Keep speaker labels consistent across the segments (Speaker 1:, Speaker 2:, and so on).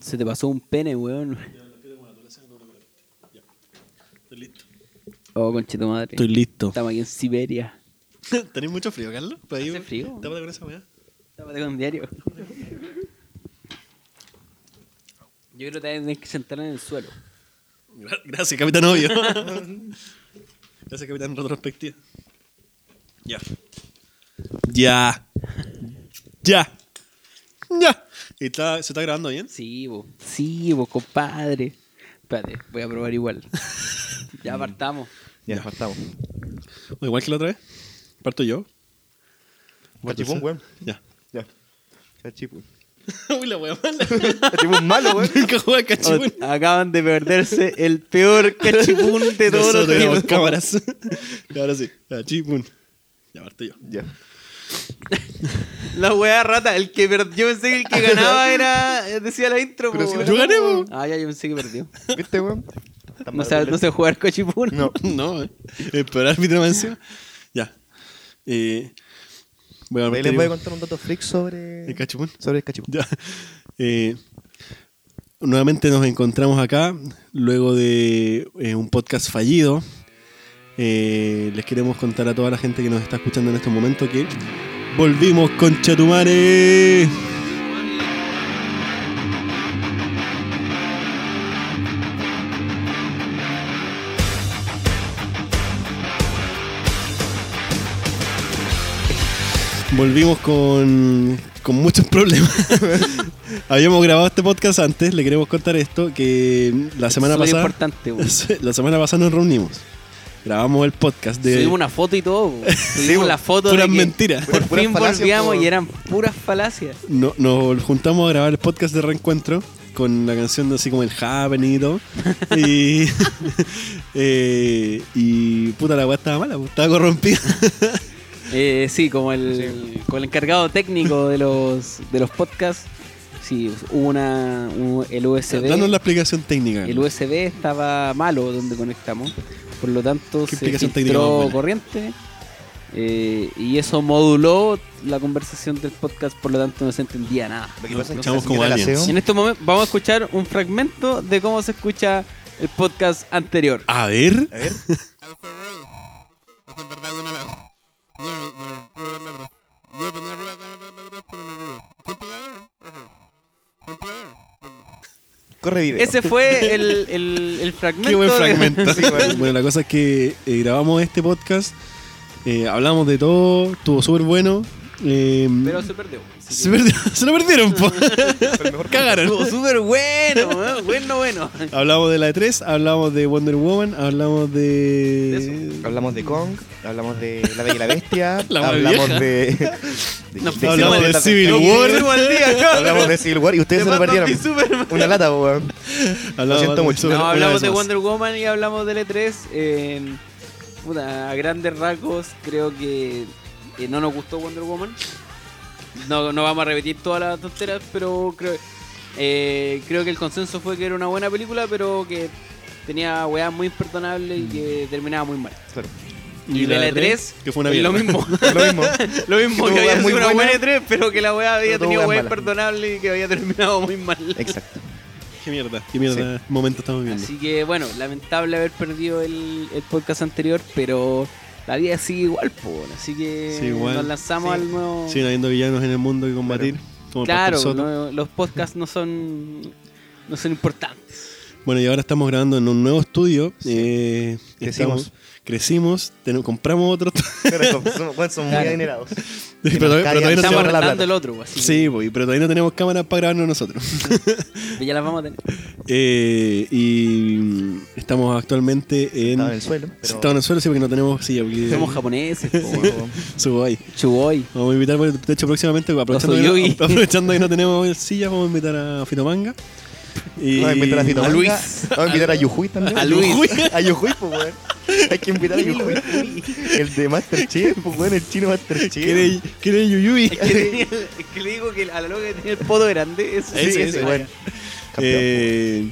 Speaker 1: Se te pasó un pene, weón.
Speaker 2: Estoy listo.
Speaker 1: Oh, conchito madre.
Speaker 2: Estoy listo.
Speaker 1: Estamos aquí en Siberia.
Speaker 2: ¿Tenéis mucho frío, Carlos? ¿Por ahí?
Speaker 1: Hace frío.
Speaker 2: Tápate con esa weá.
Speaker 1: Tápate con diario. Yo creo que te tenés que sentar en el suelo.
Speaker 2: Gra- Gracias, Capitán Obvio. Gracias, Capitán Retrospectiva. Ya. Ya. Ya. Ya. ¿Y está- ¿Se está grabando bien?
Speaker 1: Sí, vos. Sí, vos, compadre. Espérate, voy a probar igual. ya partamos.
Speaker 3: Ya, nos partamos.
Speaker 2: ¿O igual que la otra vez? ¿Parto yo?
Speaker 3: Cachipún, weón.
Speaker 2: Ya.
Speaker 3: Ya. Cachipún.
Speaker 2: Uy, la wea mala.
Speaker 3: Cachipún malo, weón.
Speaker 2: Nunca juega cachipún.
Speaker 1: Acaban de perderse el peor cachipún de
Speaker 2: Nosotros tenemos
Speaker 1: tiempos.
Speaker 2: cámaras. Y ahora sí. Cachipún. Ya parto yo.
Speaker 3: Ya.
Speaker 1: La weá rata, el que perdió, yo pensé que el que ganaba era. eh, decía la intro,
Speaker 3: Pero
Speaker 1: po,
Speaker 3: si
Speaker 1: weón.
Speaker 2: Yo gané, po.
Speaker 1: Ah, ya, yo pensé que perdió.
Speaker 3: ¿Viste, weón? Tan
Speaker 1: No
Speaker 3: malo
Speaker 1: sabe,
Speaker 3: que
Speaker 1: no sé jugar cochipún.
Speaker 3: No.
Speaker 2: No, eh. El peor árbitro más encima. Ya. Eh, voy a
Speaker 3: le- Ahí les voy a
Speaker 2: partir
Speaker 3: contar un dato freak sobre...
Speaker 2: el eh, cachipún.
Speaker 3: Sobre el cachipún.
Speaker 2: Ya. Eh, nuevamente nos encontramos acá, luego de eh, un podcast fallido. Eh, les queremos contar a toda la gente que nos está escuchando en este momento que volvimos con Chetumare. Volvimos con, con muchos problemas. Habíamos grabado este podcast antes, le queremos contar esto, que la semana
Speaker 1: Súper
Speaker 2: pasada...
Speaker 1: importante, weón.
Speaker 2: La semana pasada nos reunimos. Grabamos el podcast de.
Speaker 1: Subimos una foto y todo, po. Subimos
Speaker 3: po,
Speaker 1: la foto de
Speaker 2: puras
Speaker 1: que
Speaker 2: mentiras.
Speaker 1: Por
Speaker 3: Puras
Speaker 1: fin
Speaker 3: falacias,
Speaker 1: volvíamos
Speaker 3: po.
Speaker 1: y eran puras falacias.
Speaker 2: No- nos juntamos a grabar el podcast de reencuentro con la canción de así como el Happening y todo. Y. eh, y puta, la weá estaba mala, po, estaba corrompida.
Speaker 1: Eh, sí, como el, como el encargado técnico de los, de los podcasts. Sí, hubo una, un- el USB.
Speaker 2: Danos la explicación técnica.
Speaker 1: El USB estaba malo donde conectamos, por lo tanto
Speaker 2: ¿Qué
Speaker 1: se
Speaker 2: explicación técnica más
Speaker 1: filtró
Speaker 2: buena?
Speaker 1: corriente eh, y eso moduló la conversación del podcast, por lo tanto no se entendía nada.
Speaker 3: Lo que pasa es que
Speaker 2: Escuchamos
Speaker 3: la
Speaker 2: como
Speaker 3: señora
Speaker 2: aliens.
Speaker 3: Gaseo-
Speaker 1: Y en estos momentos vamos a escuchar un fragmento de cómo se escucha el podcast anterior.
Speaker 2: A ver.
Speaker 3: A ver. Corre video.
Speaker 1: Ese fue el, el- el fragmento.
Speaker 2: Qué buen
Speaker 1: de-
Speaker 2: fragmento.
Speaker 3: Sí, bueno.
Speaker 2: bueno, la cosa es que eh, grabamos este podcast, eh, hablamos de todo, estuvo súper bueno. eh,
Speaker 1: Pero se perdió.
Speaker 2: se, perdi- se lo perdieron, po.
Speaker 3: Fue el mejor
Speaker 2: Cagaron.
Speaker 1: Estuvo súper bueno, ¿eh? bueno, bueno.
Speaker 2: Hablamos de la E3, hablamos de Wonder Woman, hablamos
Speaker 1: De
Speaker 2: de.
Speaker 3: Hablamos de Kong, hablamos de La Bella y la Bestia,
Speaker 2: La más
Speaker 3: hablamos
Speaker 2: vieja.
Speaker 3: de, de-
Speaker 1: Nos
Speaker 3: de-
Speaker 2: Hablamos
Speaker 3: de-
Speaker 2: de Civil
Speaker 3: de-
Speaker 2: War.
Speaker 1: al día.
Speaker 3: Hablamos de Civil War y ustedes se lo
Speaker 1: Batman
Speaker 3: perdieron.
Speaker 1: y Superman.
Speaker 3: Una lata, po, weón.
Speaker 2: Hablamos
Speaker 3: siento
Speaker 2: de
Speaker 3: mucho.
Speaker 2: Super-
Speaker 1: no,
Speaker 2: una
Speaker 1: hablamos
Speaker 2: vez
Speaker 1: de
Speaker 2: más.
Speaker 1: Wonder Woman y hablamos de L3. en- puta, a grandes rasgos, creo que eh, no nos gustó Wonder Woman. No, no vamos a repetir todas las tonteras, pero creo, eh, creo que el consenso fue que era una buena película, pero que tenía weas muy imperdonables y que terminaba muy mal. Y,
Speaker 2: Mm. la
Speaker 1: la
Speaker 2: E3,
Speaker 1: L3,
Speaker 2: que fue una
Speaker 1: lo
Speaker 2: mierda.
Speaker 1: mismo.
Speaker 3: Lo mismo.
Speaker 1: Lo mismo
Speaker 3: Tuvo
Speaker 1: que había
Speaker 3: weas muy
Speaker 1: sido una buena
Speaker 3: buenas.
Speaker 1: E3, pero que la wea había
Speaker 3: Pero tuvo
Speaker 1: tenido
Speaker 3: weas
Speaker 1: weas
Speaker 3: malas.
Speaker 1: imperdonables y que había terminado muy mal.
Speaker 3: Exacto.
Speaker 2: Qué mierda, qué mierda momento estamos viviendo.
Speaker 1: Así que bueno, lamentable haber perdido el, el podcast anterior, pero la vida sigue igual, po, así que
Speaker 2: Sí, igual.
Speaker 1: nos lanzamos
Speaker 3: Sí.
Speaker 1: al nuevo...
Speaker 2: Siguen habiendo villanos en el mundo que combatir. como el
Speaker 1: claro,
Speaker 2: Pastor Soto.
Speaker 1: no- los podcasts no son no son importantes.
Speaker 2: Bueno, y ahora estamos grabando en un nuevo estudio. eh,
Speaker 3: Crecimos.
Speaker 2: estamos- crecimos, ten- compramos otro.
Speaker 3: Pero son- son, bueno, son muy
Speaker 1: Claro.
Speaker 3: adinerados.
Speaker 2: pero, todavía- pero todavía no
Speaker 1: Estamos
Speaker 3: tenemos la
Speaker 1: arreglando
Speaker 3: plata.
Speaker 1: el otro, así
Speaker 2: Sí, pues, pero todavía no tenemos cámaras para grabarnos nosotros.
Speaker 1: que ya las vamos a tener.
Speaker 2: Eh, y mm, estamos actualmente en.
Speaker 3: Estaban en el suelo. pero-
Speaker 2: Sentados en el suelo, sí, porque no tenemos silla. porque-
Speaker 1: Somos japoneses, po,
Speaker 3: Sí, po.
Speaker 2: Subo ahí.
Speaker 1: chuboy.
Speaker 2: Vamos a invitar, bueno, de hecho, próximamente, aprovechando, que
Speaker 1: Yogi.
Speaker 2: no, aprovechando que no tenemos sillas, vamos a invitar a Fitomanga. Y...
Speaker 3: Vamos a invitar a Fito
Speaker 1: A
Speaker 3: Manga,
Speaker 1: Luis.
Speaker 3: Vamos a invitar a Yujuy también.
Speaker 1: A Luis.
Speaker 2: Yujuy.
Speaker 3: A Yujuy, pues, weón. Hay que invitar a Yujuy. El de Masterchef, pues, weón. El chino Masterchef.
Speaker 2: ¿Quiere, quiere Yuyuy?
Speaker 1: Es que, tenía- es que le digo que a la loca que tiene el poto grande, eso sí
Speaker 2: Ese,
Speaker 1: que
Speaker 2: ese,
Speaker 1: se
Speaker 3: weón.
Speaker 1: vaya.
Speaker 3: Campeón,
Speaker 2: Eh,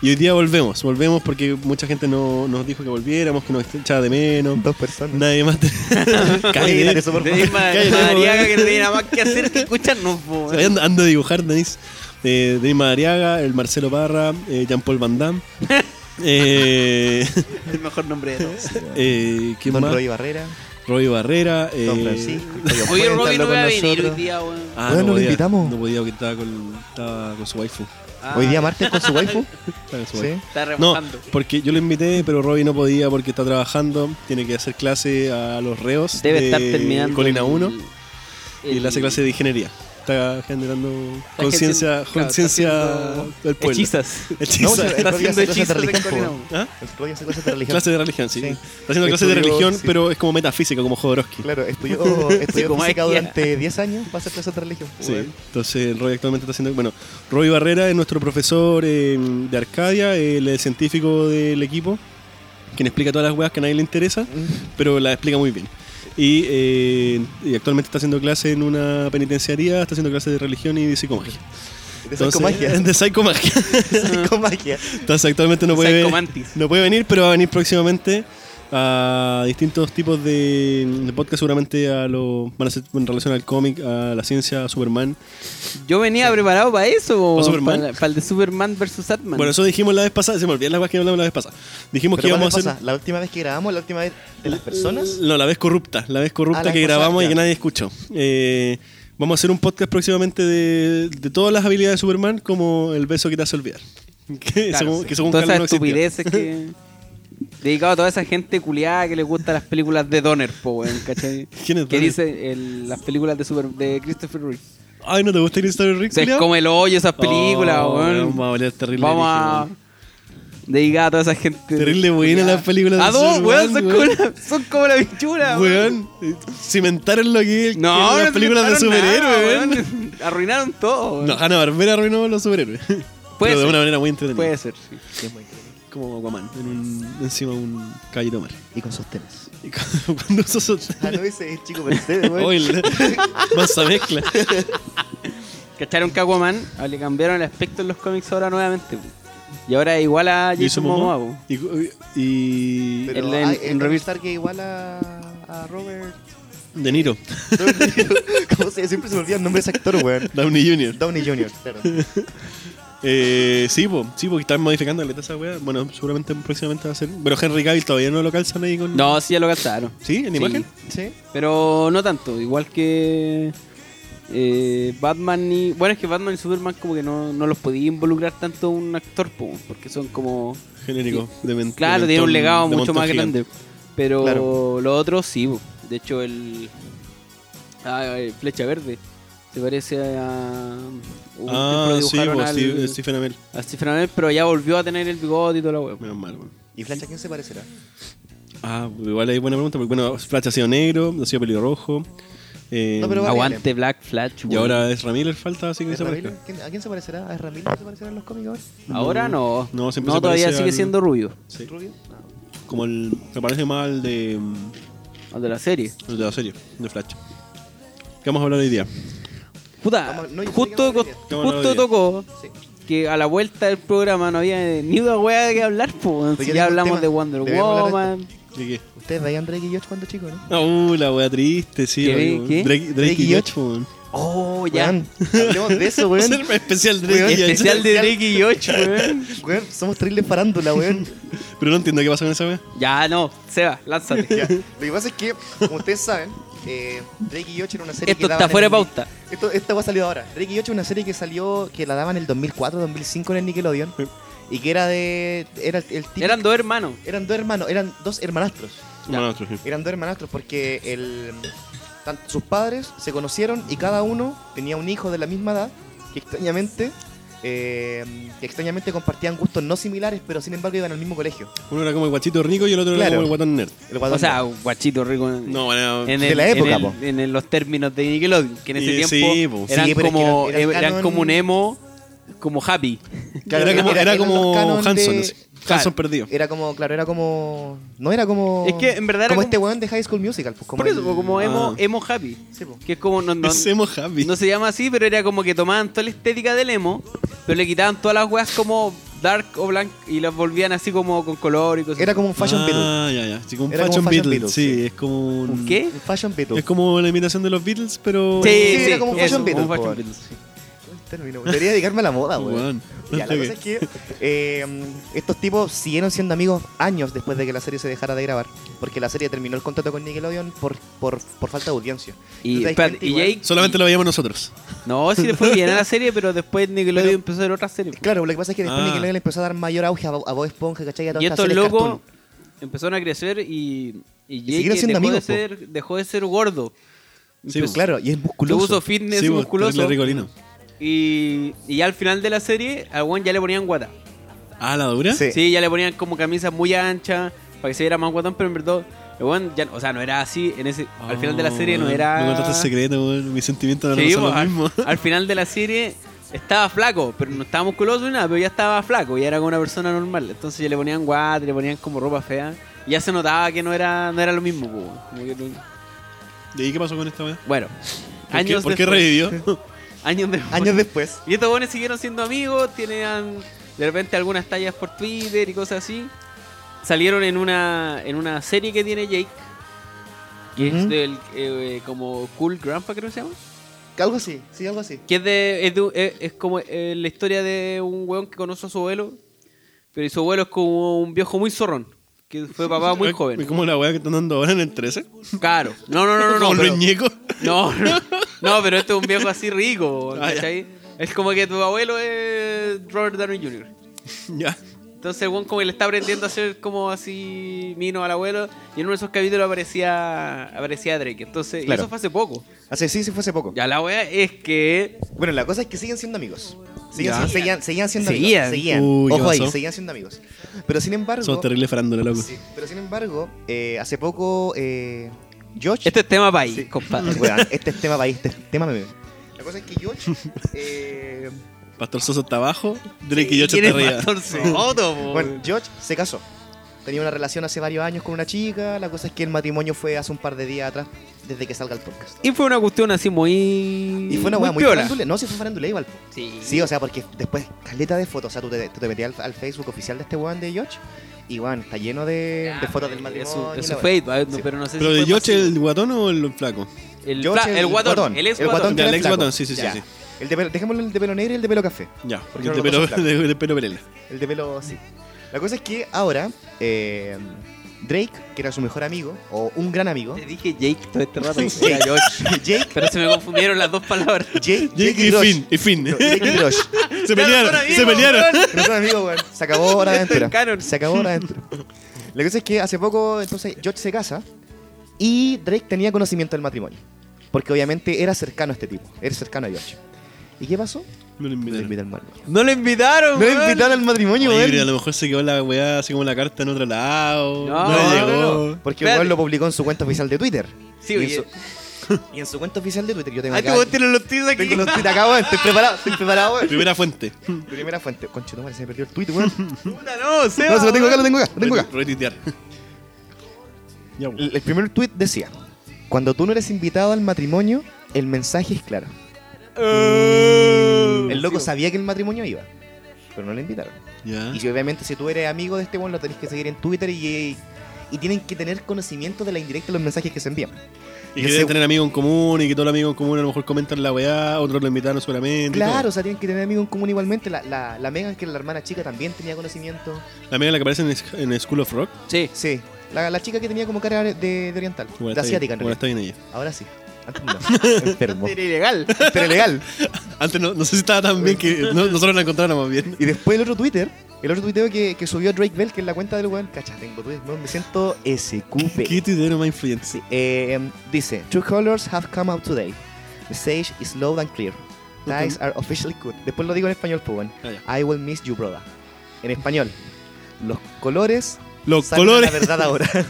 Speaker 2: y hoy día volvemos, volvemos porque mucha gente no, nos dijo que volviéramos, que nos echaba de menos.
Speaker 3: Dos personas.
Speaker 2: Nadie más. te-
Speaker 3: Oye, dale,
Speaker 2: Cállate.
Speaker 3: súper
Speaker 1: De misma
Speaker 2: Cállate,
Speaker 1: madriaga
Speaker 2: weón.
Speaker 1: que no tiene nada más que hacer que escucharnos, po,
Speaker 2: Ando, ando a dibujar, Denis. eh, Dima Ariaga, el Marcelo Parra, eh, Jean-Paul Van Damme. eh,
Speaker 1: El mejor nombre de todos.
Speaker 2: eh, ¿Quién
Speaker 3: Don
Speaker 2: más?
Speaker 3: Roy Barrera,
Speaker 2: Roy Barrera. eh,
Speaker 3: Don Francisco. Oye,
Speaker 1: Oye,
Speaker 3: pueden
Speaker 1: Robin
Speaker 3: estarlo
Speaker 1: no
Speaker 3: con
Speaker 1: va a venir hoy
Speaker 3: nosotros.
Speaker 1: día, weón.
Speaker 2: Ah,
Speaker 3: Bueno,
Speaker 2: no
Speaker 3: lo
Speaker 2: podía,
Speaker 3: invitamos.
Speaker 2: No podía porque estaba con, estaba con su waifu.
Speaker 1: Ah,
Speaker 3: Hoy día martes con su waifu.
Speaker 2: Estaba con su waifu.
Speaker 3: sí.
Speaker 1: Está
Speaker 2: No,
Speaker 1: remojando.
Speaker 2: porque yo lo invité, pero Robbie no podía porque está trabajando, tiene que hacer clase a los reos
Speaker 1: Debe
Speaker 2: de
Speaker 1: estar terminando.
Speaker 2: eh, Colina
Speaker 1: el-
Speaker 2: 1 y
Speaker 1: el-
Speaker 2: le hace clase de ingeniería. Está generando
Speaker 1: está
Speaker 2: conciencia
Speaker 1: haciendo- claro,
Speaker 2: conciencia
Speaker 1: está haciendo
Speaker 2: del pueblo.
Speaker 1: Hechizas.
Speaker 2: Hechiza.
Speaker 3: No, sí,
Speaker 2: Está
Speaker 3: el Robbie
Speaker 2: haciendo
Speaker 3: hace
Speaker 2: hechizas.
Speaker 3: cosas de
Speaker 1: hechizos de
Speaker 3: religión.
Speaker 1: Corina
Speaker 3: po.
Speaker 1: uno.
Speaker 2: ¿Ah?
Speaker 3: El Roy hace cosas de religión.
Speaker 2: Clase de religión, sí.
Speaker 3: Sí.
Speaker 2: Está haciendo clases de
Speaker 3: Estudió-
Speaker 2: religión,
Speaker 3: sí.
Speaker 2: pero es como metafísica, como Jodorowsky.
Speaker 3: Claro, estudió, estudió
Speaker 1: Psicomagia.
Speaker 3: física durante 10 años para hacer clases de religión. po,
Speaker 2: Sí,
Speaker 3: weón.
Speaker 2: entonces el Roy actualmente está haciendo. Bueno, Roy Barrera es nuestro profesor eh, de Arcadia, el, científico del equipo, quien explica todas las weas que a nadie le interesa, pero la explica muy bien. Y, eh, y actualmente está haciendo clase en una penitenciaría, está haciendo clases de religión y de psicomagia.
Speaker 3: De
Speaker 2: Entonces-
Speaker 3: psicomagia.
Speaker 2: De psicomagia.
Speaker 3: psicomagia.
Speaker 2: Entonces actualmente no puede,
Speaker 1: Psychomantis.
Speaker 2: no puede venir, pero va a venir próximamente a distintos tipos de, de podcast, seguramente a lo, van a ser en relación al cómic, a la ciencia, a Superman.
Speaker 1: Yo venía preparado para eso,
Speaker 2: ¿Para
Speaker 1: para,
Speaker 2: Superman?
Speaker 1: la- para el de Superman vs. Atman.
Speaker 2: Bueno, eso dijimos la vez pasada, se me olvidan las cosas que hablamos la vez pasada. Dijimos que
Speaker 3: Pero ¿cuál
Speaker 2: íbamos a
Speaker 3: le
Speaker 2: hacer...
Speaker 3: pasa? La última vez que grabamos, la última vez de las personas.
Speaker 2: No, la vez corrupta, la vez corrupta
Speaker 3: Ah, la
Speaker 2: que
Speaker 3: vez
Speaker 2: grabamos
Speaker 3: pasada,
Speaker 2: y que
Speaker 3: ya.
Speaker 2: nadie escuchó. Eh, vamos a hacer un podcast próximamente de, de todas las habilidades de Superman, como el beso que te hace olvidar. Que
Speaker 1: Claro,
Speaker 2: según,
Speaker 1: sí.
Speaker 2: que según
Speaker 1: Todas
Speaker 2: Carlos
Speaker 1: esas
Speaker 2: no existió.
Speaker 1: estupideces que. Dedicado a toda esa gente culiada que le gustan las películas de Donner, po, weón, ¿cachai?
Speaker 2: ¿Quién es
Speaker 1: que
Speaker 2: Donner?
Speaker 1: dice el- las películas de super de Christopher Reeve.
Speaker 2: Ay, ¿no te gusta Christopher Reeve?
Speaker 1: Se
Speaker 2: culiao?
Speaker 1: come el hoyo esas películas,
Speaker 2: Oh,
Speaker 1: weón.
Speaker 2: Vamos a hablar terrible.
Speaker 1: Vamos a.
Speaker 2: origen,
Speaker 1: Dedicar a toda esa gente.
Speaker 2: Terrible buena
Speaker 1: culiada.
Speaker 2: las películas de
Speaker 1: Ah, no,
Speaker 2: Superman,
Speaker 1: weón, son,
Speaker 2: weón.
Speaker 1: Como la, son como la bichura,
Speaker 2: weón. Weón, eh, cimentaron lo que
Speaker 1: No,
Speaker 2: que
Speaker 1: no
Speaker 2: las películas de
Speaker 1: inventaron
Speaker 2: superhéroes,
Speaker 1: nada,
Speaker 2: weón.
Speaker 1: weón. Arruinaron todo, weón.
Speaker 2: No, Hanna Barbera arruinó los superhéroes.
Speaker 1: Puede
Speaker 2: Pero de
Speaker 1: ser.
Speaker 2: una manera muy entretenida.
Speaker 1: Puede ser, sí.
Speaker 2: Como Aquaman, en un, encima de un caballito mar.
Speaker 3: Y con sostenes.
Speaker 2: Y cu- cuando eso
Speaker 3: Ah, no, ese es el chico Mercedes, güey.
Speaker 2: Oil. Más a mezcla.
Speaker 1: ¿Cacharon que Aquaman ah, le cambiaron el aspecto en los cómics ahora nuevamente? po. Y ahora es igual a Jason Momoa, po.
Speaker 2: Y, cu- y
Speaker 3: Pero
Speaker 1: en-
Speaker 3: en,
Speaker 1: en
Speaker 3: hay, en
Speaker 1: revista-
Speaker 3: Star que igual a, a Robert.
Speaker 2: De Niro,
Speaker 3: ¿Cómo se Siempre se me olvida el nombre de ese actor, weón.
Speaker 2: Downey Jr.
Speaker 3: Downey Jr., claro.
Speaker 2: Eh, sí, po, sí, porque están modificando la esa wea. Bueno, seguramente próximamente va a ser. Pero Henry Cavill todavía no lo calzan ahí con.
Speaker 1: No, sí, ya lo gastaron.
Speaker 2: ¿Sí? ¿En imagen?
Speaker 3: ¿Sí?
Speaker 1: Pero no tanto, igual que eh, Batman y... Bueno, es que Batman y Superman como que no, no los podía involucrar tanto un actor, po, porque son como...
Speaker 2: Genérico. de men-
Speaker 1: Claro,
Speaker 2: de
Speaker 1: tiene un
Speaker 2: mentón-
Speaker 1: legado
Speaker 2: de
Speaker 1: mucho
Speaker 2: montón
Speaker 1: más
Speaker 2: gigante.
Speaker 1: grande. Pero
Speaker 3: Claro.
Speaker 1: lo otro sí, po. de hecho el... ah, eh, Flecha Verde. Se parece a... un tiempo
Speaker 2: Ah,
Speaker 1: lo
Speaker 2: sí,
Speaker 1: dibujaron
Speaker 2: po,
Speaker 1: al-
Speaker 2: Steve- Stephen Amell.
Speaker 1: a Stephen Amell, pero ya volvió a tener el bigote y toda la wea.
Speaker 2: Menos mal, weón.
Speaker 3: ¿Y Flash a quién se parecerá?
Speaker 2: Ah, igual hay buena pregunta, porque bueno, Flash ha sido negro, ha sido pelirrojo. Eh,
Speaker 3: No, pero va-
Speaker 1: Aguante Black Flash.
Speaker 2: y
Speaker 1: weón.
Speaker 2: ahora es Ramírez falta, así que
Speaker 3: ¿Es
Speaker 2: se
Speaker 3: Ramírez?
Speaker 2: parezca.
Speaker 3: ¿Quién- ¿A quién se parecerá? ¿A Ramírez se parecerá en los cómics ahora?
Speaker 1: Ahora no.
Speaker 2: No,
Speaker 1: No,
Speaker 2: siempre se
Speaker 1: todavía
Speaker 2: parece
Speaker 1: sigue
Speaker 2: al-
Speaker 1: siendo rubio.
Speaker 2: Sí.
Speaker 3: ¿Rubio?
Speaker 2: Como el. Me parece más el de, mm,
Speaker 1: al de la serie.
Speaker 2: el de la serie, de Flash. ¿Qué vamos a hablar hoy día?
Speaker 1: Puta,
Speaker 3: Vamos- no, yo
Speaker 1: justo,
Speaker 3: sé que
Speaker 1: co-
Speaker 3: vamos a
Speaker 2: día. Vamos a
Speaker 1: justo
Speaker 2: hablar
Speaker 1: tocó
Speaker 3: Sí.
Speaker 1: que a la vuelta del programa no había ni una wea que hablar. Po.
Speaker 3: Pero
Speaker 1: Si ya
Speaker 3: yo tengo un
Speaker 1: hablamos
Speaker 3: tema.
Speaker 1: de Wonder
Speaker 3: Debemos hablar
Speaker 1: Woman.
Speaker 2: ¿De qué?
Speaker 3: ¿Ustedes veían Drake y Josh cuando chicos, no?
Speaker 2: Ah, Uh, la wea triste, sí.
Speaker 1: ¿Qué?
Speaker 2: lo digo.
Speaker 1: ¿Qué?
Speaker 2: Drake, Drake
Speaker 3: Drake
Speaker 2: y
Speaker 3: y
Speaker 2: Josh, weón.
Speaker 1: Oh, ya.
Speaker 3: Weón, hablemos de eso,
Speaker 2: Va a ser
Speaker 3: weón.
Speaker 2: un especial
Speaker 3: Weón,
Speaker 2: Drake y Josh.
Speaker 1: Especial de Drake y Josh, weón.
Speaker 3: Weón, somos terribles farándula, weón.
Speaker 2: Pero no entiendo qué pasa con esa wea.
Speaker 1: Ya, no. Seba,
Speaker 3: Ya,
Speaker 1: lánzate.
Speaker 3: Lo que pasa es que, como ustedes saben, eh, Drake y Josh era una serie que
Speaker 1: Esto
Speaker 3: daban
Speaker 1: está
Speaker 3: en
Speaker 1: fuera de
Speaker 3: el-
Speaker 1: pauta.
Speaker 3: Esto, esta va salió ahora. Drake y Josh es una serie que salió, que la daban en el 2004, 2005 en el Nickelodeon.
Speaker 2: Sí.
Speaker 3: Y que era de... Era el típico-
Speaker 1: Eran dos hermanos.
Speaker 3: eran dos hermanos, eran dos hermanastros.
Speaker 2: Bueno, otro, sí.
Speaker 3: Eran dos hermanastros porque el, tan- sus padres se conocieron y cada uno tenía un hijo de la misma edad que extrañamente, eh, que extrañamente compartían gustos no similares, pero sin embargo iban al mismo colegio.
Speaker 2: Uno era como el guachito rico y el otro era
Speaker 3: Claro.
Speaker 2: como el guatón nerd.
Speaker 1: O
Speaker 3: El guadalajara.
Speaker 1: sea, guachito rico.
Speaker 2: No, bueno.
Speaker 1: en
Speaker 3: de
Speaker 1: el-
Speaker 3: la época,
Speaker 1: en, el-
Speaker 3: po.
Speaker 1: en el- los términos de Nickelodeon, que en ese
Speaker 2: Y-
Speaker 1: tiempo
Speaker 2: sí, po.
Speaker 1: eran,
Speaker 3: Sí, pero es que
Speaker 1: como, eh,
Speaker 3: era- era el
Speaker 1: eran
Speaker 3: canon-
Speaker 1: como un emo, como happy.
Speaker 3: Claro,
Speaker 2: era como, era,
Speaker 3: eran
Speaker 2: como
Speaker 3: los canon de- Eh,
Speaker 2: Hanson. así. Hanson
Speaker 1: Claro.
Speaker 2: perdido.
Speaker 3: Era como, claro, era como... No era como...
Speaker 1: Es que en verdad era
Speaker 3: como,
Speaker 1: como-
Speaker 3: este weón de High School Musical. Pues, como
Speaker 1: Por eso,
Speaker 3: el-
Speaker 1: po, como emo,
Speaker 2: Ah.
Speaker 1: emo happy.
Speaker 3: Sí, po.
Speaker 1: Que es como, no, no,
Speaker 2: Es emo happy.
Speaker 1: no se llama así, pero era como que tomaban toda la estética del emo, pero le quitaban todas las weas como dark o blanc y las volvían así como con color y cosas
Speaker 3: Era como un Fashion Beetle.
Speaker 2: Ah, ya, ya. Sí, como un
Speaker 3: Era como
Speaker 2: fashion,
Speaker 3: fashion
Speaker 2: Beatle.
Speaker 3: Beatle,
Speaker 2: Sí,
Speaker 3: sí.
Speaker 2: es como un...
Speaker 1: ¿Un qué?
Speaker 3: Un Fashion Beetle.
Speaker 2: Es como la imitación de los Beatles, pero...
Speaker 1: Sí,
Speaker 3: Sí,
Speaker 1: sí,
Speaker 3: era como un
Speaker 1: eso,
Speaker 3: Fashion Beatles,
Speaker 1: como un
Speaker 3: po,
Speaker 1: Fashion
Speaker 3: bueno.
Speaker 1: Beatles, sí.
Speaker 3: términos. Debería dedicarme a la moda, weón.
Speaker 2: Weón, no
Speaker 3: Ya, la
Speaker 2: sé
Speaker 3: cosa
Speaker 2: qué.
Speaker 3: es que eh, estos tipos siguieron siendo amigos años después de que la serie se dejara de grabar. Porque la serie terminó el contrato con Nickelodeon por, por, por falta de audiencia.
Speaker 1: Y,
Speaker 3: Entonces, hay
Speaker 1: espérate,
Speaker 3: gente
Speaker 1: y
Speaker 3: igual-
Speaker 1: Jake.
Speaker 2: Solamente lo veíamos nosotros.
Speaker 1: No, sí le fue bien a la serie, pero después Nickelodeon empezó a hacer otra serie.
Speaker 3: Claro, lo que pasa es que después
Speaker 2: Ah.
Speaker 3: Nickelodeon le empezó a dar mayor auge a, Bo- a Bob Esponja, ¿cachai? A todas
Speaker 1: Y
Speaker 3: estas
Speaker 1: estos
Speaker 3: series
Speaker 1: locos
Speaker 3: cartoon.
Speaker 1: empezaron a crecer y, y
Speaker 3: siguieron
Speaker 1: Jake dejó,
Speaker 3: siendo
Speaker 1: de
Speaker 3: amigos, po. pues,
Speaker 1: ser, dejó de ser gordo.
Speaker 2: Sí,
Speaker 1: Empezó-
Speaker 3: Claro, y es
Speaker 1: lo puso
Speaker 3: musculoso.
Speaker 1: fitness,
Speaker 2: vos, terrible
Speaker 1: musculoso.
Speaker 2: Ricolino.
Speaker 1: Y, y ya al final de la serie, a Juan ya le ponían guata.
Speaker 2: Ah, la dura.
Speaker 3: Sí.
Speaker 1: Sí. ya le ponían como camisas muy anchas para que se viera más guatón, pero en verdad, el weón ya, o sea, no era así. En ese, al final de la
Speaker 2: Oh,
Speaker 1: serie no
Speaker 2: weón, Me
Speaker 1: era.
Speaker 2: contaste el secreto, weón. Mis sentimientos
Speaker 1: Sí,
Speaker 2: no son
Speaker 1: pues,
Speaker 2: los
Speaker 1: al,
Speaker 2: mismos.
Speaker 1: al final de la serie estaba flaco, pero no estaba musculoso ni nada, pero ya estaba flaco y era como una persona normal. Entonces ya le ponían guate, le ponían como ropa fea. Y ya se notaba que no era, no era lo mismo. po, weón. Como que no-
Speaker 2: ¿De ahí qué pasó con esta weá?
Speaker 1: Bueno,
Speaker 2: ¿Por, qué-
Speaker 1: años
Speaker 2: por qué
Speaker 1: después-
Speaker 2: revivió?
Speaker 1: Años después.
Speaker 3: Años después.
Speaker 1: Y estos buenos siguieron siendo amigos, tenían de repente algunas tallas por Twitter y cosas así. Salieron en una, en una serie que tiene Jake, que es
Speaker 3: Ujú.
Speaker 1: del, eh, como Cool Grandpa creo que se llama.
Speaker 3: Algo así, sí, algo así.
Speaker 1: Que es, de, es, de un- es- es como eh, la historia de un weón que conoce a su abuelo, pero su abuelo es como un viejo muy zorrón, que fue papá muy
Speaker 2: Es
Speaker 1: joven.
Speaker 2: como la weá que están dando ahora en el 13.
Speaker 1: Claro. No, no, no, no.
Speaker 2: Como
Speaker 1: no, pero-
Speaker 2: los ñecos.
Speaker 1: No, no, no, pero este es un viejo así rico,
Speaker 2: Ah, ya.
Speaker 1: ¿cachai? Es como que tu abuelo es Robert Downey Jr.
Speaker 2: ya.
Speaker 1: Entonces, el weón como que le está aprendiendo a hacer como así mino al abuelo, y en uno de esos capítulos aparecía, aparecía Drake. Entonces, y
Speaker 3: Claro.
Speaker 1: eso fue hace poco.
Speaker 3: Hace, sí, sí, fue hace poco.
Speaker 1: Ya la wea es que
Speaker 3: Bueno, la cosa es que siguen siendo amigos. Siguen,
Speaker 2: Ya.
Speaker 3: seguían, seguían siendo
Speaker 1: Seguían.
Speaker 3: amigos. Seguían.
Speaker 2: Uy, ¿qué
Speaker 3: Ojo ahí,
Speaker 2: pasó?
Speaker 3: seguían siendo amigos. Pero sin embargo.
Speaker 2: Somos terrible farándula, loco.
Speaker 3: Sí, pero sin embargo, eh, hace poco, eh, George.
Speaker 1: este es tema país,
Speaker 3: Sí.
Speaker 1: compadre.
Speaker 3: Weón, este es tema país, este es tema meme. La cosa es que George. eh,
Speaker 2: Pastor Sosa está abajo. Drake y yo
Speaker 1: ¿Quién
Speaker 2: está
Speaker 1: es
Speaker 2: arriba.
Speaker 1: Pastor Soto, po?
Speaker 3: bueno, George se casó. Tenía una relación hace varios años con una chica. La cosa es que el matrimonio fue hace un par de días atrás, desde que salga el podcast.
Speaker 1: Y fue una cuestión así muy.
Speaker 3: Y fue una weá muy
Speaker 1: piola.
Speaker 3: farandule. No, sí fue farandule igual. po.
Speaker 1: Sí.
Speaker 3: Sí, o sea, porque después, caleta de fotos. O sea, tú te, tú te metías al, al Facebook oficial de este weón de George. Y weón, está lleno de, de fotos del
Speaker 1: Es su,
Speaker 3: matrimonio.
Speaker 1: eh, es
Speaker 3: y
Speaker 1: su
Speaker 3: la weá.
Speaker 1: fate, ¿vale? No,
Speaker 3: Sí.
Speaker 1: pero no sé
Speaker 2: ¿Pero
Speaker 1: si.
Speaker 2: de
Speaker 1: fue
Speaker 2: Yoche
Speaker 1: masivo.
Speaker 2: el guatón o el flaco?
Speaker 1: El,
Speaker 3: George,
Speaker 1: fla- el guatón, El ex guatón.
Speaker 2: Ya,
Speaker 3: que
Speaker 2: el
Speaker 3: era
Speaker 2: ex
Speaker 3: flaco.
Speaker 2: guatón, sí, sí, sí,
Speaker 3: Ya.
Speaker 2: sí.
Speaker 3: El de, pelo- dejémosle el de pelo negro y el de pelo café.
Speaker 2: Ya, el
Speaker 3: Porque no
Speaker 2: de
Speaker 3: lo
Speaker 2: pelo,
Speaker 3: conozco,
Speaker 2: de pelo pelela.
Speaker 3: El de pelo, sí. La cosa es que ahora, eh, Drake, que era su mejor amigo, o un gran amigo,
Speaker 1: Te dije Jake todo este rato.
Speaker 3: Sí.
Speaker 1: Era George.
Speaker 3: Jake,
Speaker 1: Pero se me confundieron las dos palabras.
Speaker 3: Jake,
Speaker 2: Jake y Finn, y Finn.
Speaker 3: No, Jake y Josh.
Speaker 2: Se
Speaker 1: Ya no
Speaker 2: pelearon,
Speaker 1: son
Speaker 2: se
Speaker 1: amigos,
Speaker 2: pelearon.
Speaker 1: weón.
Speaker 3: Mejor amigo, weón. Se acabó hora de
Speaker 1: Esto es
Speaker 3: aventura.
Speaker 1: canon.
Speaker 3: Se acabó hora de aventura. La cosa es que hace poco, entonces, George se casa y Drake tenía conocimiento del matrimonio. Porque obviamente era cercano a este tipo, era cercano a George. ¿Y qué pasó?
Speaker 2: No lo
Speaker 3: Lo
Speaker 2: invitaron.
Speaker 3: invitó al matrimonio.
Speaker 1: No lo invitaron,
Speaker 3: No
Speaker 1: weón.
Speaker 3: invitaron al matrimonio,
Speaker 2: Oye,
Speaker 3: weón.
Speaker 2: pero a lo mejor se quedó la weá así como la carta en otro lado.
Speaker 1: No,
Speaker 2: No,
Speaker 1: no,
Speaker 2: le llegó.
Speaker 1: no, no.
Speaker 3: Porque
Speaker 1: Espérate.
Speaker 3: igual lo publicó en su cuenta oficial de Twitter.
Speaker 1: Sí,
Speaker 3: y,
Speaker 1: oye.
Speaker 3: En su, y en su cuenta oficial de Twitter yo tengo
Speaker 1: Ah,
Speaker 3: acá-
Speaker 1: este weón tiene los tíos aquí.
Speaker 3: Tengo los tweets acá, weón. Estoy preparado, estoy preparado, weón.
Speaker 2: Primera fuente.
Speaker 3: Primera fuente. Concho, no, se me perdió el tweet, weón.
Speaker 1: Puta, no, Seba,
Speaker 3: No, se lo tengo acá, lo
Speaker 1: weón.
Speaker 3: tengo acá, lo tengo acá.
Speaker 2: Re- Retuitear. Ya, pues. weón.
Speaker 3: El, el primer tweet decía: Cuando tú no eres invitado al matrimonio, el mensaje es claro.
Speaker 2: Uh,
Speaker 1: Eh,
Speaker 3: El loco
Speaker 1: sí,
Speaker 3: sabía que el matrimonio iba, pero no le invitaron.
Speaker 2: Ya.
Speaker 3: Y si, obviamente, si tú eres amigo de este weón, lo tenés que seguir en Twitter y, y, tienen que tener conocimiento de la indirecta de los mensajes que se envían.
Speaker 2: Y
Speaker 3: yo
Speaker 2: que
Speaker 3: sé-
Speaker 2: deben tener amigos en común y que todos los amigos en común a lo mejor comentan la weá, otros lo invitaron solamente. y
Speaker 3: Claro,
Speaker 2: todo.
Speaker 3: o sea, tienen que tener amigos en común igualmente. La, la, la Megan, que era la hermana chica, también tenía conocimiento.
Speaker 2: La amiga la que aparece en, Sk- en School of Rock.
Speaker 1: Sí.
Speaker 3: Sí, la, la chica que tenía como cara de, de oriental,
Speaker 2: Bueno,
Speaker 3: de
Speaker 2: está
Speaker 3: asiática, en
Speaker 2: bien. Bueno,
Speaker 3: realidad.
Speaker 2: está bien ella.
Speaker 3: Ahora sí. Antes no. Enfermo.
Speaker 1: Era ilegal.
Speaker 3: Pero legal.
Speaker 2: Antes no, no sé si estaba tan bien que no- nosotros la encontráramos bien.
Speaker 3: Y después el otro Twitter, el otro tuiteo que, que subió Drake Bell, que es la cuenta del weón. Cacha, tengo Twitter, weón, me siento
Speaker 2: ¿Qué
Speaker 3: SQP.
Speaker 2: tuitero más influyente?
Speaker 3: Sí, E. eh, em, dice, True colors have come out today. Message is loud and clear. Ties are officially good. Después lo digo en español, pues, weón.
Speaker 2: Ah, ya.
Speaker 3: I will miss you, brother. En español. Los colores
Speaker 2: Los
Speaker 3: salen a
Speaker 2: colores.
Speaker 3: la verdad ahora.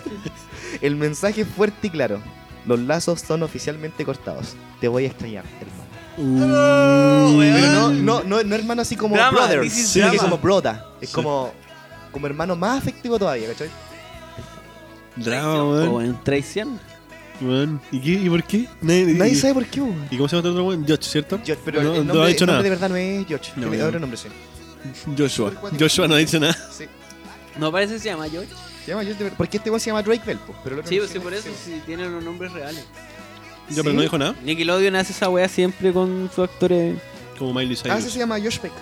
Speaker 3: el mensaje es fuerte y claro. Los lazos son oficialmente cortados. Te voy a extrañar, hermano.
Speaker 2: Uh,
Speaker 1: Oh, weón.
Speaker 3: Pero no, no, no, no hermano así como
Speaker 1: Drama,
Speaker 3: brother,
Speaker 1: this is
Speaker 2: Sí,
Speaker 3: sino que
Speaker 1: drama.
Speaker 3: como broda. Es
Speaker 2: Sí.
Speaker 3: como, como hermano más afectivo todavía, ¿cachai?
Speaker 2: Drama,
Speaker 1: O
Speaker 3: Oh,
Speaker 2: weón.
Speaker 1: en traición.
Speaker 2: Weón. ¿Y, qué? ¿Y por qué? Nadie,
Speaker 3: Nadie
Speaker 2: y-
Speaker 3: sabe por qué, weón.
Speaker 2: ¿Y cómo se llama este otro weón? George, ¿cierto?
Speaker 3: George, pero
Speaker 2: No,
Speaker 3: el nombre,
Speaker 2: no ha
Speaker 3: el
Speaker 2: dicho
Speaker 3: nombre
Speaker 2: nada.
Speaker 3: de verdad no es George.
Speaker 2: No,
Speaker 3: Tiene
Speaker 2: no.
Speaker 3: otro nombre, sí.
Speaker 2: Joshua. Joshua no ha dicho nada.
Speaker 3: Sí.
Speaker 1: No parece que se llama George.
Speaker 3: Se llama George de verdad. Porque este weón se llama Drake Bell, po, pero el otro
Speaker 1: Sí, pues sí,
Speaker 3: no se
Speaker 1: por
Speaker 3: llama-
Speaker 1: eso
Speaker 3: sí.
Speaker 1: sí tienen los nombres reales.
Speaker 2: Ya, pero
Speaker 3: ¿Sí?
Speaker 2: no dijo nada.
Speaker 1: Nickelodeon hace esa wea siempre con sus actores.
Speaker 2: Como Miley
Speaker 3: Ah,
Speaker 2: Cyrus.
Speaker 3: ese se llama Josh Peck.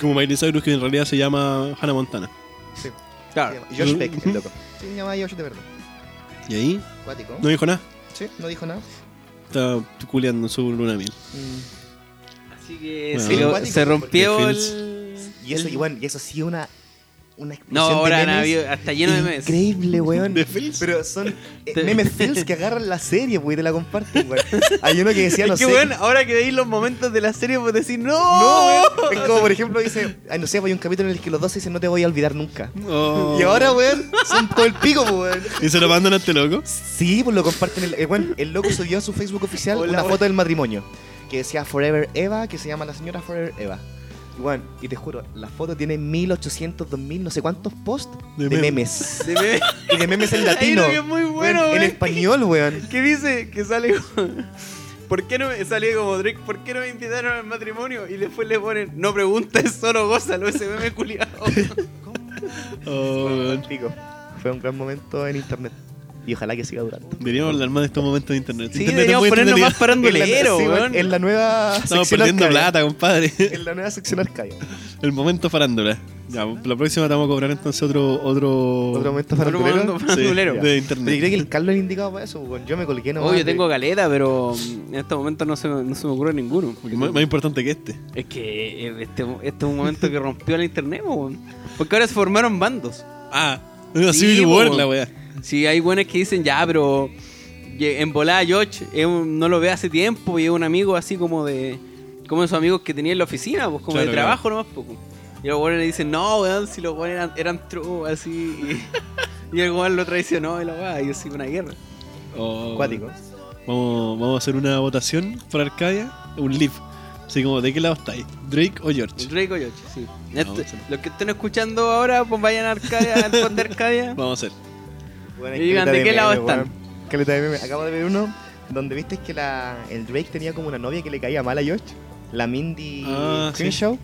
Speaker 2: Como Miley Cyrus, que en realidad se llama Hannah Montana.
Speaker 3: Sí, se
Speaker 1: Claro.
Speaker 3: llama Josh Peck,
Speaker 2: Ah. Ujú.
Speaker 3: el loco. Sí, se llama Josh de verdad.
Speaker 2: Y ahí
Speaker 3: Acuático.
Speaker 2: no dijo nada.
Speaker 3: Sí, no dijo nada.
Speaker 2: Está culeando en su luna de miel.
Speaker 3: Mm.
Speaker 1: Así que
Speaker 2: Bueno.
Speaker 1: se-
Speaker 3: Sí,
Speaker 1: se,
Speaker 3: cuático,
Speaker 1: rompió
Speaker 2: porque
Speaker 1: el.
Speaker 3: Y eso, y bueno, y eso sí una, una
Speaker 1: No,
Speaker 3: explosión
Speaker 1: ahora
Speaker 3: de
Speaker 1: han
Speaker 3: memes.
Speaker 1: habido- hasta lleno de memes.
Speaker 3: Increíble, weón.
Speaker 2: ¿De Fils?
Speaker 3: Pero son eh,
Speaker 1: De-
Speaker 3: memes feels que agarran la serie, weón, y te la comparten, weón. Hay uno que decía, no
Speaker 1: Es que,
Speaker 3: sé.
Speaker 1: weón, ¡oh! ahora que veis los momentos de la serie, pues decís, ¡No!
Speaker 3: No, weón. Es como, por ejemplo, dice, ay, no sé, pues, hay un capítulo en el que los dos dicen, no te voy a olvidar nunca.
Speaker 2: Oh.
Speaker 3: Y ahora, weón, son todo el pico, pues, weón.
Speaker 2: ¿Y se lo mandan a este loco?
Speaker 3: Sí, pues lo comparten. El, eh, bueno, el loco subió a su Facebook oficial
Speaker 1: Hola,
Speaker 3: una
Speaker 1: hola.
Speaker 3: foto del matrimonio que decía Forever Eva, que se llama la señora Forever Eva. Y bueno, y te juro, la foto tiene 1800, 2000, no sé cuántos posts
Speaker 2: De
Speaker 3: de,
Speaker 2: memes.
Speaker 3: memes.
Speaker 1: De memes.
Speaker 3: Y de memes en
Speaker 1: Hay
Speaker 3: latino.
Speaker 1: uno que es muy bueno,
Speaker 3: Weón, en
Speaker 1: weón.
Speaker 3: español, weón.
Speaker 1: ¿Qué dice? Que sale como- ¿Por qué no me salió como Drake? ¿Por qué no me invitaron al matrimonio? Y después le ponen, no preguntes, solo gózalo, ese meme culiado.
Speaker 2: Oh, weón.
Speaker 3: Pico. Fue un gran momento en internet. Y ojalá que siga durando.
Speaker 2: Deberíamos hablar más de estos momentos de internet.
Speaker 1: Sí,
Speaker 2: internet es
Speaker 1: deberíamos
Speaker 2: muy
Speaker 1: ponernos más
Speaker 2: entretenida.
Speaker 1: parandulero,
Speaker 3: sí,
Speaker 1: weón.
Speaker 3: en la nueva
Speaker 2: Estamos
Speaker 3: sección
Speaker 2: perdiendo
Speaker 3: arcadia.
Speaker 2: plata, compadre.
Speaker 3: En la nueva sección arcadia.
Speaker 2: El momento farándula. Ya, la próxima te vamos a cobrar entonces otro... Otro,
Speaker 3: Otro momento
Speaker 1: Oh. Otro
Speaker 3: farandulero.
Speaker 1: momento farandulero.
Speaker 2: de
Speaker 3: Pero yo
Speaker 2: internet.
Speaker 3: creo que el Carlos era indicado para eso, weón. Yo me colgué nomás.
Speaker 1: Oh, yo
Speaker 3: de-
Speaker 1: tengo galeta, pero mm, en este momento no se, me- no se me ocurre ninguno.
Speaker 2: Porque más, más importante que este.
Speaker 1: Es que eh, este, este es un momento que rompió el internet, po, weón. Porque ahora se formaron bandos.
Speaker 2: Ah, es una
Speaker 1: Sí,
Speaker 2: Civil War
Speaker 1: po.
Speaker 2: la weá.
Speaker 1: Si hay buenas que dicen, ya, pero ye- en volada George es un- no lo ve hace tiempo y es un amigo así como de. como esos amigos que tenía en la oficina, pues como
Speaker 2: Claro,
Speaker 1: de trabajo nomás, pues. Y los buenos le dicen, no, weón, si los buenos eran, eran true, así. Y, y el weón lo traicionó y la weá, y así una guerra.
Speaker 2: Oh,
Speaker 3: Acuático.
Speaker 2: Vamos, vamos a hacer una votación por Arcadia, un live. Así como, ¿de qué lado estáis? ¿Drake o George?
Speaker 1: Rico George, sí. Esto-
Speaker 2: vamos a-
Speaker 1: los que estén escuchando ahora, pues vayan a Arcadia, al fondo de Arcadia.
Speaker 2: Vamos a hacer.
Speaker 3: Bueno,
Speaker 1: Y digan,
Speaker 3: caleta
Speaker 1: ¿de qué lado
Speaker 3: memes,
Speaker 1: están?
Speaker 3: weón. Caleta de memes. Acabo de ver uno donde viste que la, el Drake tenía como una novia que le caía mal a George, la Mindy
Speaker 2: Ah, sí.
Speaker 3: Crenshaw.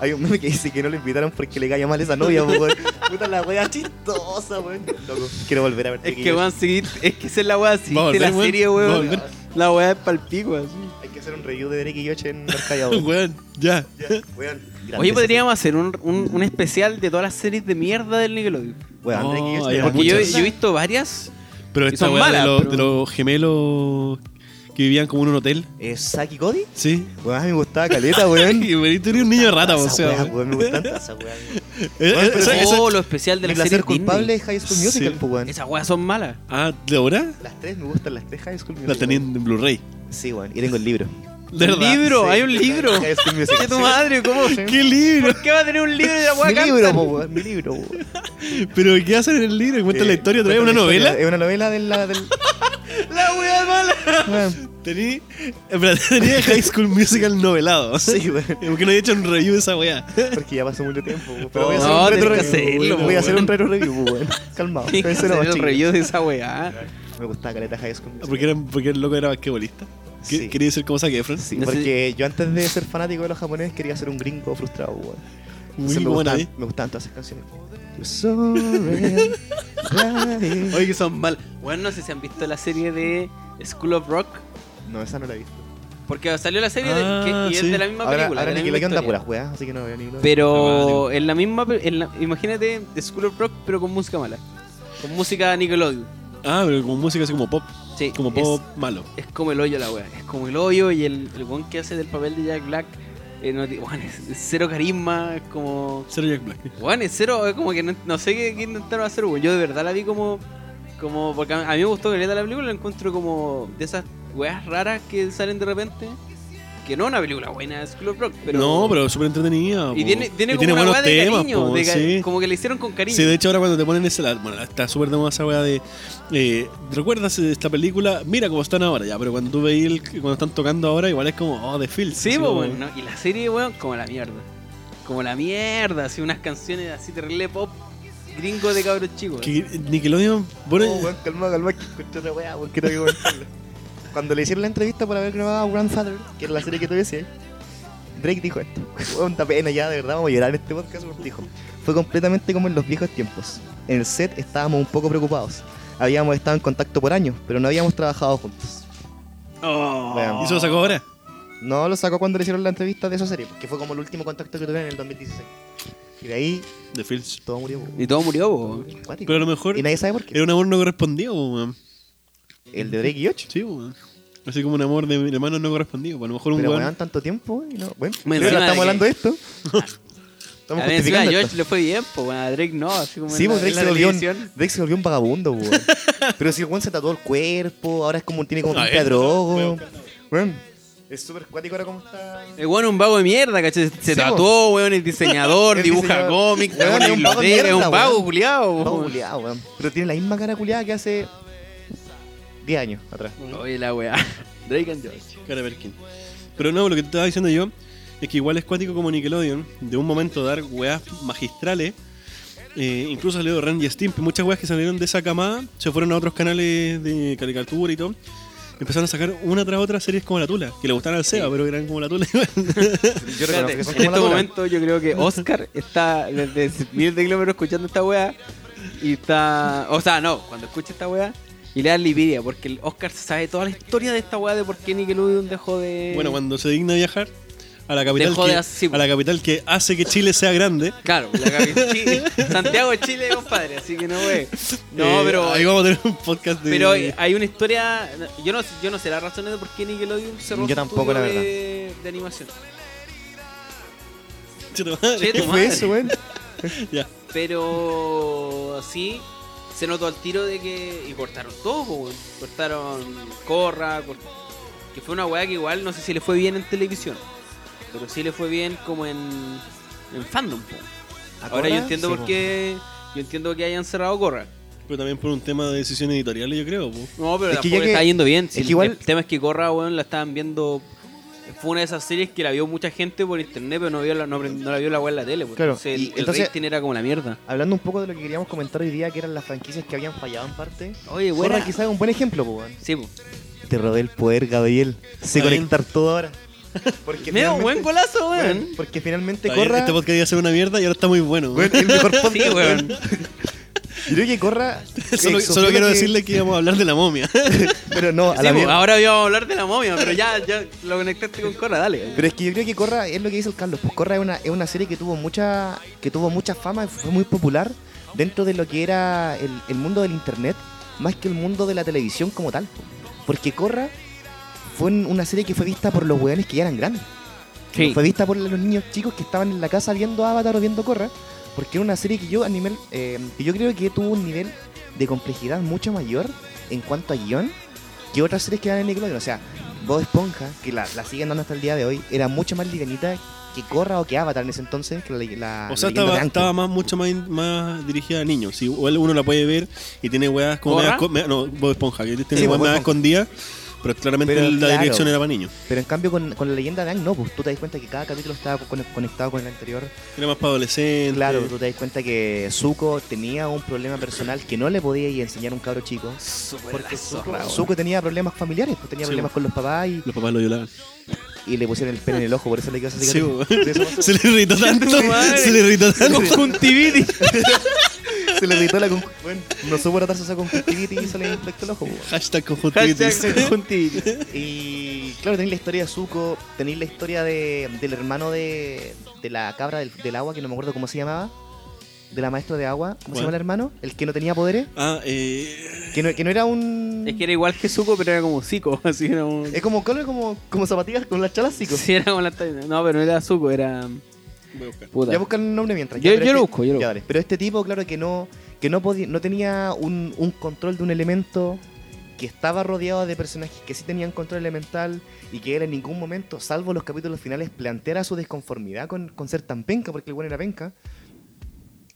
Speaker 3: Hay un meme que dice que no le invitaron porque le caía mal esa novia, po, weón. Puta la wea chistosa, weón. Loco, quiero volver a ver
Speaker 1: Es que
Speaker 3: Drake y
Speaker 1: van a seguir, es que esa es la weá, si
Speaker 2: Va a
Speaker 1: viste la
Speaker 2: volver, weón.
Speaker 1: serie,
Speaker 2: Va a
Speaker 1: weón.
Speaker 2: volver.
Speaker 1: La weá es palpico, así.
Speaker 3: George. Hay que hacer un review de Drake y George en Mercado.
Speaker 2: Weón, ya.
Speaker 1: Oye, podríamos hacer un, un- un especial de todas las series de mierda del Nickelodeon.
Speaker 3: Weón,
Speaker 2: No,
Speaker 3: Drake y George.
Speaker 2: hay
Speaker 3: tenemos
Speaker 1: Porque yo,
Speaker 2: muchas.
Speaker 1: yo he visto varias.
Speaker 2: Pero
Speaker 1: Y
Speaker 2: esta
Speaker 1: son
Speaker 2: weá
Speaker 1: malas,
Speaker 2: de, los-
Speaker 1: pero-
Speaker 2: de los gemelos que vivían como en un hotel.
Speaker 3: Eh, ¿Saki Cody?
Speaker 2: Sí.
Speaker 3: Weón, me gustaba caleta, weón.
Speaker 2: Y me tenía un niño rata, o
Speaker 1: pues,
Speaker 2: sea.
Speaker 3: Esa wea,
Speaker 2: weón.
Speaker 3: weón, me gustan todas esas weas. weón.
Speaker 2: Eh,
Speaker 3: Bueno,
Speaker 2: eh,
Speaker 3: pero
Speaker 2: esa-
Speaker 3: sí.
Speaker 2: esa-
Speaker 1: oh, lo especial de
Speaker 3: Mi
Speaker 1: las series Disney.
Speaker 3: placer culpable es High School Musical,
Speaker 2: Sí.
Speaker 3: po, weón.
Speaker 1: Esas weas son malas.
Speaker 2: Ah, ¿de ahora?
Speaker 3: Las tres me gustan, las tres High School Musical.
Speaker 2: La tenían en Blu-ray.
Speaker 3: Sí, weón, y tengo el libro.
Speaker 2: ¿De
Speaker 1: El
Speaker 2: verdad?
Speaker 1: libro,
Speaker 3: Sí,
Speaker 1: hay un libro.
Speaker 3: High School Musical.
Speaker 1: ¿Qué tu madre? ¿Cómo?
Speaker 2: ¡Qué libro!
Speaker 1: ¿Por qué va a tener un libro de la
Speaker 3: Mi
Speaker 1: wea
Speaker 3: libro, po,
Speaker 1: canta?
Speaker 3: weón, mi libro, po, weón.
Speaker 2: ¿Pero qué hacen en el libro? ¿Cuentan la
Speaker 3: Eh,
Speaker 2: historia? ¿Trae
Speaker 3: cuenta
Speaker 2: una
Speaker 3: la historia,
Speaker 2: novela?
Speaker 3: Es una novela de la, del.
Speaker 1: La wea mala.
Speaker 3: weón.
Speaker 2: Tení, espera, tenía High School Musical novelado.
Speaker 3: Sí, weón.
Speaker 2: Porque no había hecho un review de esa weá.
Speaker 3: Porque ya pasó mucho tiempo, weón. Pero voy a
Speaker 1: Oh, No, tenés
Speaker 3: hacer un retro
Speaker 1: que
Speaker 3: review.
Speaker 1: hacerlo,
Speaker 3: weón. Voy a hacer
Speaker 1: weón.
Speaker 3: un retro review, po, weón. Calmado.
Speaker 1: ¿Qué
Speaker 3: pensé nomás,
Speaker 1: el
Speaker 3: chico.
Speaker 1: review de esa wea?
Speaker 3: Me gustaba caleta High School Musical.
Speaker 2: Porque, eran- porque el loco era basquetbolista. Que-
Speaker 3: Sí.
Speaker 2: Quería ser como Zac Efron.
Speaker 3: Sí,
Speaker 1: No sé-
Speaker 3: porque yo antes de ser fanático de los japoneses quería ser un gringo frustrado, weón.
Speaker 2: Muy
Speaker 3: Entonces me,
Speaker 2: buena,
Speaker 3: gustaban,
Speaker 2: ¿eh?
Speaker 3: me gustaban todas esas canciones. You're so real, right.
Speaker 1: Oye, que son malas. Bueno, no sé si han visto la serie de School of Rock.
Speaker 3: No, esa no la he visto.
Speaker 1: Porque salió la serie
Speaker 2: Ah,
Speaker 1: de, que- y
Speaker 2: sí.
Speaker 1: es de la misma
Speaker 3: Ahora,
Speaker 1: película.
Speaker 3: ahora
Speaker 1: de la misma
Speaker 3: Nickelodeon da
Speaker 1: historia.
Speaker 3: puras weas, así que no veo ninguna.
Speaker 1: Pero en la misma. pe- en la- imagínate The School of Rock, pero con música mala. Con música Nickelodeon.
Speaker 2: Ah, pero como música así como pop.
Speaker 1: Sí,
Speaker 2: Como
Speaker 1: es-
Speaker 2: pop malo.
Speaker 1: Es, como el hoyo la wea. Es como el hoyo y el, el weón que hace del papel de Jack Black. eh, no ti- weón, es cero carisma, es como.
Speaker 2: Cero Jack Black.
Speaker 1: Bueno, es cero, es como que no, no sé qué, qué intentaron hacer, weón. Yo de verdad la vi como. como porque a, a mí me gustó que le da la película, la encuentro como de esas weas raras que salen de repente. Que no es una película buena, es School of Rock, pero.
Speaker 2: no, pero es súper entretenida.
Speaker 1: Y
Speaker 2: po.
Speaker 1: tiene, tiene como una
Speaker 2: buenos
Speaker 1: weá de
Speaker 2: temas,
Speaker 1: cariño,
Speaker 2: po,
Speaker 1: de ca-
Speaker 2: sí.
Speaker 1: como que le hicieron con cariño.
Speaker 2: Sí, de hecho ahora cuando te ponen ese... la- Bueno, está súper de moda esa weá de... eh, ¿Recuerdas esta película? Mira cómo están ahora ya, pero cuando tú veis el- cuando están tocando ahora, igual es como, oh, The Field.
Speaker 1: Sí, po, weón, ¿no? Y la serie, weón, como la mierda. Como la mierda, así unas canciones así terrible pop gringo de cabros chicos.
Speaker 2: Que Nickelodeon... Bueno,
Speaker 3: Oh, weón, calma, calma, que escuché otra wea, weón, que no quiero comentarla. Cuando le hicieron la entrevista por haber grabado Grandfather, que era la serie que tú decías, Drake dijo esto. Weón, da pena ya, de verdad, vamos a llorar en este podcast, porque dijo. Fue completamente como en los viejos tiempos. En el set estábamos un poco preocupados. Habíamos estado en contacto por años, pero no habíamos trabajado juntos.
Speaker 1: Oh.
Speaker 3: Weón.
Speaker 2: ¿y eso lo sacó ahora?
Speaker 3: No, lo sacó cuando le hicieron la entrevista de esa serie, que fue como el último contacto que tuvieron en el 2016. Y de ahí
Speaker 2: de Fields.
Speaker 3: todo murió.
Speaker 1: Y todo murió, po.
Speaker 3: Cuático.
Speaker 2: Pero a lo mejor
Speaker 3: Y nadie sabe por
Speaker 2: era
Speaker 3: qué.
Speaker 2: un amor no correspondido, po, weón.
Speaker 3: El de Drake y 8.
Speaker 2: Sí, po, weón. Así como un amor de hermanos no correspondido. po. A lo mejor un
Speaker 3: Pero
Speaker 2: weón.
Speaker 3: weón, tanto tiempo, weón, y no- Bueno,
Speaker 1: Bueno, encima
Speaker 3: pero ahora
Speaker 1: de
Speaker 3: estamos
Speaker 1: que-
Speaker 3: hablando de esto. Estamos
Speaker 1: También encima a
Speaker 3: justificando
Speaker 1: George
Speaker 3: esto.
Speaker 1: le fue bien, pues bueno, a Drake no, así como
Speaker 3: Sí,
Speaker 1: en la-
Speaker 3: pues Drake
Speaker 1: en la
Speaker 3: se, volvió un,
Speaker 1: televisión.
Speaker 3: Drake se volvió un vagabundo, weón. Pero si el weón se tatuó el cuerpo, ahora Ah, es como tiene como
Speaker 2: No,
Speaker 3: pinta de
Speaker 2: él-
Speaker 3: drogo. Weón, es súper cuático ahora como está.
Speaker 1: El weón es un vago de mierda, ¿cachai? Se
Speaker 3: Sí,
Speaker 1: tatuó, weón, es diseñador,
Speaker 3: Es
Speaker 1: dibuja
Speaker 3: diseñador.
Speaker 1: cómics,
Speaker 3: Weón,
Speaker 1: weón,
Speaker 3: es un vago de
Speaker 1: biblioteca, es un
Speaker 3: mierda,
Speaker 1: vago
Speaker 3: weón.
Speaker 1: culiado,
Speaker 3: Todo culiado, weón. Pero tiene la misma cara culiada que hace 10 años atrás.
Speaker 1: Oye, la weá. Drake and George.
Speaker 2: Cara Perkin. Pero no, lo que te estaba diciendo yo es que igual es cuático como Nickelodeon, de un momento dar weas magistrales. eh, incluso salió Randy Stimpy, muchas weas que salieron de esa camada se fueron a otros canales de caricatura y todo. Empezaron a sacar una tras otra series como La Tula, que le gustaban al Seba, pero eran como La Tula.
Speaker 3: Yo reconozco
Speaker 1: en
Speaker 3: que
Speaker 1: este
Speaker 3: son como la dura.
Speaker 1: momento yo creo que Oscar está desde miles de kilómetros escuchando esta weá y está... O sea, no, cuando escucha esta weá y le da libidia porque el Oscar sabe toda la historia de esta weá de por qué Nickelodeon dejó de...
Speaker 2: bueno, cuando se digna viajar a la capital,
Speaker 1: Dejó
Speaker 2: que,
Speaker 1: de así,
Speaker 2: a la capital que hace que Chile sea grande.
Speaker 1: Claro, la capi- Chile- Santiago de Chile, compadre, así que no, wey. No,
Speaker 2: eh,
Speaker 1: pero...
Speaker 2: Ahí vamos a tener un podcast de.
Speaker 1: Pero eh, hay hay una historia. Yo no, yo no sé las razones de por qué Nickelodeon cerró
Speaker 3: Yo
Speaker 1: su
Speaker 3: tampoco, la
Speaker 1: estudio De, de animación.
Speaker 2: Chuta madre.
Speaker 1: Che,
Speaker 3: ¿Qué
Speaker 1: tu madre.
Speaker 3: fue eso, weón?
Speaker 2: Ya.
Speaker 1: Pero sí, se notó al tiro de que. Y cortaron todo, po, weón. Cortaron Corra, cort- que fue una weá que igual no sé si le fue bien en televisión. Pero sí le fue bien como en. en fandom, po. Ahora yo entiendo
Speaker 3: Sí,
Speaker 1: por
Speaker 3: po.
Speaker 1: qué. Yo entiendo que hayan cerrado Corra.
Speaker 2: Pero también por un tema de decisiones editoriales, yo creo. po.
Speaker 1: No, pero
Speaker 3: Es
Speaker 1: tampoco
Speaker 3: que ya
Speaker 1: le
Speaker 3: que-
Speaker 1: está yendo bien.
Speaker 3: es
Speaker 1: Si
Speaker 3: que
Speaker 1: el-
Speaker 3: igual-
Speaker 1: El tema es que Corra, weón, la estaban viendo. Fue una de esas series que la vio mucha gente por internet, pero no, vio la, no, aprend- no la vio la weá en la tele. pues.
Speaker 3: Claro,
Speaker 1: Entonces,
Speaker 3: y
Speaker 1: el, el
Speaker 3: entonces-
Speaker 1: rating era como la mierda.
Speaker 3: Hablando un poco de lo que queríamos comentar hoy día, que eran las franquicias que habían fallado en parte.
Speaker 1: Oye,
Speaker 3: Gorra
Speaker 1: buena.
Speaker 3: quizás es un buen ejemplo, po, weón.
Speaker 1: Sí, pues.
Speaker 3: Te robé el poder, Gabriel. Sé
Speaker 2: Está bien.
Speaker 3: conectar todo ahora. Porque
Speaker 1: Mira, un
Speaker 3: finalmente-
Speaker 1: buen golazo,
Speaker 3: Weón,
Speaker 1: weón.
Speaker 3: Porque finalmente
Speaker 2: Está bien,
Speaker 3: Corra.
Speaker 2: Este podcast iba a ser una mierda y ahora está muy bueno.
Speaker 3: Weón, el mejor podcast.
Speaker 1: Sí, weón.
Speaker 3: Yo creo que Corra.
Speaker 2: solo
Speaker 3: eh,
Speaker 2: solo
Speaker 3: sufrió
Speaker 2: quiero
Speaker 3: lo que-
Speaker 2: decirle que íbamos a hablar de la momia.
Speaker 3: Pero no,
Speaker 1: Sí,
Speaker 3: a
Speaker 1: pues,
Speaker 3: la
Speaker 1: po,
Speaker 3: mierda.
Speaker 1: ahora íbamos a hablar de la momia, pero ya, ya lo conectaste con Corra, dale.
Speaker 3: Pero es que yo creo que Corra es lo que dice el Carlos. Pues Corra es una, es una serie que tuvo mucha que tuvo mucha fama, fue muy popular dentro de lo que era el, el mundo del internet, más que el mundo de la televisión como tal. Porque Corra fue un- una serie que fue vista por los weones que ya eran grandes.
Speaker 1: Sí.
Speaker 3: Fue vista por los niños chicos que estaban en la casa viendo Avatar o viendo Corra. Porque era una serie que yo a nivel, eh, que yo creo que tuvo un nivel de complejidad mucho mayor en cuanto a guión que otras series que dan en Nickelodeon. O sea, Bob Esponja, que la, la siguen dando hasta el día de hoy, era mucho más livianita que Corra o que Avatar en ese entonces, que la, la-
Speaker 2: o sea,
Speaker 3: la leyenda
Speaker 2: estaba,
Speaker 3: Ah, de Anku.
Speaker 2: estaba más, mucho más, in- más dirigida a niños. Si igual uno la puede ver y tiene weas como.
Speaker 1: ¿Porra?
Speaker 2: medias co- me- no, Bob Esponja, que tiene
Speaker 3: Sí,
Speaker 2: weas
Speaker 3: Bob
Speaker 2: más
Speaker 3: Esponja.
Speaker 2: escondidas. Pero claramente
Speaker 3: Pero
Speaker 2: la
Speaker 3: claro.
Speaker 2: dirección era para niños.
Speaker 3: Pero en cambio con, con la leyenda de Ang, no, pues tú te das cuenta que cada capítulo estaba con- conectado con el anterior.
Speaker 2: Era más para adolescentes.
Speaker 3: Claro, tú te das cuenta que Zuko tenía un problema personal que no le podía ir a enseñar a un cabro chico. Porque Zuko, Zuko tenía problemas familiares, pues tenía
Speaker 2: Sí,
Speaker 3: problemas con los papás y,
Speaker 2: Los papás lo violaban.
Speaker 3: y le pusieron el pene en el ojo, por eso le quedó esa
Speaker 2: Sí,
Speaker 3: cicatriz.
Speaker 2: weón.
Speaker 3: Sí, eso pasó.
Speaker 2: se le irritó tanto.
Speaker 1: madre.
Speaker 2: se le irritó tanto.
Speaker 1: Conjuntivitis.
Speaker 3: se le irritó la con... bueno, no supo tratarse esa conjuntivitis y se le infectó el ojo. weón.
Speaker 2: Hashtag conjuntivitis.
Speaker 1: Hashtag conjuntivitis.
Speaker 3: Y claro, tenéis la historia de Zuko, tenéis la historia de, del hermano de, de la cabra del, del agua, que no me acuerdo cómo se llamaba, de la maestra de agua. ¿Cómo se
Speaker 2: ¿Cuál?
Speaker 3: llama el hermano? El que no tenía poderes,
Speaker 2: Ah, eh.
Speaker 3: que no, que no era un...
Speaker 1: Es que era igual que Zuko, pero era como Zico. Así era un.
Speaker 3: Es como, claro, como, como zapatillas con las chalas, chicos.
Speaker 1: Sí, era como la. No, pero no era Zuko, era.
Speaker 2: Voy a buscar.
Speaker 1: Puta.
Speaker 3: Voy a buscar el nombre mientras.
Speaker 1: Yo-
Speaker 3: pero
Speaker 1: yo lo busco, yo lo
Speaker 3: ya,
Speaker 1: busco.
Speaker 3: vale. Pero este tipo, claro, que no, que no, podía, no tenía un, un control de un elemento, que estaba rodeado de personajes que sí tenían control elemental y que él en ningún momento, salvo los capítulos finales, planteara su desconformidad con, con ser tan penca, porque el buen era penca.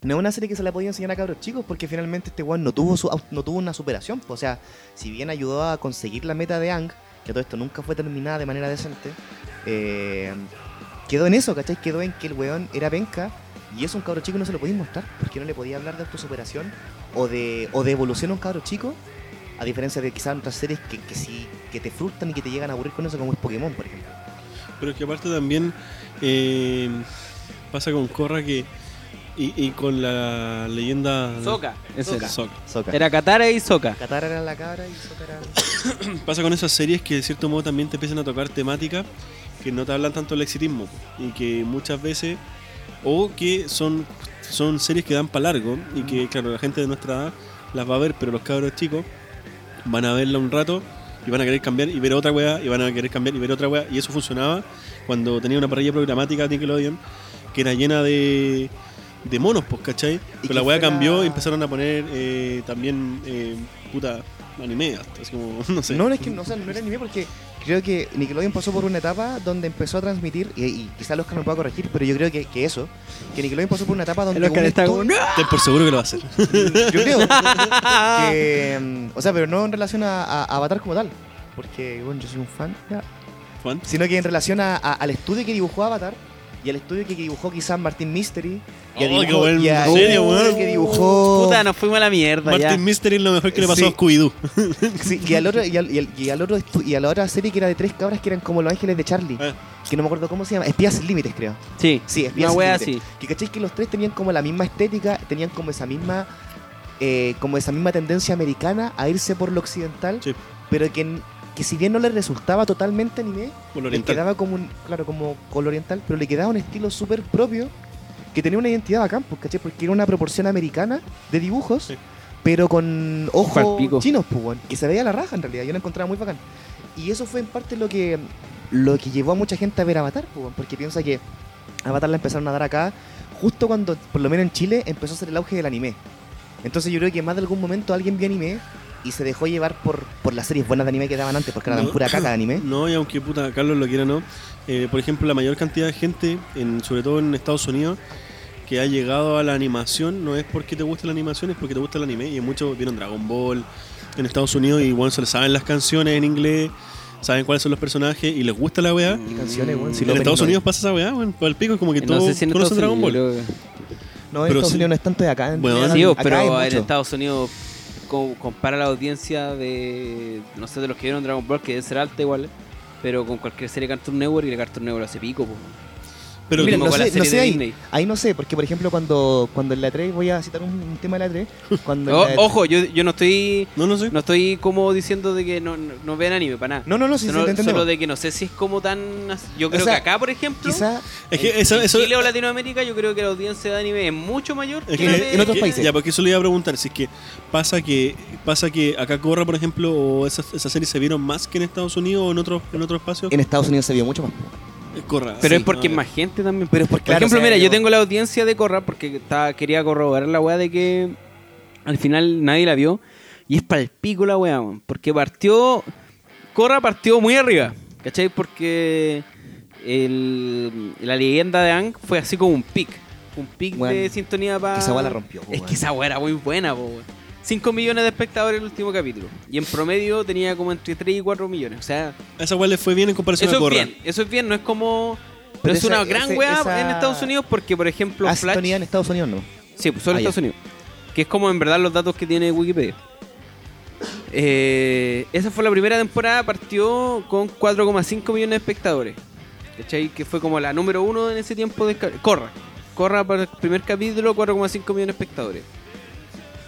Speaker 3: No es una serie que se la podía enseñar a cabros chicos porque finalmente este weón no tuvo, su, au- no tuvo una superación. po. O sea, si bien ayudó a conseguir la meta de Ang, que todo esto nunca fue terminada de manera decente, eh, quedó en eso, ¿cachai? Quedó en que el weón era penca y eso a un cabro chico no se lo podía mostrar porque no le podía hablar de autosuperación o de, o de evolución a un cabro chico, a diferencia de quizás otras series que, que, sí, que te frustran y que te llegan a aburrir con eso, como es Pokémon, por ejemplo.
Speaker 2: Pero que aparte también eh, pasa con Corra que. Y, y con la leyenda.
Speaker 1: Soca. Eso
Speaker 2: Soca.
Speaker 1: era.
Speaker 2: Soca.
Speaker 3: Soca.
Speaker 1: Era Katara y Soca.
Speaker 3: Katara era la cabra y Soca era...
Speaker 2: Pasa con esas series que de cierto modo también te empiezan a tocar temática que no te hablan tanto del exitismo y que muchas veces, o que son, son series que dan para largo y que, claro, la gente de nuestra edad las va a ver, pero los cabros chicos van a verla un rato y van a querer cambiar y ver otra weá y van a querer cambiar y ver otra weá. Y eso funcionaba cuando tenía una parrilla programática Nickelodeon que era llena de, de monos, pues, ¿cachai? Pero
Speaker 3: que
Speaker 2: la weá
Speaker 3: fuera-
Speaker 2: cambió y empezaron a poner eh, también, eh, puta, anime, hasta, así como, no sé.
Speaker 3: No, no, es que no, o sea, no era anime porque creo que Nickelodeon pasó por una etapa donde empezó a transmitir, y, y quizás Oscar me pueda corregir, pero yo creo que, que eso, que Nickelodeon pasó por una etapa donde...
Speaker 1: El Oscar
Speaker 3: una
Speaker 1: está como,
Speaker 3: historia-
Speaker 2: Ten por seguro que lo va a hacer.
Speaker 3: Yo creo. que, mm, o sea, pero no en relación a, a Avatar como tal, porque bueno, yo soy un fan, ya,
Speaker 2: Juan.
Speaker 3: sino que en relación a- a- al estudio que dibujó Avatar y al estudio que, que dibujó quizás Martin Mystery. Y al
Speaker 2: Oh, qué
Speaker 3: dibujo-
Speaker 2: buen-
Speaker 3: y al
Speaker 2: ¿en serio,
Speaker 3: estudio
Speaker 2: weón?
Speaker 3: que dibujó.
Speaker 1: Puta, nos fuimos a la mierda ya.
Speaker 2: Martin Mystery es lo mejor que le pasó
Speaker 3: Sí.
Speaker 2: a Scooby-Doo.
Speaker 3: Sí, y al otro, y al, y al- y al otro estu- y a la otra serie que era de tres cabras que eran como los ángeles de Charlie.
Speaker 2: Ah.
Speaker 3: Que no me acuerdo cómo se llama. Espías sin límites, creo.
Speaker 1: Sí,
Speaker 3: Sí, espías
Speaker 1: una
Speaker 3: sin
Speaker 1: wea
Speaker 3: límites.
Speaker 1: así.
Speaker 3: Que cachéis que los tres tenían como la misma estética, tenían como esa misma eh, como esa misma tendencia americana a irse por lo occidental,
Speaker 2: Sí.
Speaker 3: pero que, n- que si bien no les resultaba totalmente anime,
Speaker 2: Por lo
Speaker 3: le
Speaker 2: oriental.
Speaker 3: quedaba como un, claro, como color oriental, pero le quedaba un estilo súper propio que tenía una identidad bacán, pues, ¿cachai? Porque era una proporción americana de dibujos,
Speaker 2: Sí.
Speaker 3: pero con
Speaker 1: Pal
Speaker 3: ojos
Speaker 1: pico.
Speaker 3: chinos, pues, weón, que se veía la raja en realidad, yo la encontraba muy bacán. Y eso fue en parte lo que lo que llevó a mucha gente a ver Avatar, pues, weón, porque piensa que Avatar la empezaron a dar acá justo cuando, por lo menos en Chile, empezó a ser el auge del anime. Entonces yo creo que más de algún momento alguien vio anime y se dejó llevar por, por las series buenas de anime que daban antes, porque eran
Speaker 2: No.
Speaker 3: pura caca de anime.
Speaker 2: No, y aunque puta Carlos lo quiera o no, eh, por ejemplo, la mayor cantidad de gente, en, sobre todo en Estados Unidos, que ha llegado a la animación, no es porque te guste la animación, es porque te gusta el anime. Y muchos vieron Dragon Ball en Estados Unidos y bueno, se les saben las canciones en inglés, saben cuáles son los personajes y les gusta la
Speaker 1: Mm,
Speaker 2: weá.
Speaker 3: Y canciones, weón, si
Speaker 2: Mm, en
Speaker 3: lo
Speaker 2: Estados
Speaker 3: opening,
Speaker 2: Unidos pasa esa weá, weón, para el pico, es como que
Speaker 1: Eh, No
Speaker 2: todos
Speaker 1: sé si en
Speaker 2: conocen
Speaker 1: Estados
Speaker 2: Dragon Ball.
Speaker 1: Unidos,
Speaker 3: No, en
Speaker 2: Pero
Speaker 3: Estados
Speaker 2: sí.
Speaker 3: Unidos no es tanto de acá. en-
Speaker 2: Bueno,
Speaker 1: Sí, vos,
Speaker 3: acá hay
Speaker 1: pero en
Speaker 3: mucho.
Speaker 1: Estados Unidos co- compara la audiencia de, no sé, de los que vieron Dragon Ball, que debe ser alta igual, pero con cualquier serie de Cartoon Network y el Cartoon Network hace pico. po.
Speaker 2: Pero
Speaker 3: Mira,
Speaker 1: Mismo
Speaker 2: como-
Speaker 3: no
Speaker 1: con la
Speaker 3: sé,
Speaker 1: serie
Speaker 3: no sé
Speaker 1: de
Speaker 3: ahí,
Speaker 1: Disney.
Speaker 3: ahí no sé, porque por ejemplo cuando, cuando en la 3, voy a citar un, un tema de la 3, cuando en
Speaker 1: O-
Speaker 3: la-
Speaker 1: Oh, ojo, yo, yo no estoy
Speaker 2: no, no sé.
Speaker 1: no estoy como diciendo de que no, no, no vean anime para nada.
Speaker 3: No, no, no, sí, sí,
Speaker 1: solo,
Speaker 3: te entiendo.
Speaker 1: solo de que no sé si es como tan... as- Yo creo
Speaker 3: sea,
Speaker 1: que acá, por ejemplo,
Speaker 3: Quizá,
Speaker 2: es que
Speaker 1: en-
Speaker 2: eso,
Speaker 1: en
Speaker 2: eso-
Speaker 1: Chile o Latinoamérica, yo creo que la audiencia de anime es mucho mayor
Speaker 2: Es
Speaker 1: que
Speaker 2: que-
Speaker 1: la
Speaker 3: en-
Speaker 1: de-
Speaker 3: en otros
Speaker 2: que-
Speaker 3: países.
Speaker 2: eh, Ya, porque eso le iba a preguntar. Si es que pasa que pasa que acá Corra, por ejemplo, o esas, esas series se vieron más que en Estados Unidos o en otros en otros espacios.
Speaker 3: en Estados Unidos se vio mucho más.
Speaker 2: Corra.
Speaker 1: Pero
Speaker 2: sí,
Speaker 1: es porque
Speaker 2: ah,
Speaker 1: es
Speaker 2: ya.
Speaker 1: más gente también.
Speaker 3: Pero es porque,
Speaker 1: Por
Speaker 3: claro,
Speaker 1: ejemplo,
Speaker 3: o sea,
Speaker 1: mira, yo
Speaker 3: yo-
Speaker 1: tengo la audiencia de Corra porque estaba, quería corroborar la weá de que al final nadie la vio. Y es pa'l pico la weá, weón, porque partió. Corra partió muy arriba, ¿cachai? Porque el- la leyenda de Ang fue así como un pic. Un pic de
Speaker 3: Bueno,
Speaker 1: sintonía para.
Speaker 3: que esa weá la rompió, po,
Speaker 1: Es
Speaker 3: weón.
Speaker 1: que esa weá era muy buena, po, weón. 5 millones de espectadores el último capítulo. Y en promedio tenía como entre 3 y 4 millones. O sea,
Speaker 2: A esa weá le fue bien en
Speaker 3: Pues
Speaker 2: comparación
Speaker 1: eso
Speaker 2: a
Speaker 1: es
Speaker 2: Corra.
Speaker 1: bien, eso es bien, no es como.
Speaker 3: Pero
Speaker 1: Pero es
Speaker 3: esa-
Speaker 1: una gran
Speaker 3: ese-
Speaker 1: weá
Speaker 3: esa-
Speaker 1: en Estados Unidos porque, por ejemplo,
Speaker 3: Ah,
Speaker 1: Flash.
Speaker 3: sintonía en Estados Unidos no.
Speaker 1: Sí, pues solo
Speaker 3: Ah, ya.
Speaker 1: Estados Unidos. Que es como en verdad los datos que tiene Wikipedia. Eh, esa fue la primera temporada, partió con 4,5 millones de espectadores. ¿Cachai? Que fue como la número uno en ese tiempo de. esca- Corra. Corra para el primer capítulo, 4,5 millones de espectadores.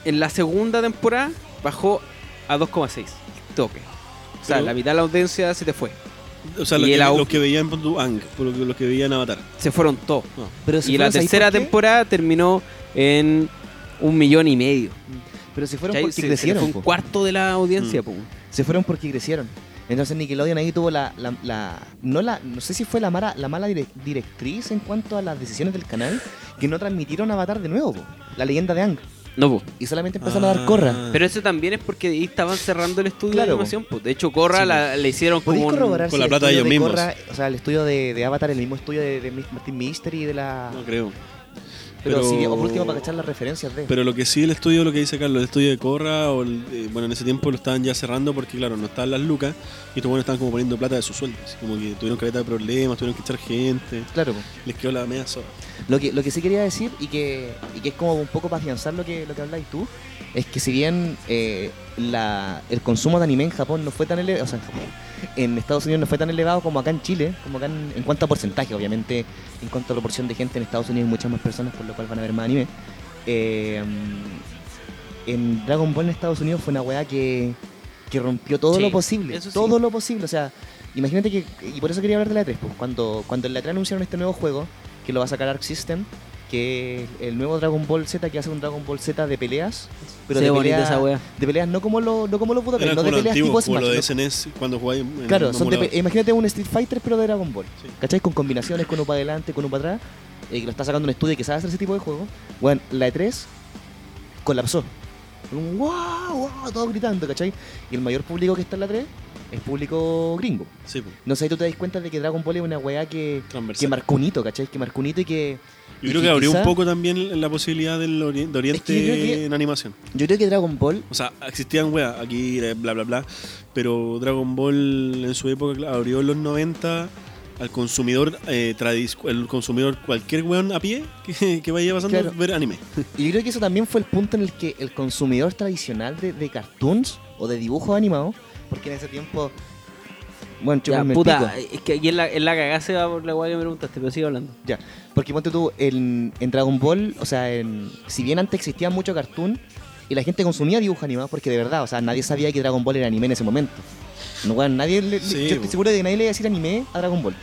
Speaker 1: En la segunda temporada bajó a 2,6. Toque. O sea,
Speaker 2: Pero-
Speaker 1: la mitad de la audiencia se te fue.
Speaker 2: O sea, los
Speaker 1: Y
Speaker 2: que,
Speaker 1: el au-
Speaker 2: los que veían por tu Ang, por los que, los que veían Avatar.
Speaker 1: Se fueron todos.
Speaker 3: Pero si
Speaker 1: y la
Speaker 3: fueron, ¿sabéis
Speaker 1: tercera
Speaker 3: por qué?
Speaker 1: temporada terminó en un millón y medio.
Speaker 3: Pero si fueron
Speaker 1: ¿Cachai?
Speaker 3: porque
Speaker 1: Se- se le
Speaker 3: crecieron.
Speaker 1: fue
Speaker 3: po.
Speaker 1: un cuarto de la audiencia.
Speaker 2: Mm.
Speaker 1: po.
Speaker 3: se fueron porque crecieron. Entonces Nickelodeon ahí tuvo la, la- la- no la no sé si fue la mala la mala direc- directriz en cuanto a las decisiones del canal que no transmitieron Avatar de nuevo, po, la leyenda de Ang
Speaker 1: No, po.
Speaker 3: y solamente empezaron a dar
Speaker 2: Ah,
Speaker 3: corra.
Speaker 1: Pero eso también es porque ahí estaban cerrando el estudio
Speaker 3: Claro,
Speaker 1: de
Speaker 3: po.
Speaker 1: animación. po. De hecho, Corra
Speaker 3: Sí,
Speaker 1: la, le hicieron
Speaker 3: ¿Podéis
Speaker 1: como un-
Speaker 3: corroborar
Speaker 2: con
Speaker 3: si
Speaker 2: la
Speaker 3: el
Speaker 2: plata de
Speaker 3: estudio
Speaker 2: ellos
Speaker 3: Corra- o sea, el estudio de, de Avatar, el mismo estudio de, de Martin Mystery y de la
Speaker 2: No creo.
Speaker 3: pero,
Speaker 2: pero-
Speaker 3: sí, o por último para cachar las referencias de
Speaker 2: Pero lo que sí el estudio, lo que dice Carlos, el estudio de Corra, o el- eh, bueno, en ese tiempo lo estaban ya cerrando porque, claro, no estaban las lucas y estos buenos estaban como poniendo plata de sus sueldos. así Como que tuvieron caleta de problemas, tuvieron que echar gente,
Speaker 3: Claro, po.
Speaker 2: les quedó la media sola.
Speaker 3: Lo que, lo que sí quería decir y que, y que es como un poco para afianzar lo que, lo que habláis tú, es que si bien eh, la- el consumo de anime en Japón no fue tan elevado, o sea, en, Japón, en Estados Unidos no fue tan elevado como acá en Chile, como acá en, en cuanto a porcentaje, obviamente, en cuanto a proporción de gente en Estados Unidos hay muchas más personas, por lo cual van a ver más anime. eh, en Dragon Ball en Estados Unidos fue una weá que, que rompió todo
Speaker 1: Sí,
Speaker 3: lo posible,
Speaker 1: eso sí.
Speaker 3: todo lo posible, o sea, Imagínate que, y por eso quería hablar de la 3, pues, cuando, cuando en la 3 anunciaron este nuevo juego, que lo va a sacar Arc System, que es el nuevo Dragon Ball Z, que hace un Dragon Ball Z de peleas, pero
Speaker 1: Se ve
Speaker 3: de,
Speaker 1: bonita
Speaker 3: peleas,
Speaker 1: esa wea.
Speaker 3: de peleas no como los no como los Budokai,
Speaker 2: Era
Speaker 3: no
Speaker 2: como
Speaker 3: de
Speaker 2: lo
Speaker 3: peleas
Speaker 2: antiguo,
Speaker 3: tipo
Speaker 2: como lo de
Speaker 3: Smash. ¿no?
Speaker 2: SNES cuando jugáis en
Speaker 3: Claro,
Speaker 2: un
Speaker 3: son de pe- em
Speaker 2: emulador.
Speaker 3: imagínate un Street Fighter pero de Dragon Ball,
Speaker 2: Sí.
Speaker 3: ¿cachai? Con combinaciones, con uno para adelante, con uno para atrás, eh, que lo está sacando un estudio que sabe hacer ese tipo de juego. Bueno, la E3 colapsó. Un wow, wow, todos gritando, ¿cachai? Y el mayor público que está en la 3 es público gringo.
Speaker 2: Sí, pues,
Speaker 3: No sé, ahí tú te das cuenta de que Dragon Ball es una weá que,
Speaker 2: transversal.
Speaker 3: que marcó un hito, ¿cachai? Que marcó un hito y que...
Speaker 2: Yo
Speaker 3: y
Speaker 2: creo
Speaker 3: que
Speaker 2: que abrió
Speaker 3: quizá-
Speaker 2: un poco también la posibilidad del ori- de Oriente
Speaker 3: yo creo que-
Speaker 2: en animación.
Speaker 3: Yo creo que Dragon Ball
Speaker 2: O sea, existían weas, aquí eh, bla bla bla, pero Dragon Ball en su época claro, abrió en los 90 al consumidor eh, tradis- el consumidor cualquier weón a pie que, que vaya pasando
Speaker 3: Claro.
Speaker 2: ver anime.
Speaker 3: Y yo creo que eso también fue el punto en el que el consumidor tradicional de, de cartoons o de dibujos animados, porque en ese tiempo. Bueno, yo
Speaker 1: Ya,
Speaker 3: me
Speaker 1: puta,
Speaker 3: explico.
Speaker 1: es que aquí en la, en la cagada se va por la guay que me preguntaste, pero sigue hablando.
Speaker 3: Ya, porque ponte tú, en, en Dragon Ball, o sea, en- si bien antes existía mucho cartoon y la gente consumía dibujos animados, porque de verdad, o sea, nadie sabía que Dragon Ball era anime en ese momento. No, weón, nadie le- le-
Speaker 2: Sí,
Speaker 3: yo estoy
Speaker 2: po.
Speaker 3: seguro de que nadie le iba a decir anime a Dragon Ball.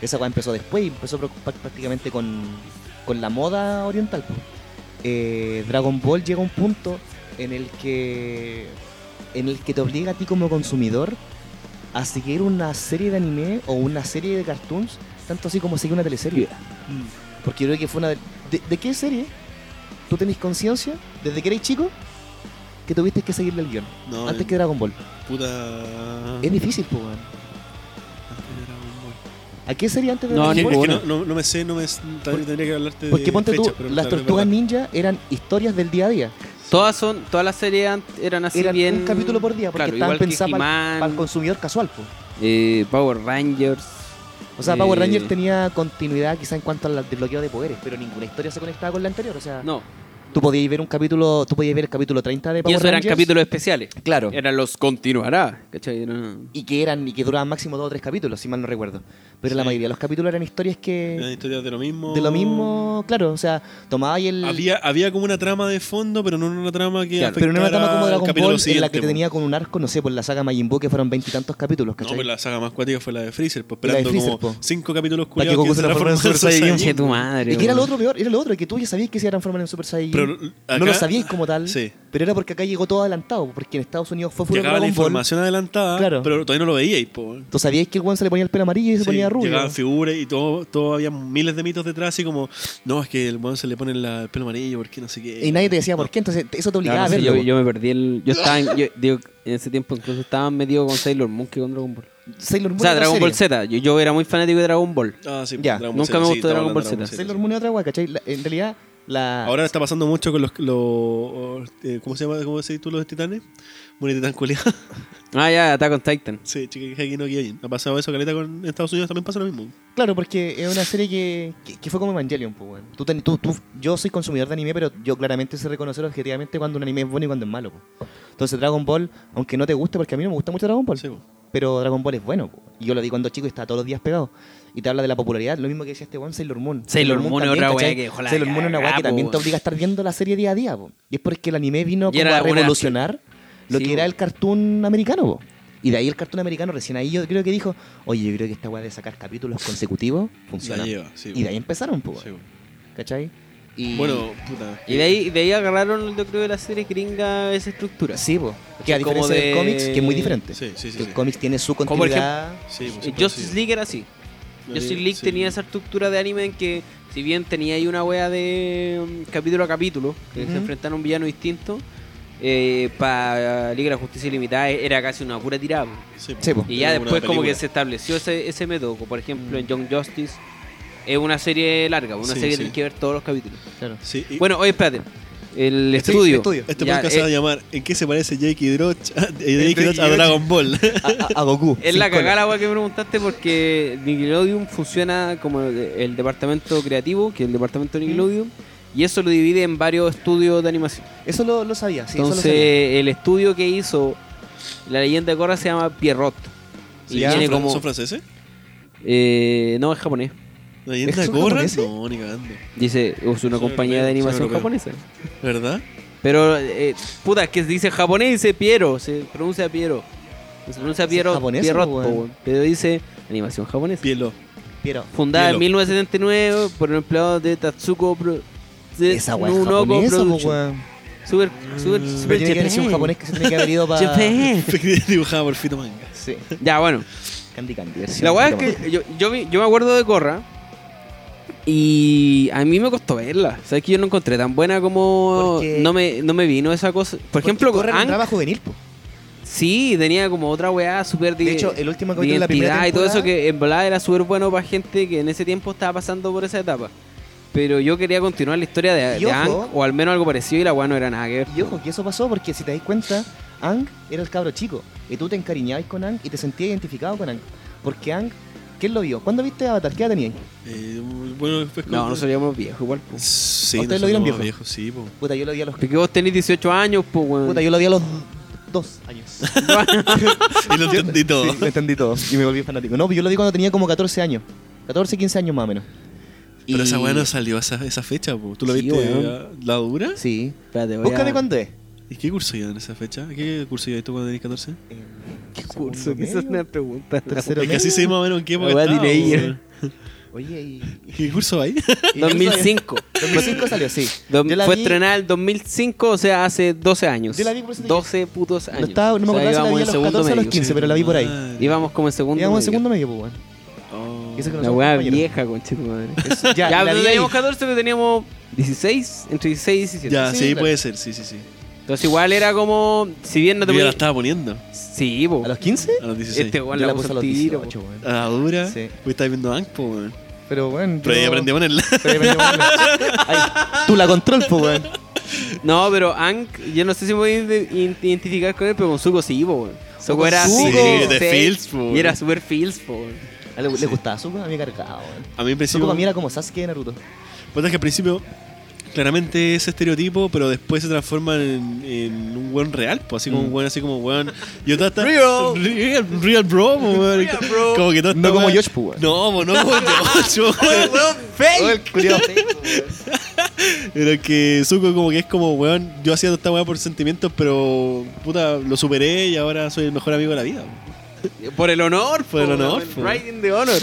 Speaker 3: Esa weá empezó después y empezó pro- prá- prácticamente con, con la moda oriental. po. Eh, Dragon Ball llega a un punto en el que en el que te obliga a ti como consumidor a seguir una serie de anime o una serie de cartoons, tanto así como seguir una teleserie. Porque yo creo que fue una de... ¿De, de qué serie tú tenés conciencia desde que eres chico que tuviste que seguirle el guión?
Speaker 2: No,
Speaker 3: antes
Speaker 2: el-
Speaker 3: que Dragon Ball.
Speaker 2: puta
Speaker 3: Es difícil, pues, weón.
Speaker 2: Antes de Dragon Ball.
Speaker 3: ¿A qué serie antes de
Speaker 1: No,
Speaker 2: Es que-
Speaker 3: Dragon
Speaker 2: es
Speaker 3: Ball?
Speaker 2: que
Speaker 1: ninguna.
Speaker 2: no, no- no me sé, no me s- tal-
Speaker 3: Porque-
Speaker 2: tendría que hablarte de
Speaker 3: Porque ponte
Speaker 2: fechas,
Speaker 3: tú,
Speaker 2: pero
Speaker 3: las
Speaker 2: claro, es
Speaker 3: tortugas
Speaker 2: verdad.
Speaker 3: ninja eran historias del día a día.
Speaker 1: Todas son, todas las series an- eran así
Speaker 3: Eran
Speaker 1: bien.
Speaker 3: un capítulo por día, porque
Speaker 1: claro,
Speaker 3: estaban
Speaker 1: igual que
Speaker 3: pensadas para
Speaker 1: He-Man,
Speaker 3: el consumidor casual, pues.
Speaker 1: eh, Power Rangers.
Speaker 3: O sea, Power
Speaker 1: eh,
Speaker 3: Rangers tenía continuidad quizá en cuanto al desbloqueo de poderes, pero ninguna historia se conectaba con la anterior. O sea,
Speaker 1: No,
Speaker 3: tú podías ver un capítulo, tú podías ver el capítulo 30 de
Speaker 1: y
Speaker 3: Power
Speaker 1: eso eran
Speaker 3: Rangers.
Speaker 1: capítulos especiales.
Speaker 3: Claro.
Speaker 1: Eran los continuará, ¿cachai? Eran-
Speaker 3: Y que eran, y que duraban máximo dos o tres capítulos, si mal no recuerdo. Pero la
Speaker 2: Sí.
Speaker 3: mayoría de los capítulos eran historias
Speaker 2: Eran
Speaker 3: que.
Speaker 2: historias de lo mismo.
Speaker 3: De lo mismo, claro, o sea, tomaba ahí el.
Speaker 2: Había, había como una trama de fondo, pero no una trama que
Speaker 1: Claro,
Speaker 3: Pero no era trama como
Speaker 2: afectara al
Speaker 3: Dragon
Speaker 2: capítulo
Speaker 3: Ball en la
Speaker 2: siguiente,
Speaker 3: que te
Speaker 2: po.
Speaker 3: tenía con un arco, no sé, por la saga Majin Buu que fueron veintitantos capítulos,
Speaker 2: No,
Speaker 3: ¿cachai?
Speaker 2: pero la saga más cuática fue la de Freezer, pues
Speaker 3: La de
Speaker 2: esperando
Speaker 3: Freezer,
Speaker 2: como
Speaker 3: po.
Speaker 2: cinco capítulos
Speaker 3: Para
Speaker 2: culiados
Speaker 3: que Goku se transformara en Super Saiyajin.
Speaker 1: Che tu madre.
Speaker 3: y que era lo
Speaker 1: weón.
Speaker 3: otro peor, era lo otro, que tú ya sabías que se iba a transformar en Super Saiyan.
Speaker 2: Pero acá-
Speaker 3: no lo sabías como tal,
Speaker 2: Sí.
Speaker 3: pero era porque acá llegó todo adelantado, porque en Estados Unidos fue puro
Speaker 2: Llegaba la
Speaker 3: Dragon Ball.
Speaker 2: información adelantada,
Speaker 3: Claro.
Speaker 2: pero todavía no lo veíais, po.
Speaker 3: Tú sabías que el weón se le ponía el pelo amarillo y se
Speaker 2: Sí,
Speaker 3: ponía rubio.
Speaker 2: Llegaban figuras y todo, todo había miles de mitos detrás, así como, no, es que el weón se le pone la- el pelo amarillo, porque no sé qué.
Speaker 3: Y nadie te decía por qué, entonces eso te
Speaker 1: No,
Speaker 3: obligaba
Speaker 1: no
Speaker 3: a
Speaker 1: sé,
Speaker 3: verlo.
Speaker 1: yo,
Speaker 3: weón.
Speaker 1: yo me perdí el. Yo estaba en, yo- digo, en ese tiempo incluso estaba metido con Sailor Moon que con Dragon Ball.
Speaker 3: Sailor
Speaker 1: O
Speaker 3: Moon
Speaker 1: sea,
Speaker 3: era
Speaker 1: Dragon
Speaker 3: otra
Speaker 1: Ball
Speaker 3: serie.
Speaker 1: Z. Yo, yo era muy fanático de Dragon Ball.
Speaker 2: Ah, sí,
Speaker 3: Ya.
Speaker 2: Dragon Ball
Speaker 1: Nunca
Speaker 2: Z,
Speaker 1: me
Speaker 2: sí,
Speaker 1: gustó
Speaker 2: estaba
Speaker 1: Dragon Ball
Speaker 2: hablando de
Speaker 1: Z.
Speaker 3: Sailor Moon era otra weá, ¿cachai? La- en realidad, la.
Speaker 2: Ahora está pasando mucho con los, los- eh, ¿cómo se llama? ¿Cómo se dice tú los titanes? Bueno, titán culiado.
Speaker 1: Ah, ya, Attack on Titan.
Speaker 2: sí, chica, que aquí no Kyojin. Ha pasado eso, caleta con Estados Unidos, también pasa lo mismo.
Speaker 3: Claro, porque es una serie que, que, que fue como Evangelion, pues, weón. Tú, ten- tú, tú- yo soy consumidor de anime, pero yo claramente sé reconocer objetivamente cuando un anime es bueno y cuando es malo, pues. Entonces, Dragon Ball, aunque no te guste, porque a mí no me gusta mucho Dragon Ball,
Speaker 2: Sí, po.
Speaker 3: pero Dragon Ball es bueno, pues. Y yo lo vi cuando chico y estaba todos los días pegado. Y te habla de la popularidad, lo mismo que decía este weón, Sailor Moon.
Speaker 1: Sailor Moon es
Speaker 3: también,
Speaker 1: otra weá
Speaker 3: ¿cachai?
Speaker 1: que dejó la
Speaker 3: Sailor Moon es una weá
Speaker 1: cagá,
Speaker 3: que también
Speaker 1: po,
Speaker 3: te obliga a estar viendo la serie día a día, po. Y es porque el anime vino
Speaker 1: Y
Speaker 3: como
Speaker 1: era
Speaker 3: a
Speaker 1: una-
Speaker 3: revolucionar lo
Speaker 1: Sí,
Speaker 3: que
Speaker 1: po.
Speaker 3: era el cartoon americano, po. Y de ahí el cartoon americano, recién ahí yo creo que dijo, oye, yo creo que esta weá de sacar capítulos consecutivos funciona.
Speaker 2: La lleva, sí,
Speaker 3: Y de ahí empezaron, po,
Speaker 2: po. Sí, po.
Speaker 3: ¿cachai? Y-
Speaker 2: Bueno, puta.
Speaker 1: Y de ahí, de ahí agarraron, yo creo, de la serie gringa esa estructura.
Speaker 3: sí, po. Que a
Speaker 1: Como
Speaker 3: diferencia
Speaker 1: de-
Speaker 3: del cómics, que es muy diferente.
Speaker 2: Sí, sí, sí.
Speaker 3: el
Speaker 2: sí.
Speaker 3: cómics tiene su
Speaker 1: Como
Speaker 3: continuidad.
Speaker 2: Sí, por
Speaker 1: Eh,
Speaker 2: supuesto,
Speaker 1: Justice
Speaker 2: sí.
Speaker 1: League era así. Justice League
Speaker 2: Sí.
Speaker 1: tenía esa estructura de anime en que, si bien tenía ahí una wea de mm, capítulo a capítulo, que se
Speaker 3: Ujú.
Speaker 1: enfrentaron a un villano distinto, para Liga de la Justicia Limitada eh, era casi una pura tirada. po.
Speaker 2: Sí, po.
Speaker 3: Sí, po.
Speaker 1: Y ya
Speaker 2: Era
Speaker 1: después
Speaker 2: una
Speaker 1: como que
Speaker 2: película. Mm.
Speaker 1: se estableció ese, ese método. Por ejemplo, en Young Justice es una serie larga, una
Speaker 2: Sí,
Speaker 1: serie que
Speaker 2: sí.
Speaker 1: tienes que ver todos los capítulos.
Speaker 3: Claro.
Speaker 2: Sí, y
Speaker 1: Bueno, oye, espérate. El
Speaker 3: Este-
Speaker 1: estudio.
Speaker 3: estudio.
Speaker 2: Este
Speaker 1: Ya,
Speaker 2: podcast
Speaker 1: eh,
Speaker 2: se va a llamar ¿En qué se parece Jake y Droch a,
Speaker 3: Jake
Speaker 2: Jake y Droch a
Speaker 3: y Droch.
Speaker 2: Dragon Ball?
Speaker 3: A, a- a Goku.
Speaker 1: Es
Speaker 3: sin
Speaker 1: la
Speaker 3: cola.
Speaker 1: cagada la weá que me preguntaste porque Nickelodeon funciona como el, el departamento creativo, que es el departamento de Nickelodeon, y eso lo divide en varios estudios de animación.
Speaker 3: Eso lo, lo sabía, sí,
Speaker 1: Entonces,
Speaker 3: eso lo sabía.
Speaker 1: el estudio que hizo la leyenda de Korra se llama Pierrot. Y
Speaker 2: ¿Son
Speaker 1: tiene
Speaker 2: fran-
Speaker 1: como.
Speaker 2: ¿Son franceses?
Speaker 1: eh, no, es japonés.
Speaker 2: ¿La leyenda
Speaker 3: ¿Son
Speaker 2: gorra?
Speaker 3: japoneses?
Speaker 2: No, ni cagando.
Speaker 1: Dice, es una
Speaker 2: Son
Speaker 1: compañía de
Speaker 2: europeos,
Speaker 1: animación
Speaker 2: son europeos.
Speaker 1: japonesa.
Speaker 2: ¿Verdad?
Speaker 1: Pero, eh, puta, es que dice japonés, dice Piero, se pronuncia Piero. No se pronuncia
Speaker 3: Es
Speaker 1: Pierrot,
Speaker 3: japonés,
Speaker 1: Pierrot,
Speaker 3: po, weón.
Speaker 1: po, weón, pero dice animación japonesa.
Speaker 2: Pielo.
Speaker 3: Piero.
Speaker 1: Fundada
Speaker 2: Hielo.
Speaker 1: en 1979 por un empleado de Tatsuko Pro, de
Speaker 3: Esa weá es
Speaker 1: Nunoko
Speaker 3: japonesa, po,
Speaker 1: Production.
Speaker 3: weón. Mm,
Speaker 1: Super, super,
Speaker 3: Pero
Speaker 1: super
Speaker 3: tiene que haber sido un
Speaker 1: Japan.
Speaker 3: japonés que se tiene que haber ido para...
Speaker 1: Japan.
Speaker 2: Dibujada por Fito Manga.
Speaker 3: Sí.
Speaker 1: Ya, bueno.
Speaker 3: Candy Candy. versión
Speaker 1: La weá es
Speaker 3: japonesa.
Speaker 1: que yo, yo, vi- yo me acuerdo de Corra. Y a mí me costó verla. Sabes que yo no encontré tan buena como.
Speaker 3: Porque-
Speaker 1: No me, no me vino esa cosa. Por
Speaker 3: Porque
Speaker 1: ejemplo,
Speaker 3: corre en
Speaker 1: Ang,
Speaker 3: drama juvenil, po.
Speaker 1: sí, tenía como otra weá súper
Speaker 3: De
Speaker 1: di-
Speaker 3: hecho, el último
Speaker 1: de
Speaker 3: capítulo de la primera
Speaker 1: identidad y todo eso
Speaker 3: temporada-
Speaker 1: que en verdad era súper bueno para gente que en ese tiempo estaba pasando por esa etapa. Pero yo quería continuar la historia de,
Speaker 3: Y
Speaker 1: de Ang,
Speaker 3: ojo-
Speaker 1: o al menos algo parecido, y la weá no era nada que ver.
Speaker 3: Y ojo, que eso pasó porque si te das cuenta, Ang era el cabro chico. Y tú te encariñabas con Ang y te sentías identificado con Ang. Porque Ang, ¿quién lo vio? ¿Cuándo viste Avatar? ¿Qué edad tenías?
Speaker 2: Eh, bueno, después
Speaker 1: No, nosotros éramos viejos igual. po.
Speaker 2: Sí,
Speaker 3: ¿Ustedes lo
Speaker 2: nosotros
Speaker 3: vieron
Speaker 2: somos
Speaker 3: viejo?
Speaker 2: viejos, sí, po.
Speaker 3: Puta, yo lo vi a los...
Speaker 1: Porque vos tenés 18 años, pues, weón.
Speaker 3: Puta, yo lo vi a los dos años.
Speaker 2: Y lo entendí todo.
Speaker 3: Sí, lo entendí todo. Y me volví fanático. No, yo lo vi cuando tenía como 14 años. 14, 15 años más o menos.
Speaker 2: Pero
Speaker 3: Y-
Speaker 2: esa weá no salió a esa, esa fecha, po. ¿Tú la
Speaker 1: Sí,
Speaker 2: viste
Speaker 1: weón.
Speaker 2: a- la dura?
Speaker 3: Sí.
Speaker 1: Espérate, voy
Speaker 3: Búscame
Speaker 1: a-
Speaker 3: cuándo es.
Speaker 2: ¿Y qué curso iba en esa fecha? ¿Qué curso ibas tú cuando tenías 14?
Speaker 3: ¿Qué
Speaker 1: curso, que esa es una pregunta.
Speaker 3: Tercero
Speaker 2: Es que así
Speaker 3: medio.
Speaker 2: se más o menos en qué época
Speaker 1: La weá
Speaker 2: estaba,
Speaker 1: delay.
Speaker 2: po.
Speaker 3: Oye, y...
Speaker 2: ¿Qué curso hay?
Speaker 3: y-
Speaker 1: 2005.
Speaker 3: 2005 salió, sí.
Speaker 1: Dos-
Speaker 3: Yo la
Speaker 1: fue
Speaker 3: vi-
Speaker 1: estrenada en 2005, o sea, hace 12 años.
Speaker 3: Yo la vi por ese
Speaker 1: 12 putos
Speaker 3: No
Speaker 1: años.
Speaker 3: estaba- no me
Speaker 1: O sea,
Speaker 3: acordaba si la
Speaker 1: íbamos
Speaker 3: vi a
Speaker 1: en
Speaker 3: los
Speaker 1: segundo
Speaker 3: 14 o a los
Speaker 1: medio.
Speaker 3: 15, pero la vi por ahí.
Speaker 2: Madre.
Speaker 1: Íbamos como en segundo
Speaker 3: Íbamos en
Speaker 1: medio.
Speaker 3: segundo medio, pues, weón.
Speaker 2: Oh.
Speaker 3: Y eso que no
Speaker 1: La
Speaker 3: somos
Speaker 1: weá
Speaker 3: compañeros.
Speaker 1: vieja, conchito madre.
Speaker 3: Eso, Ya,
Speaker 1: Ya,
Speaker 3: la
Speaker 1: no
Speaker 3: vi ahí.
Speaker 1: teníamos 14, pero teníamos 16, entre 16 y 17.
Speaker 2: Ya,
Speaker 3: Sí,
Speaker 2: sí,
Speaker 3: claro.
Speaker 2: puede ser, sí, sí, sí.
Speaker 1: Entonces igual era como, si bien no te
Speaker 2: Yo ya la
Speaker 1: podías...
Speaker 2: estaba poniendo
Speaker 1: Sí, po.
Speaker 3: ¿A los 15?
Speaker 2: a los 16.
Speaker 1: Este weón
Speaker 3: Yo
Speaker 1: la, puso al tiro. po.
Speaker 3: weón.
Speaker 2: A la dura,
Speaker 3: Sí.
Speaker 2: pues estabas viendo Ank, po, weón.
Speaker 3: Pero, weón.
Speaker 2: Pero ahí aprendí a ponerla.
Speaker 3: Tú la control, pues, weón.
Speaker 1: No, pero Ank, yo no sé si me voy a ide- in- identificar con él, pero con Zuko sí, po. weón. Zuko era
Speaker 3: Zuko.
Speaker 1: así,
Speaker 3: Sí,
Speaker 2: de
Speaker 1: sex,
Speaker 2: Fields, po.
Speaker 1: Y era super Fields, po. weón.
Speaker 3: ¿A ¿Le, le gustaba Zuko? A mí me cargaba, weón.
Speaker 2: A mí en
Speaker 3: Zuko
Speaker 2: principio.
Speaker 3: para mí era como Sasuke de Naruto.
Speaker 2: Puta, Pues es que al principio, claramente ese estereotipo, pero después se transforma en, en un weón real, pues así como un weón, así como weón. Yo toda esta-
Speaker 1: Mm. Real.
Speaker 2: Real, real bro, po, weón.
Speaker 1: Real bro.
Speaker 2: Como que toda esta
Speaker 3: No como
Speaker 2: weá-
Speaker 3: Josh, po, weón.
Speaker 2: No, po, no como Josh, po, weón. Era que Zuko como que es como, weón, yo hacía toda esta weá por sentimientos, pero puta, lo superé y ahora soy el mejor amigo de la vida. pues. po.
Speaker 1: Por el honor,
Speaker 2: Por el
Speaker 1: po,
Speaker 2: honor,
Speaker 1: weón.
Speaker 2: po.
Speaker 1: Right in the honor.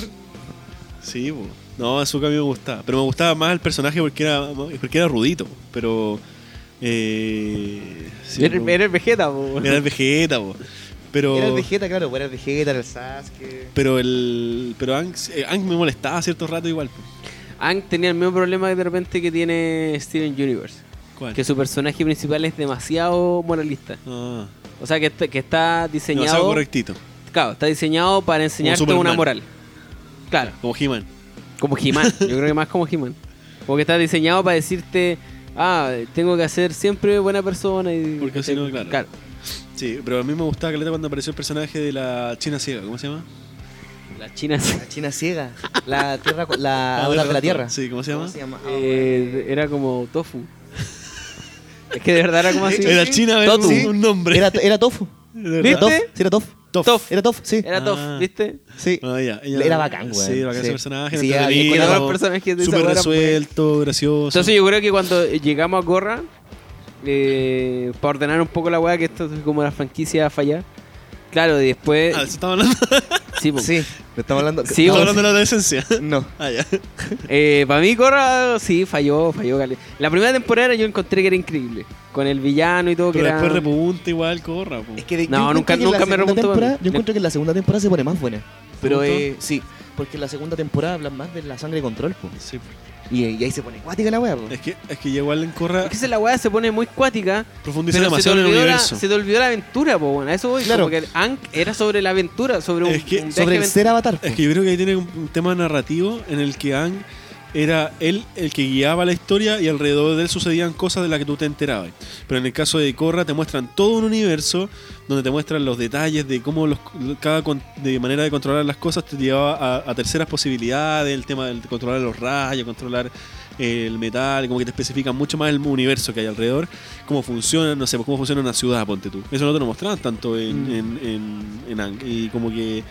Speaker 2: Sí, po. No, Zuko a mí me gustaba. Pero me gustaba más el personaje porque era, porque era rudito, po. pero... Eh, sí,
Speaker 1: era,
Speaker 2: po.
Speaker 1: era el Vegeta, po. weón.
Speaker 2: Era el Vegeta, po. Pero...
Speaker 1: Oh.
Speaker 3: Era el Vegeta, claro, era el Vegeta, era el Sasuke.
Speaker 2: Pero el... Pero Ang, eh, Ang me molestaba a cierto rato igual. po.
Speaker 1: Ang tenía el mismo problema que de repente que tiene Steven Universe.
Speaker 2: ¿Cuál?
Speaker 1: Que su personaje principal es demasiado moralista.
Speaker 2: Ah,
Speaker 1: O sea, que, está- que está
Speaker 2: demasiado
Speaker 1: diseñado.
Speaker 2: correctito.
Speaker 1: Claro, está diseñado para enseñarte una
Speaker 2: Superman.
Speaker 1: moral. Claro,
Speaker 2: Como He-Man.
Speaker 1: como He-Man. Yo creo que más como He-Man. Como que está diseñado para decirte, ah, tengo que ser siempre buena persona. Y,
Speaker 2: Porque si no, claro.
Speaker 1: Claro,
Speaker 2: Sí, pero a mí me gustaba caleta cuando apareció el personaje de la china ciega. ¿Cómo se llama?
Speaker 1: las chinas.
Speaker 3: La China ciega. La tierra. con- La
Speaker 2: Ah,
Speaker 3: ola
Speaker 2: de
Speaker 3: de la tierra.
Speaker 2: Sí, ¿cómo se llama?
Speaker 3: Ah,
Speaker 1: eh, era como tofu. es que de verdad era como así.
Speaker 2: Era China, era
Speaker 1: Totu.
Speaker 2: un, un nombre.
Speaker 3: Ah, Era, era Tofu.
Speaker 2: De
Speaker 3: Era
Speaker 2: verdad.
Speaker 3: Tofu.
Speaker 1: ¿Viste?
Speaker 3: Sí, era Tofu.
Speaker 2: Tof.
Speaker 1: Tof.
Speaker 3: Era Tofu, sí.
Speaker 1: Era tof,
Speaker 2: Ah.
Speaker 1: ¿viste?
Speaker 3: Sí.
Speaker 2: Ah, ya, ella-
Speaker 3: Era bacán, güey.
Speaker 2: Sí, era bacán
Speaker 3: Sí.
Speaker 2: ese personaje.
Speaker 3: Sí,
Speaker 2: entretenido,
Speaker 3: había- con
Speaker 1: otros personajes de esa
Speaker 2: Súper
Speaker 1: weá eran
Speaker 2: resuelto, gracioso.
Speaker 1: Entonces yo creo que cuando llegamos a Gorra, eh, para ordenar un poco la weá, que esto es como la franquicia falla. Claro, y después...
Speaker 2: Ah, se estaba hablando,
Speaker 1: sí, po.
Speaker 3: Sí, le estamos hablando.
Speaker 1: Sí, o
Speaker 2: estaba hablando de la adolescencia.
Speaker 3: No.
Speaker 2: Ah, ya.
Speaker 1: Eh, para mí Corra sí falló, falló Gale. La primera temporada yo encontré que era increíble, con el villano y todo
Speaker 2: Pero
Speaker 1: que era
Speaker 2: después repunta igual, corra. po.
Speaker 3: Es que de- yo
Speaker 1: No,
Speaker 3: encuentro
Speaker 1: nunca-
Speaker 3: que en la
Speaker 1: nunca me
Speaker 3: segunda
Speaker 1: remontó,
Speaker 3: temporada-
Speaker 1: weón.
Speaker 3: Yo encuentro que en la segunda temporada se pone más buena. Pero
Speaker 2: ¿Te gustó?
Speaker 3: eh, sí, porque en la segunda temporada hablan más de la sangre de control, po.
Speaker 2: Sí,
Speaker 3: Y, y ahí se pone cuática la wea, po.
Speaker 2: es que, es que ya igual en corra
Speaker 1: Es que esa la weá se pone muy cuática,
Speaker 2: profundiza
Speaker 1: pero se te,
Speaker 2: demasiado en el
Speaker 1: olvidó la,
Speaker 2: universo.
Speaker 1: se te olvidó la aventura, po, bueno, a eso voy,
Speaker 3: Claro.
Speaker 1: porque el Ankh era sobre la aventura, sobre un,
Speaker 2: Es que-
Speaker 1: un viaje
Speaker 3: Sobre el
Speaker 1: aven-
Speaker 3: ser avatar. po.
Speaker 2: Es que yo creo que ahí tiene un, un tema narrativo en el que Ang era él el que guiaba la historia y alrededor de él sucedían cosas de las que tú te enterabas. Pero en el caso de Korra te muestran todo un universo donde te muestran los detalles de cómo los, cada con- de manera de controlar las cosas te llevaba a, a terceras posibilidades, el tema de controlar los rayos, controlar eh, el metal, como que te especifican mucho más el universo que hay alrededor, cómo funciona, no sé, pues, cómo funciona una ciudad, ponte tú. Eso no te lo mostraban tanto en,
Speaker 3: Mm.
Speaker 2: en, en- en Ang. Y como que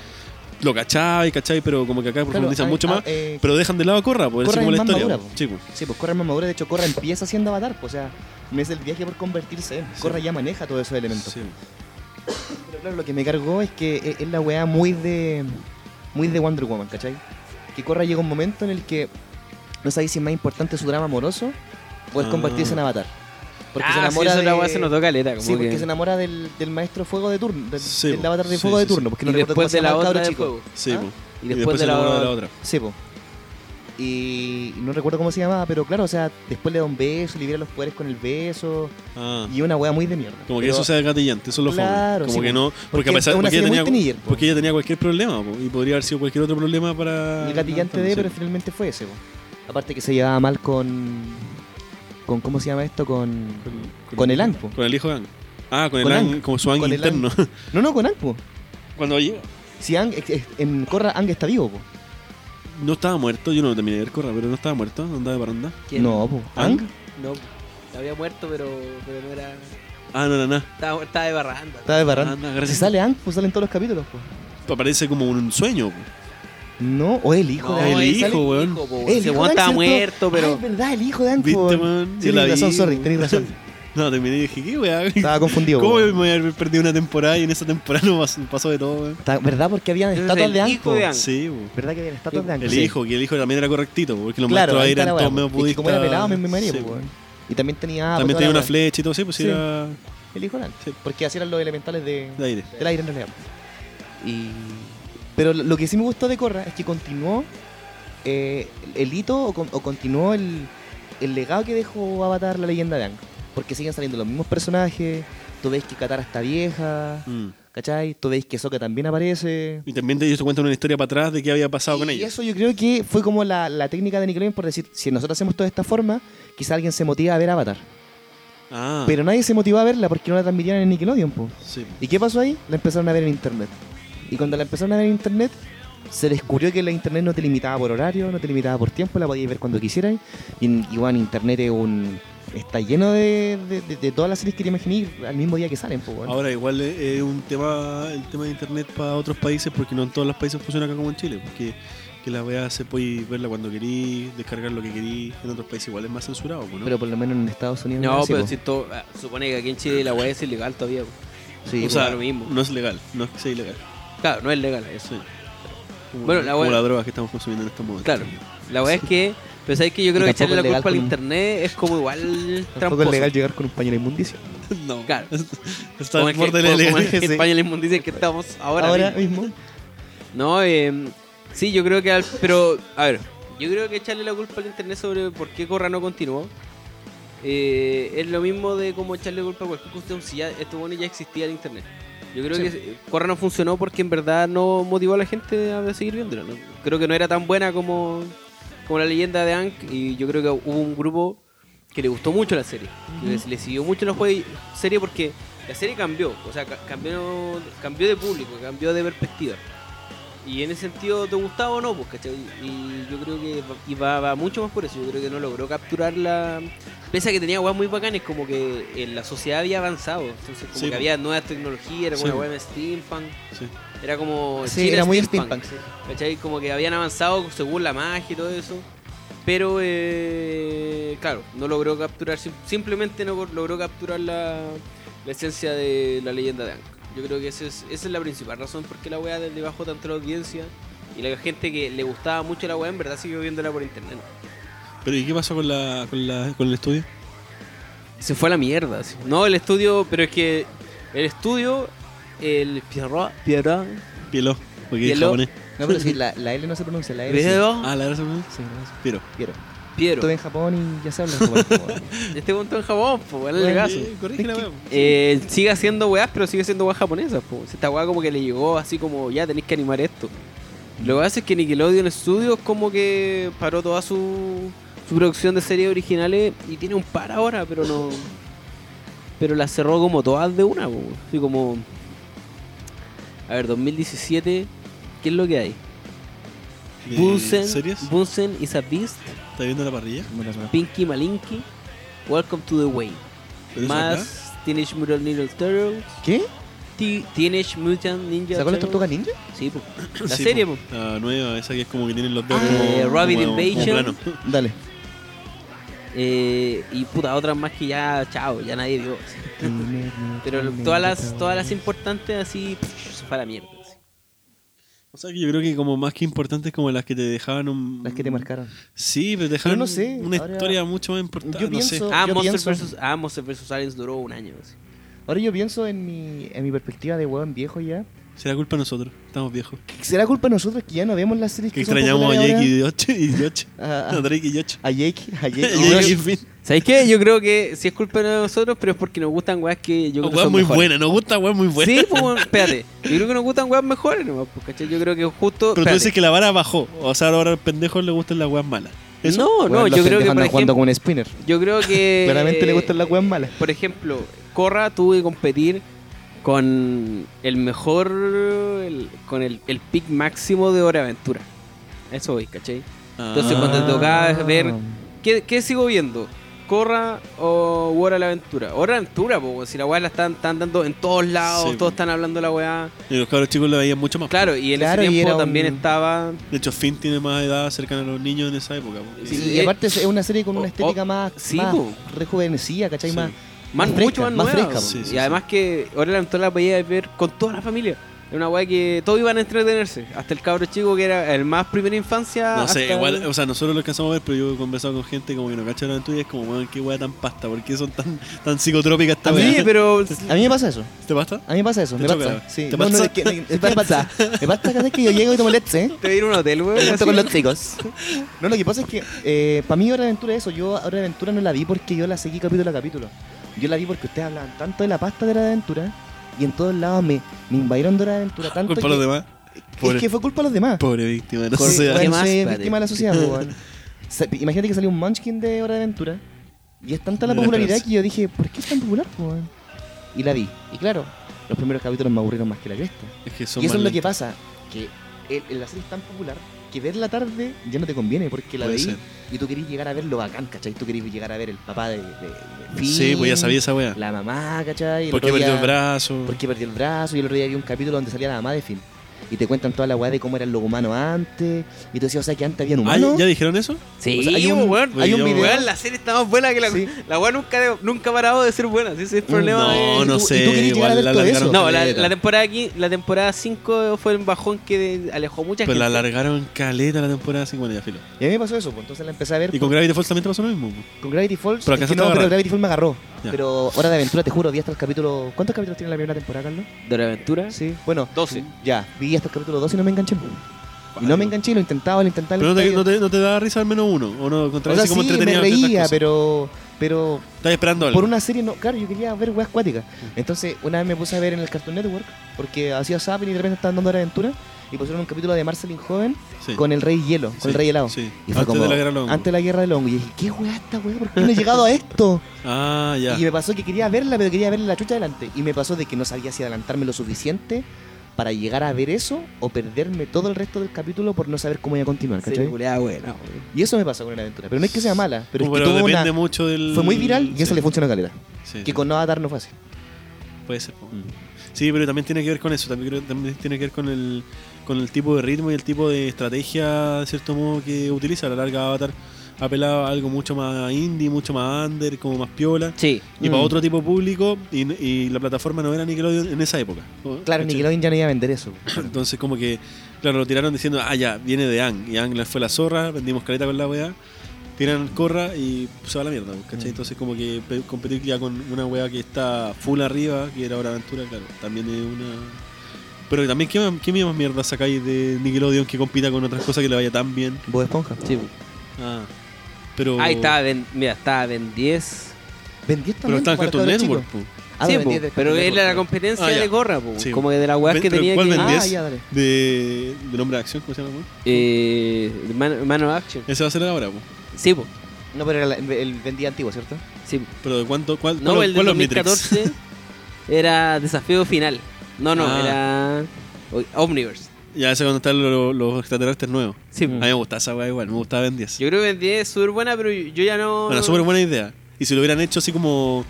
Speaker 2: lo cachai, cachai, pero como que acá
Speaker 3: Claro,
Speaker 2: profundizan
Speaker 3: ah,
Speaker 2: mucho
Speaker 3: ah,
Speaker 2: más.
Speaker 3: eh,
Speaker 2: Pero dejan de lado a Corra, por eso
Speaker 3: Korra
Speaker 2: como
Speaker 3: es
Speaker 2: la
Speaker 3: más
Speaker 2: historia.
Speaker 3: madura,
Speaker 2: po.
Speaker 3: po.
Speaker 2: Sí, po.
Speaker 3: Sí, pues Corra es más madura. De hecho, Corra empieza siendo avatar. po. O sea, no es el viaje por convertirse en.
Speaker 2: Sí.
Speaker 3: pues. Corra ya maneja todos esos elementos.
Speaker 2: Sí.
Speaker 3: Pero Pero claro, lo que me cargó es que e- es la weá muy de. Muy de Wonder Woman, ¿cachai? Que Corra llega un momento en el que no sabéis si es más importante su drama amoroso o el
Speaker 2: Ah.
Speaker 3: convertirse en avatar. Porque
Speaker 1: ah,
Speaker 3: se enamora
Speaker 1: sí, eso
Speaker 3: de...
Speaker 1: la weá se notó caleta. Como
Speaker 3: Sí, porque
Speaker 1: que...
Speaker 3: se enamora del, del maestro fuego de turno, del,
Speaker 2: Sí,
Speaker 3: del
Speaker 2: po.
Speaker 3: avatar de
Speaker 2: Sí,
Speaker 3: fuego
Speaker 2: sí,
Speaker 3: de
Speaker 2: sí.
Speaker 3: turno, porque
Speaker 1: y
Speaker 3: no recuerdo cómo
Speaker 1: después
Speaker 3: se
Speaker 1: de la
Speaker 3: llama el
Speaker 1: otra
Speaker 3: cabro
Speaker 1: de
Speaker 3: chico.
Speaker 1: fuego.
Speaker 2: Sí,
Speaker 3: ¿Ah?
Speaker 2: po.
Speaker 1: Y después de
Speaker 2: se enamora de la
Speaker 1: la
Speaker 2: otra.
Speaker 3: Sí, po. Y no recuerdo cómo se llamaba, pero claro, o sea, después le da un beso, libera los poderes con el beso,
Speaker 2: Ah.
Speaker 3: y una wea muy de mierda.
Speaker 2: Como que
Speaker 3: Pero-
Speaker 2: eso sea gatillante, eso es lo fome.
Speaker 3: Claro,
Speaker 2: Como
Speaker 3: sí,
Speaker 2: que
Speaker 3: po.
Speaker 2: no, porque,
Speaker 3: Porque
Speaker 2: a pesar-
Speaker 3: es una
Speaker 2: porque ella,
Speaker 3: serie muy
Speaker 2: tenía,
Speaker 3: teenager, pues. po.
Speaker 2: porque ella tenía cualquier problema, po, y podría haber sido cualquier otro problema para...
Speaker 3: El gatillante de,
Speaker 2: Sí.
Speaker 3: pero finalmente fue ese, po. Aparte que se llevaba mal con. con ¿Cómo se llama esto? Con. Con, el Ang, po.
Speaker 2: Con el hijo de Ang. Ah, con,
Speaker 3: Con
Speaker 2: el Ang,
Speaker 3: Ang.
Speaker 2: como su Ang
Speaker 3: Con el Ang.
Speaker 2: interno.
Speaker 3: No, no, con Ang, po.
Speaker 2: Cuando llega-
Speaker 3: Si Ang. ex- ex- En Corra, Ang está vivo, po.
Speaker 2: No estaba muerto, yo no lo terminé de ver correr, pero no estaba muerto, andaba de parranda.
Speaker 1: ¿Quién?
Speaker 3: No, po.
Speaker 2: ¿Ang?
Speaker 3: Ang
Speaker 1: No, había muerto, pero, pero no era.
Speaker 2: Ah, no, no, nada.
Speaker 1: Estaba, estaba de barranda.
Speaker 3: está de barran.
Speaker 2: Anda,
Speaker 3: Si
Speaker 2: gracias.
Speaker 3: sale Ang, pues salen todos los capítulos, po.
Speaker 2: Aparece como un sueño. po.
Speaker 3: No, o el hijo de
Speaker 2: No,
Speaker 3: Ang.
Speaker 2: el hijo,
Speaker 3: sale-
Speaker 2: weón.
Speaker 1: po, Ese
Speaker 3: El hijo
Speaker 1: weón
Speaker 3: de Ang,
Speaker 1: estaba
Speaker 3: ¿cierto?
Speaker 1: muerto,
Speaker 3: Ah,
Speaker 1: pero.
Speaker 3: es verdad, el hijo de Ang, po.
Speaker 2: Viste, man.
Speaker 3: Sí,
Speaker 2: Yo la vi,
Speaker 3: tenés razón, sorry,
Speaker 2: po.
Speaker 3: tenés razón.
Speaker 2: No, terminé y dije, ¿qué weá?
Speaker 3: Estaba confundido,
Speaker 2: ¿Cómo
Speaker 3: po.
Speaker 2: me voy a haber perdido una temporada y en esa temporada no pasó, pasó de todo, weón?
Speaker 3: Está- ¿Verdad? Porque habían
Speaker 1: Ese es
Speaker 3: estatuas
Speaker 1: el
Speaker 3: de Ang,
Speaker 1: hijo
Speaker 3: po.
Speaker 1: de Ang.
Speaker 2: Sí, po.
Speaker 3: ¿Verdad que habían estatuas de Ang?
Speaker 2: El
Speaker 3: Sí.
Speaker 2: hijo, que el hijo también era correctito, po, porque los
Speaker 3: Claro,
Speaker 2: maestros ahí
Speaker 3: ahí está
Speaker 2: eran
Speaker 3: la weá,
Speaker 2: todos medio
Speaker 3: po. Es que
Speaker 2: budistas.
Speaker 3: Como era pelado, me, me mareé,
Speaker 2: Sí,
Speaker 3: po,
Speaker 2: po.
Speaker 3: weón. Y también tenía.
Speaker 2: También
Speaker 3: pues, toda
Speaker 2: tenía
Speaker 3: la
Speaker 2: una
Speaker 3: weá.
Speaker 2: flecha y todo, sí, pues
Speaker 3: Sí.
Speaker 2: era
Speaker 3: El hijo de Ang.
Speaker 2: Sí.
Speaker 3: Porque así eran los elementales de,
Speaker 2: de aire.
Speaker 3: del aire en realidad. Y... Pero lo- lo que sí me gustó de Corra es que continuó eh, el hito o, con- o continuó el, el legado que dejó Avatar la leyenda de Ang. Porque siguen saliendo los mismos personajes. Tú ves que Katara está vieja,
Speaker 2: Mm.
Speaker 3: ¿cachai? Tú ves que Sokka también aparece.
Speaker 2: Y también te ellos te cuentan una historia para atrás de qué había pasado con
Speaker 3: Y
Speaker 2: ellos.
Speaker 3: eso yo creo que fue como la, la técnica de Nickelodeon por decir, si nosotros hacemos todo de esta forma, quizá alguien se motiva a ver Avatar.
Speaker 2: Ah,
Speaker 3: Pero nadie se motivó a verla porque no la transmitían en Nickelodeon, po.
Speaker 2: sí, po.
Speaker 3: ¿Y qué pasó ahí? La empezaron a ver en internet. Y cuando la empezaron a ver en internet, se descubrió que la internet no te limitaba por horario, no te limitaba por tiempo, la podías ver cuando quisieras. Y, y bueno, internet es un. Está lleno de, de- de- de todas las series que te imaginé al mismo día que salen, pues, weón.
Speaker 2: Ahora igual eh, es un tema el tema de internet para otros países porque no en todos los países funciona acá como en Chile, porque que la veas se puede verla cuando querís, descargar lo que querís, en otros países igual es más censurado, po, ¿no?
Speaker 3: Pero por lo menos en Estados Unidos.
Speaker 1: No,
Speaker 3: es así,
Speaker 1: pero
Speaker 3: po.
Speaker 1: si todo. ah, Supone que aquí en Chile la weá es ilegal todavía. po.
Speaker 3: Sí,
Speaker 2: o
Speaker 1: pues,
Speaker 3: po.
Speaker 2: sea,
Speaker 1: da lo mismo.
Speaker 2: no es legal, no es que sea ilegal.
Speaker 1: Claro, no es legal eso.
Speaker 2: Sí. Como,
Speaker 1: Bueno, la
Speaker 2: como
Speaker 1: wea-
Speaker 2: la droga que estamos consumiendo en estos momentos.
Speaker 1: Claro. La weá es que. Pero sabes que yo creo que
Speaker 3: tampoco
Speaker 1: echarle la
Speaker 3: es legal
Speaker 1: culpa al
Speaker 3: con un-
Speaker 1: internet es como igual
Speaker 3: Tampoco es
Speaker 1: tramposo.
Speaker 3: legal llegar con un pañuelo inmundicio.
Speaker 2: no.
Speaker 1: Claro.
Speaker 2: Está
Speaker 1: Como
Speaker 2: al
Speaker 1: es
Speaker 2: borde
Speaker 1: que-
Speaker 2: de
Speaker 1: como- como
Speaker 2: la
Speaker 1: es
Speaker 2: ilegalidad.
Speaker 1: que
Speaker 3: Sí.
Speaker 1: España la inmundicia que estamos ahora.
Speaker 3: Ahora
Speaker 1: mismo.
Speaker 3: mismo.
Speaker 1: No, eh, sí, yo creo que al- pero a ver, yo creo que echarle la culpa al internet sobre por qué Corra no continuó eh, es lo mismo de como echarle culpa a cualquier cuestión si ya esto bueno ya existía el internet. Yo creo
Speaker 3: Sí.
Speaker 1: que eh, Corra no funcionó porque en verdad no motivó a la gente a seguir viéndolo. ¿no? Creo que no era tan buena como, como la leyenda de Ank y yo creo que hubo un grupo que le gustó mucho la serie, que le- le siguió mucho la jue- serie porque la serie cambió, o sea, ca- cambió, cambió de público, cambió de perspectiva. Y en ese sentido, ¿te gustaba o no? Pues, ¿cachai? Y yo creo que va- y va, va mucho más por eso. Yo creo que no logró capturar la. Pese a que tenía weas muy bacanes, como que eh, la sociedad había avanzado. Entonces, como
Speaker 2: Sí,
Speaker 1: que
Speaker 2: po.
Speaker 1: había nuevas tecnologías, era como
Speaker 2: Sí,
Speaker 1: una
Speaker 2: po.
Speaker 1: wea de steampunk.
Speaker 2: Sí.
Speaker 1: Era como.
Speaker 3: Sí,
Speaker 1: Chile
Speaker 3: era muy steampunk. sí.
Speaker 1: ¿Cachai? Como que habían avanzado según la magia y todo eso. Pero, eh, claro, no logró capturar, sim- simplemente no logró capturar la, la esencia de la leyenda de Aang. Yo creo que ese es- esa es la principal razón por qué la weá le bajó tanto la audiencia. Y la gente que le gustaba mucho la weá, en verdad siguió viéndola por internet.
Speaker 2: Pero ¿y qué pasó con la, con la con el estudio?
Speaker 1: Se fue a la mierda. sí. No, el estudio, pero es que el estudio, el Pierrot, Pierrot,
Speaker 2: Pielo, porque es
Speaker 1: Pielo. Oh.
Speaker 2: japonés.
Speaker 3: No, pero si la, la L no se pronuncia, la L. sí.
Speaker 1: Pierrot,
Speaker 2: Ah, la verdad japonés.
Speaker 3: Sí, no, sí,
Speaker 2: Piero.
Speaker 3: quiero. Estuve
Speaker 1: Piero.
Speaker 3: en Japón y ya se habla japonés. po, weón.
Speaker 1: Este punto en Japón, pues, el
Speaker 3: Bueno,
Speaker 1: legazo.
Speaker 2: Eh, corrige la wea.
Speaker 1: Eh, sigue haciendo weas, pero sigue siendo weas japonesas. po. Esta wea como que le llegó así como, ya tenéis que animar esto. Lo que pasa es que Nickelodeon Studios como que paró toda su, su producción de series originales y tiene un par ahora, pero no... Pero la cerró como todas de una, po. así como... A ver, 2017, ¿qué es lo que hay?
Speaker 2: ¿De
Speaker 1: Bunsen,
Speaker 2: ¿Series?
Speaker 1: Bunsen is a Beast,
Speaker 2: ¿Estás viendo la parrilla?
Speaker 3: Bueno, eso no.
Speaker 1: Pinky Malinky, Welcome to the Way.
Speaker 2: ¿Pero eso acá?
Speaker 1: Más Teenage Mutant Ninja Turtles,
Speaker 3: ¿Qué?
Speaker 1: Ti- Teenage Mutant Ninja
Speaker 3: ¿Sacó
Speaker 1: Turtles.
Speaker 3: las tortugas ninja?
Speaker 1: Sí, po. La
Speaker 2: Sí,
Speaker 1: serie,
Speaker 2: po.
Speaker 1: po.
Speaker 2: La nueva, esa que es como que tienen los dedos
Speaker 3: Ah,
Speaker 2: como,
Speaker 1: eh, Rabbit
Speaker 2: como- como
Speaker 1: Invasion.
Speaker 2: plano.
Speaker 3: Dale.
Speaker 1: Eh, y puta, otras más que ya, chao, ya nadie vio. así. Pero todas las, todas las importantes así, pff, se fue a la mierda. así.
Speaker 2: O sea que yo creo que como más que importantes como las que te dejaban un...
Speaker 3: Las que te marcaron.
Speaker 2: Sí, pero te dejaban
Speaker 3: Yo no sé,
Speaker 2: una
Speaker 3: ahora-
Speaker 2: historia mucho más importante.
Speaker 3: Yo
Speaker 2: no sé.
Speaker 3: pienso-
Speaker 1: Ah,
Speaker 3: yo
Speaker 1: Monster
Speaker 3: pienso-
Speaker 1: versus, ah, Monster vs. Aliens duró un año. así.
Speaker 3: Ahora yo pienso en mi, en mi perspectiva de hueón viejo ya.
Speaker 2: Será culpa de nosotros, estamos viejos.
Speaker 3: ¿Será culpa de nosotros que ya no vemos las series
Speaker 2: Que
Speaker 3: que
Speaker 2: extrañamos a
Speaker 3: son populares
Speaker 2: Jake
Speaker 3: ahora?
Speaker 2: y Yoche y Yoche.
Speaker 3: Ah,
Speaker 2: A Drake y Yoche.
Speaker 3: A Jake, a Jake.
Speaker 2: Jake
Speaker 3: Weón,
Speaker 2: y Finn.
Speaker 1: ¿Sabéis qué? Yo creo que si es culpa de nosotros, pero es porque nos gustan weas que yo creo que
Speaker 2: Weón
Speaker 1: son
Speaker 2: Oh, muy
Speaker 1: mejores.
Speaker 2: buena, nos gusta weón muy buena.
Speaker 1: Sí, pues, weón, espérate. Yo creo que nos gustan weas mejores, nomás, pues, ¿cachai? Yo creo que justo.
Speaker 2: Pero tú
Speaker 1: espérate.
Speaker 2: dices que la vara bajó. O sea, ahora a los pendejos les gustan las weas malas. ¿Eso?
Speaker 1: No, no,
Speaker 3: los
Speaker 1: yo creo
Speaker 3: pendejos
Speaker 1: que. Por
Speaker 3: andan
Speaker 1: ejemplo,
Speaker 3: jugando
Speaker 1: eh,
Speaker 3: con un spinner.
Speaker 1: yo creo que.
Speaker 3: Claramente le gustan las weas malas.
Speaker 1: Por ejemplo, Corra tuvo que competir con el mejor. el- con el, el pick máximo de Hora de Aventura. A Eso voy, ¿cachai?
Speaker 2: Ah.
Speaker 1: Entonces, cuando te tocaba ver- ¿Qué, qué sigo viendo? ¿Corra o Hora de la Aventura? Hora de Aventura, po, weón, si la weá la están, están dando en todos lados,
Speaker 2: Sí,
Speaker 1: todos
Speaker 2: po.
Speaker 1: están hablando la weá.
Speaker 2: Y los cabros chicos lo veían mucho más.
Speaker 1: Claro, y en
Speaker 3: Claro, y
Speaker 1: ese
Speaker 3: era
Speaker 1: tiempo
Speaker 3: un-
Speaker 1: también estaba.
Speaker 2: De hecho, Finn tiene más edad cercana a los niños en esa época. porque-
Speaker 1: Sí,
Speaker 3: Sí, y
Speaker 1: eh,
Speaker 3: aparte es una serie con
Speaker 1: o-
Speaker 3: una estética más,
Speaker 1: sí,
Speaker 3: más
Speaker 1: po.
Speaker 3: rejuvenecida, ¿cachai?
Speaker 2: Sí.
Speaker 3: Más,
Speaker 1: Más,
Speaker 3: Más
Speaker 1: mucho
Speaker 3: fresca,
Speaker 1: más,
Speaker 3: más
Speaker 1: nueva. po.
Speaker 3: fresca,
Speaker 2: po. Sí, sí,
Speaker 1: y además que ahora la Aventura la podía ver con toda la familia. Era una weá que todos iban a entretenerse. Hasta el cabro chico que era el más primera infancia.
Speaker 2: No sé,
Speaker 1: hasta
Speaker 2: igual,
Speaker 1: el-
Speaker 2: o sea, nosotros lo alcanzamos a ver, pero yo he conversado con gente como que no cacha la aventura y es como, weón, qué weá tan pasta, ¿por qué son tan, tan psicotrópicas esta
Speaker 1: Sí,
Speaker 2: weá?
Speaker 1: pero.
Speaker 3: A mí me pasa eso.
Speaker 2: ¿Te pasta?
Speaker 3: A mí me pasa eso.
Speaker 2: Te
Speaker 3: Me
Speaker 2: choca,
Speaker 3: pasa.
Speaker 2: ¿no?
Speaker 3: Sí.
Speaker 2: ¿Te
Speaker 3: No, no,
Speaker 2: pasa?
Speaker 3: es que- es- me pasa. Me pasa cada vez que yo llego y tomo leche, ¿eh?
Speaker 1: Te dieron un hotel, weón.
Speaker 3: Junto
Speaker 1: así.
Speaker 3: con los chicos. No, lo que pasa es que eh, para mí Hora de Aventura es eso. Yo Hora de Aventura no la vi porque yo la seguí capítulo a capítulo. Yo la vi porque ustedes hablaban tanto de la pasta de Hora de Aventura y en todos lados me, me invadieron de Hora de Aventura tanto
Speaker 2: Culpa a
Speaker 3: que,
Speaker 2: los demás. Pobre,
Speaker 3: es que fue culpa de los demás.
Speaker 2: pobre víctima, no
Speaker 1: Cor-
Speaker 2: sé.
Speaker 1: ¿Qué
Speaker 3: bueno,
Speaker 1: más,
Speaker 3: soy
Speaker 1: padre?
Speaker 3: víctima de la sociedad, po, weón. Sa- Imagínate que salió un Munchkin de Hora de Aventura y es tanta la
Speaker 2: Mira,
Speaker 3: popularidad
Speaker 2: espérense.
Speaker 3: que yo dije, ¿por qué es tan popular, po, weón? Y la vi. Y claro, los primeros capítulos me aburrieron más que la cresta.
Speaker 2: Es que son
Speaker 3: Y eso es
Speaker 2: más
Speaker 3: lo que
Speaker 2: lentos.
Speaker 3: pasa, que el- el- la serie es tan popular que ver la tarde ya no te conviene porque la
Speaker 2: Puede
Speaker 3: veí
Speaker 2: ser.
Speaker 3: y tú querías llegar a ver lo bacán, ¿cachai? Tú querías llegar a ver el papá de, de, de
Speaker 2: Sí, pues ya
Speaker 3: Finn,
Speaker 2: sabía esa weá.
Speaker 3: La mamá, ¿cachai? El
Speaker 2: ¿Por qué
Speaker 3: otro
Speaker 2: perdió el
Speaker 3: día-
Speaker 2: brazo?
Speaker 3: ¿Por qué perdió el brazo? Y el otro día vi un capítulo donde salía la mamá de Finn. Y te cuentan toda la weá de cómo eran los humanos antes. Y tú decías, o sea, que antes habían
Speaker 2: Ah,
Speaker 3: humanos.
Speaker 2: ¿Ya dijeron eso?
Speaker 1: Sí,
Speaker 3: O sea, hay un-
Speaker 1: weón.
Speaker 2: hay un
Speaker 1: Weón,
Speaker 3: video-
Speaker 1: la serie está más buena que la.
Speaker 3: Sí.
Speaker 1: La weá nunca, de- nunca ha parado de ser buena. Ese es el problema.
Speaker 2: No,
Speaker 1: de-
Speaker 2: no
Speaker 3: tú- y
Speaker 2: sé,
Speaker 3: tú querías llegar a
Speaker 2: igual
Speaker 3: ver
Speaker 2: la
Speaker 3: todo
Speaker 2: alargaron.
Speaker 3: eso.
Speaker 1: No, la,
Speaker 2: caleta.
Speaker 1: la temporada aquí, la temporada 5 fue el bajón que de- alejó mucha
Speaker 2: Pero
Speaker 1: gente.
Speaker 2: la alargaron caleta la temporada 50, ya filo.
Speaker 3: Y a mí me pasó eso, pues entonces la empecé a ver
Speaker 2: Y con Gravity Falls también te pasó lo mismo. po.
Speaker 3: con Gravity Falls.
Speaker 2: Pero
Speaker 3: es que
Speaker 2: alcanzaste
Speaker 3: no,
Speaker 2: a agarrar.
Speaker 3: pero Gravity Falls me agarró.
Speaker 2: Ya.
Speaker 3: Pero Hora de Aventura, te juro, vi hasta el capítulo... ¿Cuántos capítulos tiene la primera temporada, Carlos?
Speaker 1: ¿De la aventura?
Speaker 3: Sí. Bueno,
Speaker 1: 12.
Speaker 3: ya, vi hasta el capítulo 2 y no me enganché. Y no me enganché, lo intentaba, lo intentaba. lo
Speaker 2: Pero no te, no,
Speaker 3: intentaba.
Speaker 2: te, no te daba risa al menos uno. O no, contra
Speaker 3: O sea,
Speaker 2: como
Speaker 3: sí, me
Speaker 2: entretenía ver estas
Speaker 3: reía,
Speaker 2: cosas.
Speaker 3: pero... Pero
Speaker 2: Estaba esperando algo.
Speaker 3: por una serie no, claro, yo quería ver weas acuáticas.
Speaker 2: Mm.
Speaker 3: Entonces, una vez me puse a ver en el Cartoon Network, porque hacía zapping y de repente estaban dando la aventura, y pusieron un capítulo de Marceline Joven
Speaker 2: Sí.
Speaker 3: con el Rey Hielo, con
Speaker 2: Sí,
Speaker 3: el Rey Helado.
Speaker 2: sí.
Speaker 3: Y fue
Speaker 2: Antes
Speaker 3: como,
Speaker 2: de la guerra de los hongos.
Speaker 3: Antes de la guerra del hongo. Y dije, ¿qué wea esta wea? ¿Por qué no he llegado a esto?
Speaker 2: Ah, ya.
Speaker 3: Y me pasó que quería verla, pero quería verla la chucha adelante. Y me pasó de que no sabía si adelantarme lo suficiente para llegar a ver eso o perderme todo el resto del capítulo por no saber cómo iba a continuar,
Speaker 1: Sí,
Speaker 2: pues.
Speaker 3: ¿cachai?
Speaker 1: culiada buena, weón.
Speaker 3: Y eso me pasó con la aventura. Pero no es que sea mala, pero es que
Speaker 2: Bueno,
Speaker 3: tuvo
Speaker 2: depende
Speaker 3: una-
Speaker 2: mucho del.
Speaker 3: Fue muy viral y eso
Speaker 2: Sí,
Speaker 3: le funcionó a caleta.
Speaker 2: sí,
Speaker 3: Que
Speaker 2: sí.
Speaker 3: con Avatar no fue así.
Speaker 2: Puede ser. po. Sí, pero también tiene que ver con eso. También, creo- también tiene que ver con el, con el tipo de ritmo y el tipo de estrategia, de cierto modo, que utiliza. A la larga, Avatar apelaba a algo mucho más indie, mucho más under, como más piola.
Speaker 1: Sí.
Speaker 2: Y para
Speaker 3: Mm.
Speaker 2: otro tipo de público, y, n- y la plataforma no era Nickelodeon en esa época.
Speaker 3: Claro,
Speaker 2: ¿Cachai?
Speaker 3: Nickelodeon ya no iba a vender eso.
Speaker 2: Entonces, como que, claro, lo tiraron diciendo, ah, ya, viene de Ang. Y Ang le fue la zorra, vendimos caleta con la weá. Tiran corra y se va a la mierda, ¿cachai?
Speaker 3: Mm.
Speaker 2: Entonces, como que pe- competir ya con una weá que está full arriba, que era Hora de Aventura, claro, también es una. Pero también, ¿qué, más- qué mismas mierdas sacáis de Nickelodeon que compita con otras cosas que le vaya tan bien?
Speaker 3: Bob Esponja.
Speaker 1: sí.
Speaker 2: Ah, pero.
Speaker 1: Ahí estaba Ben, mira, estaba Ben 10.
Speaker 3: Vendí esto
Speaker 2: Pero está en Cartoon Network, po.
Speaker 3: Ah,
Speaker 1: sí, po,
Speaker 3: este
Speaker 1: pero era la competencia
Speaker 2: Ah, ya.
Speaker 1: de Corra, po,
Speaker 2: Sí,
Speaker 1: como que de la weá
Speaker 2: Ben-
Speaker 1: que
Speaker 2: pero
Speaker 1: tenía
Speaker 2: ¿cuál
Speaker 1: que...
Speaker 2: Ben
Speaker 1: Ah,
Speaker 2: 10?
Speaker 3: Ah, ya, dale.
Speaker 2: De, de nombre de acción, ¿cómo se llama? po?
Speaker 1: eh, Man, Man of Action.
Speaker 2: Ese va a ser ahora, po.
Speaker 1: Sí, po,
Speaker 3: No, pero era la- el vendía antiguo, ¿cierto?
Speaker 1: sí. po.
Speaker 2: Pero ¿de cuánto? ¿Cuál,
Speaker 1: No,
Speaker 2: cuál-
Speaker 1: el de
Speaker 2: cuál Omnitrix?
Speaker 1: 2014 era desafío final. No, no,
Speaker 2: Ah.
Speaker 1: era o- Omniverse.
Speaker 2: Ya, ese cuando están lo- lo- los extraterrestres nuevos.
Speaker 1: Sí,
Speaker 2: A
Speaker 1: po.
Speaker 2: mí me gustaba esa weá igual, me gustaba Ben 10.
Speaker 1: Mm. Yo creo que Ben 10 es súper buena, pero yo ya no...
Speaker 2: Una súper buena idea. Y si lo hubieran hecho así como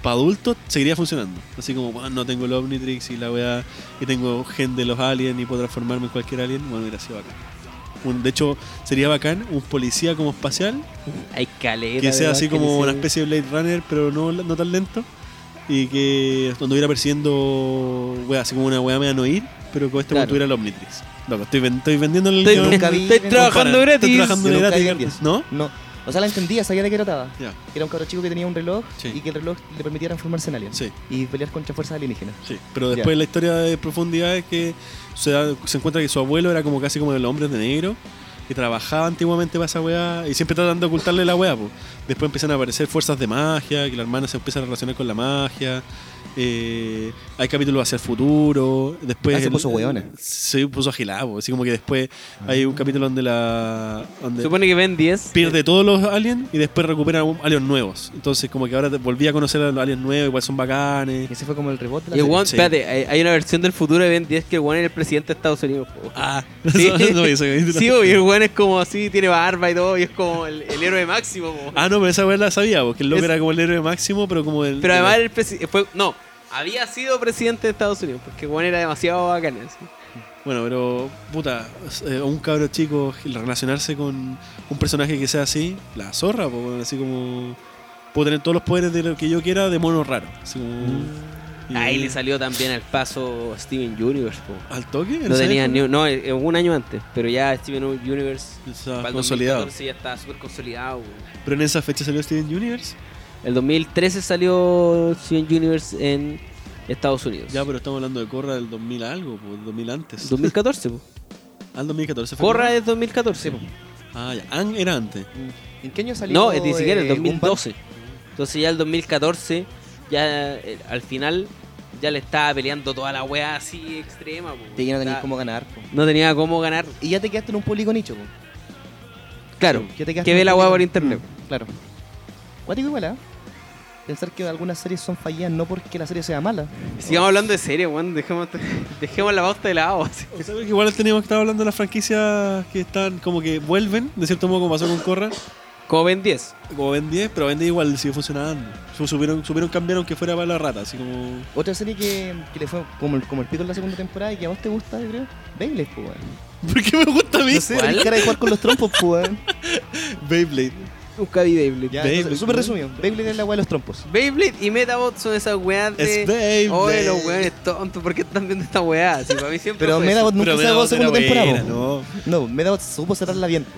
Speaker 2: para adultos, seguiría funcionando. Así como, bueno, no tengo el Omnitrix y la weá, y tengo gen de los aliens y puedo transformarme en cualquier alien. Bueno, hubiera sido bacán. un- de hecho, sería bacán un policía como espacial
Speaker 1: Hay caleta.
Speaker 2: que
Speaker 1: de
Speaker 2: sea
Speaker 1: weas
Speaker 2: así
Speaker 1: que le
Speaker 2: como una
Speaker 1: sirven.
Speaker 2: especie de Blade Runner, pero no, no tan lento. Y que donde hubiera persiguiendo, wea, así como una wea media no ir, pero con esto
Speaker 1: Claro.
Speaker 2: tuviera el Omnitrix. Loco, estoy, ven- estoy vendiendo el
Speaker 1: Estoy,
Speaker 3: nunca vi-
Speaker 1: estoy trabajando
Speaker 2: Estoy
Speaker 1: gratis.
Speaker 2: trabajando
Speaker 3: Yo nunca
Speaker 2: gratis,
Speaker 3: vi
Speaker 2: gratis,
Speaker 3: gratis.
Speaker 2: ¿no?
Speaker 3: No. O sea, la entendía, sabía de qué trataba.
Speaker 2: Ya,
Speaker 3: Que era un cabro chico que tenía un reloj
Speaker 2: Sí.
Speaker 3: y que el reloj le permitía transformarse en alien.
Speaker 2: sí,
Speaker 3: Y pelear contra fuerzas alienígenas.
Speaker 2: sí. Pero después la historia de profundidad es que se, da- se encuentra que su abuelo era como casi como el hombre de negro, que trabajaba antiguamente para esa wea y siempre tratando de ocultarle la wea. po. Después empiezan a aparecer fuerzas de magia, que la hermana se empieza a relacionar con la magia. eh, hay capítulos hacia el futuro. Después
Speaker 3: Ah, se
Speaker 2: el-
Speaker 3: puso weona.
Speaker 2: Se puso agilado. po. Así como que después hay un capítulo donde la. Donde
Speaker 1: Supone que ven 10.
Speaker 2: pierde todos los aliens y después recupera un- aliens nuevos. Entonces, como que ahora te- volví a conocer a los aliens nuevos, igual son bacanes.
Speaker 3: Y ese fue como el rebote de la
Speaker 1: Y el
Speaker 3: serie.
Speaker 1: weón,
Speaker 2: Sí.
Speaker 1: espérate, hay, hay una versión del futuro de Ben 10 que el weón es el presidente de Estados Unidos. po.
Speaker 2: Ah,
Speaker 1: Sí.
Speaker 2: no, no, eso-
Speaker 1: Sí, po, y el weón es como así, tiene barba y todo, y es como el, el héroe máximo. po.
Speaker 2: Ah, no, pero esa weá la sabía, porque el loco
Speaker 1: Es-
Speaker 2: era como el héroe máximo, pero como el.
Speaker 1: Pero
Speaker 2: el-
Speaker 1: además el presi- fue, no, había sido presidente de Estados Unidos, porque el weón era demasiado bacán. así.
Speaker 2: Bueno, pero, puta, eh, un cabro chico, el relacionarse con un personaje que sea así, la zorra, po, bueno, así como. Puedo tener todos los poderes de lo que yo quiera de mono raro. Así como, y-
Speaker 1: Ahí Mm. le salió también al paso Steven Universe. po.
Speaker 2: ¿Al toque? ¿En
Speaker 1: No
Speaker 2: serio?
Speaker 1: tenía ni un- no, eh, un año antes, pero ya Steven Universe
Speaker 2: Estaba
Speaker 1: para el
Speaker 2: consolidado.
Speaker 1: 2014 ya estaba súper consolidado. weón.
Speaker 2: Pero en esa fecha salió Steven Universe.
Speaker 1: El 2013 salió Steven Universe en Estados Unidos.
Speaker 2: Ya, pero estamos hablando de Corra del 2000 algo, po, 2000
Speaker 1: pues.
Speaker 2: antes. Ah,
Speaker 1: 2014, po.
Speaker 2: Al 2014 fue.
Speaker 1: Corra es 2014, po.
Speaker 2: Ah, ya. Ang era antes.
Speaker 3: ¿En qué año salió?
Speaker 1: No, es ni siquiera, el
Speaker 3: eh, Gumball?
Speaker 1: 2012. Entonces ya el 2014, ya eh, al final, ya le estaba peleando toda la weá así extrema. po.
Speaker 3: Sí, que no tenías
Speaker 1: Está-
Speaker 3: cómo ganar. po.
Speaker 1: no tenía cómo ganar.
Speaker 3: Y ya te quedaste en un público nicho. po.
Speaker 1: Claro,
Speaker 3: Ya te quedaste
Speaker 1: que
Speaker 3: en
Speaker 1: ve
Speaker 3: un
Speaker 1: la weá
Speaker 3: público-
Speaker 1: por internet.
Speaker 3: Mm, Claro. Guático igual, ¿eh? Pensar que algunas series son fallidas no porque la serie sea mala.
Speaker 1: Sigamos hablando de serio, weón. Dejemos, dejemos la pauta de lado. así.
Speaker 2: O sea, que igual teníamos que estar hablando de las franquicias que están como que vuelven, de cierto modo, como pasó con Corra,
Speaker 1: Como Ben 10.
Speaker 2: como Ben 10, pero Ben 10 igual sigue funcionando. Su- Supieron, supieron cambiar aunque fuera para la rata, así como.
Speaker 3: Otra serie que, que le fue como el, como el pico en la segunda temporada y que a vos te gusta, yo creo. Beyblade, pues, weón.
Speaker 2: ¿Por qué me gusta a mí?
Speaker 3: No sé,
Speaker 1: ¿Cuál?
Speaker 3: tenés cara de jugar con los trompos, pues, weón.
Speaker 2: Beyblade.
Speaker 1: Nunca vi Beyblade.
Speaker 3: Ya,
Speaker 2: Beyblade,
Speaker 3: entonces, súper
Speaker 2: weón.
Speaker 3: resumido. Beyblade es la weá de los trompos.
Speaker 1: Beyblade y Metabot son esas weas de.
Speaker 2: Es Beyblade.
Speaker 1: Oye, los weones tontos, ¿por qué están viendo esta weá? Si para mí siempre.
Speaker 3: Pero
Speaker 1: fue
Speaker 3: Medabot
Speaker 1: eso.
Speaker 2: Pero
Speaker 3: nunca
Speaker 2: me da
Speaker 3: sacó
Speaker 2: otra
Speaker 3: segunda
Speaker 2: buena,
Speaker 3: temporada, po.
Speaker 2: no.
Speaker 3: No, Medabot supo cerrarla bien. po.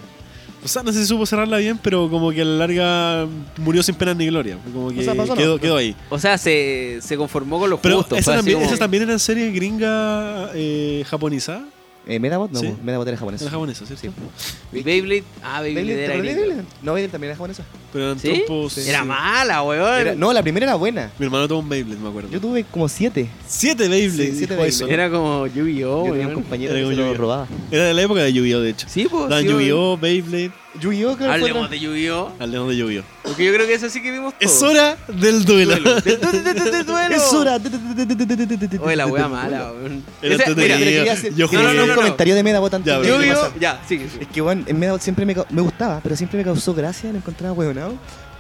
Speaker 2: O sea, no sé si supo cerrarla bien, pero como que a la larga murió sin pena ni gloria. Como que
Speaker 3: sea, pasó, ¿no?
Speaker 2: quedó, quedó ahí.
Speaker 1: O sea, se, se conformó con los
Speaker 2: Pero
Speaker 1: justos.
Speaker 2: esa,
Speaker 1: fue así
Speaker 2: también,
Speaker 1: como-
Speaker 2: esa también era serie gringa eh, japonesa.
Speaker 3: Eh, Medabot, no,
Speaker 2: Sí.
Speaker 3: po. Medabot era japonesa.
Speaker 2: Era japonesa, ¿cierto?
Speaker 3: Sí.
Speaker 1: Beyblade. Ah, Beyblade,
Speaker 3: Beyblade,
Speaker 1: era.
Speaker 3: ¿te acordás de
Speaker 1: gringo.
Speaker 3: Beyblade? No, Beyblade también era japonesa.
Speaker 2: Pero eran
Speaker 1: ¿Sí?
Speaker 2: trompos.
Speaker 1: Era
Speaker 2: sí.
Speaker 1: mala, weón.
Speaker 3: Era- no, la primera era buena.
Speaker 2: Mi hermano tuvo un Beyblade, me acuerdo.
Speaker 3: Yo tuve como siete.
Speaker 2: Siete Beyblades.
Speaker 3: Sí, siete
Speaker 2: dijo eso.
Speaker 3: Beyblades.
Speaker 1: Era como Yu-Gi-Oh,
Speaker 3: yo tenía un
Speaker 1: weón.
Speaker 3: compañero
Speaker 2: Era
Speaker 3: que se
Speaker 2: como
Speaker 3: lo
Speaker 2: Yu-Gi-Oh.
Speaker 3: robaba.
Speaker 2: Era de la época de Yu-Gi-Oh, de hecho.
Speaker 1: Sí, pues.
Speaker 2: Dan
Speaker 1: sí,
Speaker 2: Yu-Gi-Oh, Beyblade,
Speaker 3: Yu-Gi-Oh creo
Speaker 1: weón.
Speaker 3: que fue
Speaker 1: Hablemos
Speaker 3: la-
Speaker 1: de Yu-Gi-Oh.
Speaker 2: hablemos de Yu-Gi-Oh.
Speaker 1: Porque yo creo que eso sí que vimos todo.
Speaker 2: Es hora del duelo.
Speaker 1: Duelo. Del du- du- du- du- duelo.
Speaker 3: Es hora.
Speaker 1: Oye,
Speaker 3: Oye,
Speaker 1: la wea mala, weón.
Speaker 2: Era
Speaker 1: Esa- mira,
Speaker 2: entretenido.
Speaker 3: Quería hacer
Speaker 2: Yo
Speaker 3: quería
Speaker 1: jugué.
Speaker 3: hacer
Speaker 1: No, no,
Speaker 3: un
Speaker 1: no, no.
Speaker 3: comentario de Medabot antes
Speaker 2: Ya,
Speaker 3: de
Speaker 2: pero-
Speaker 3: que
Speaker 1: Yu-Gi-Oh.
Speaker 3: pasara.
Speaker 1: Ya, sigue, sigue.
Speaker 3: Es que, weón, en Medabot siempre me, ca- me gustaba, pero siempre me causó gracia, lo encontraba weonado.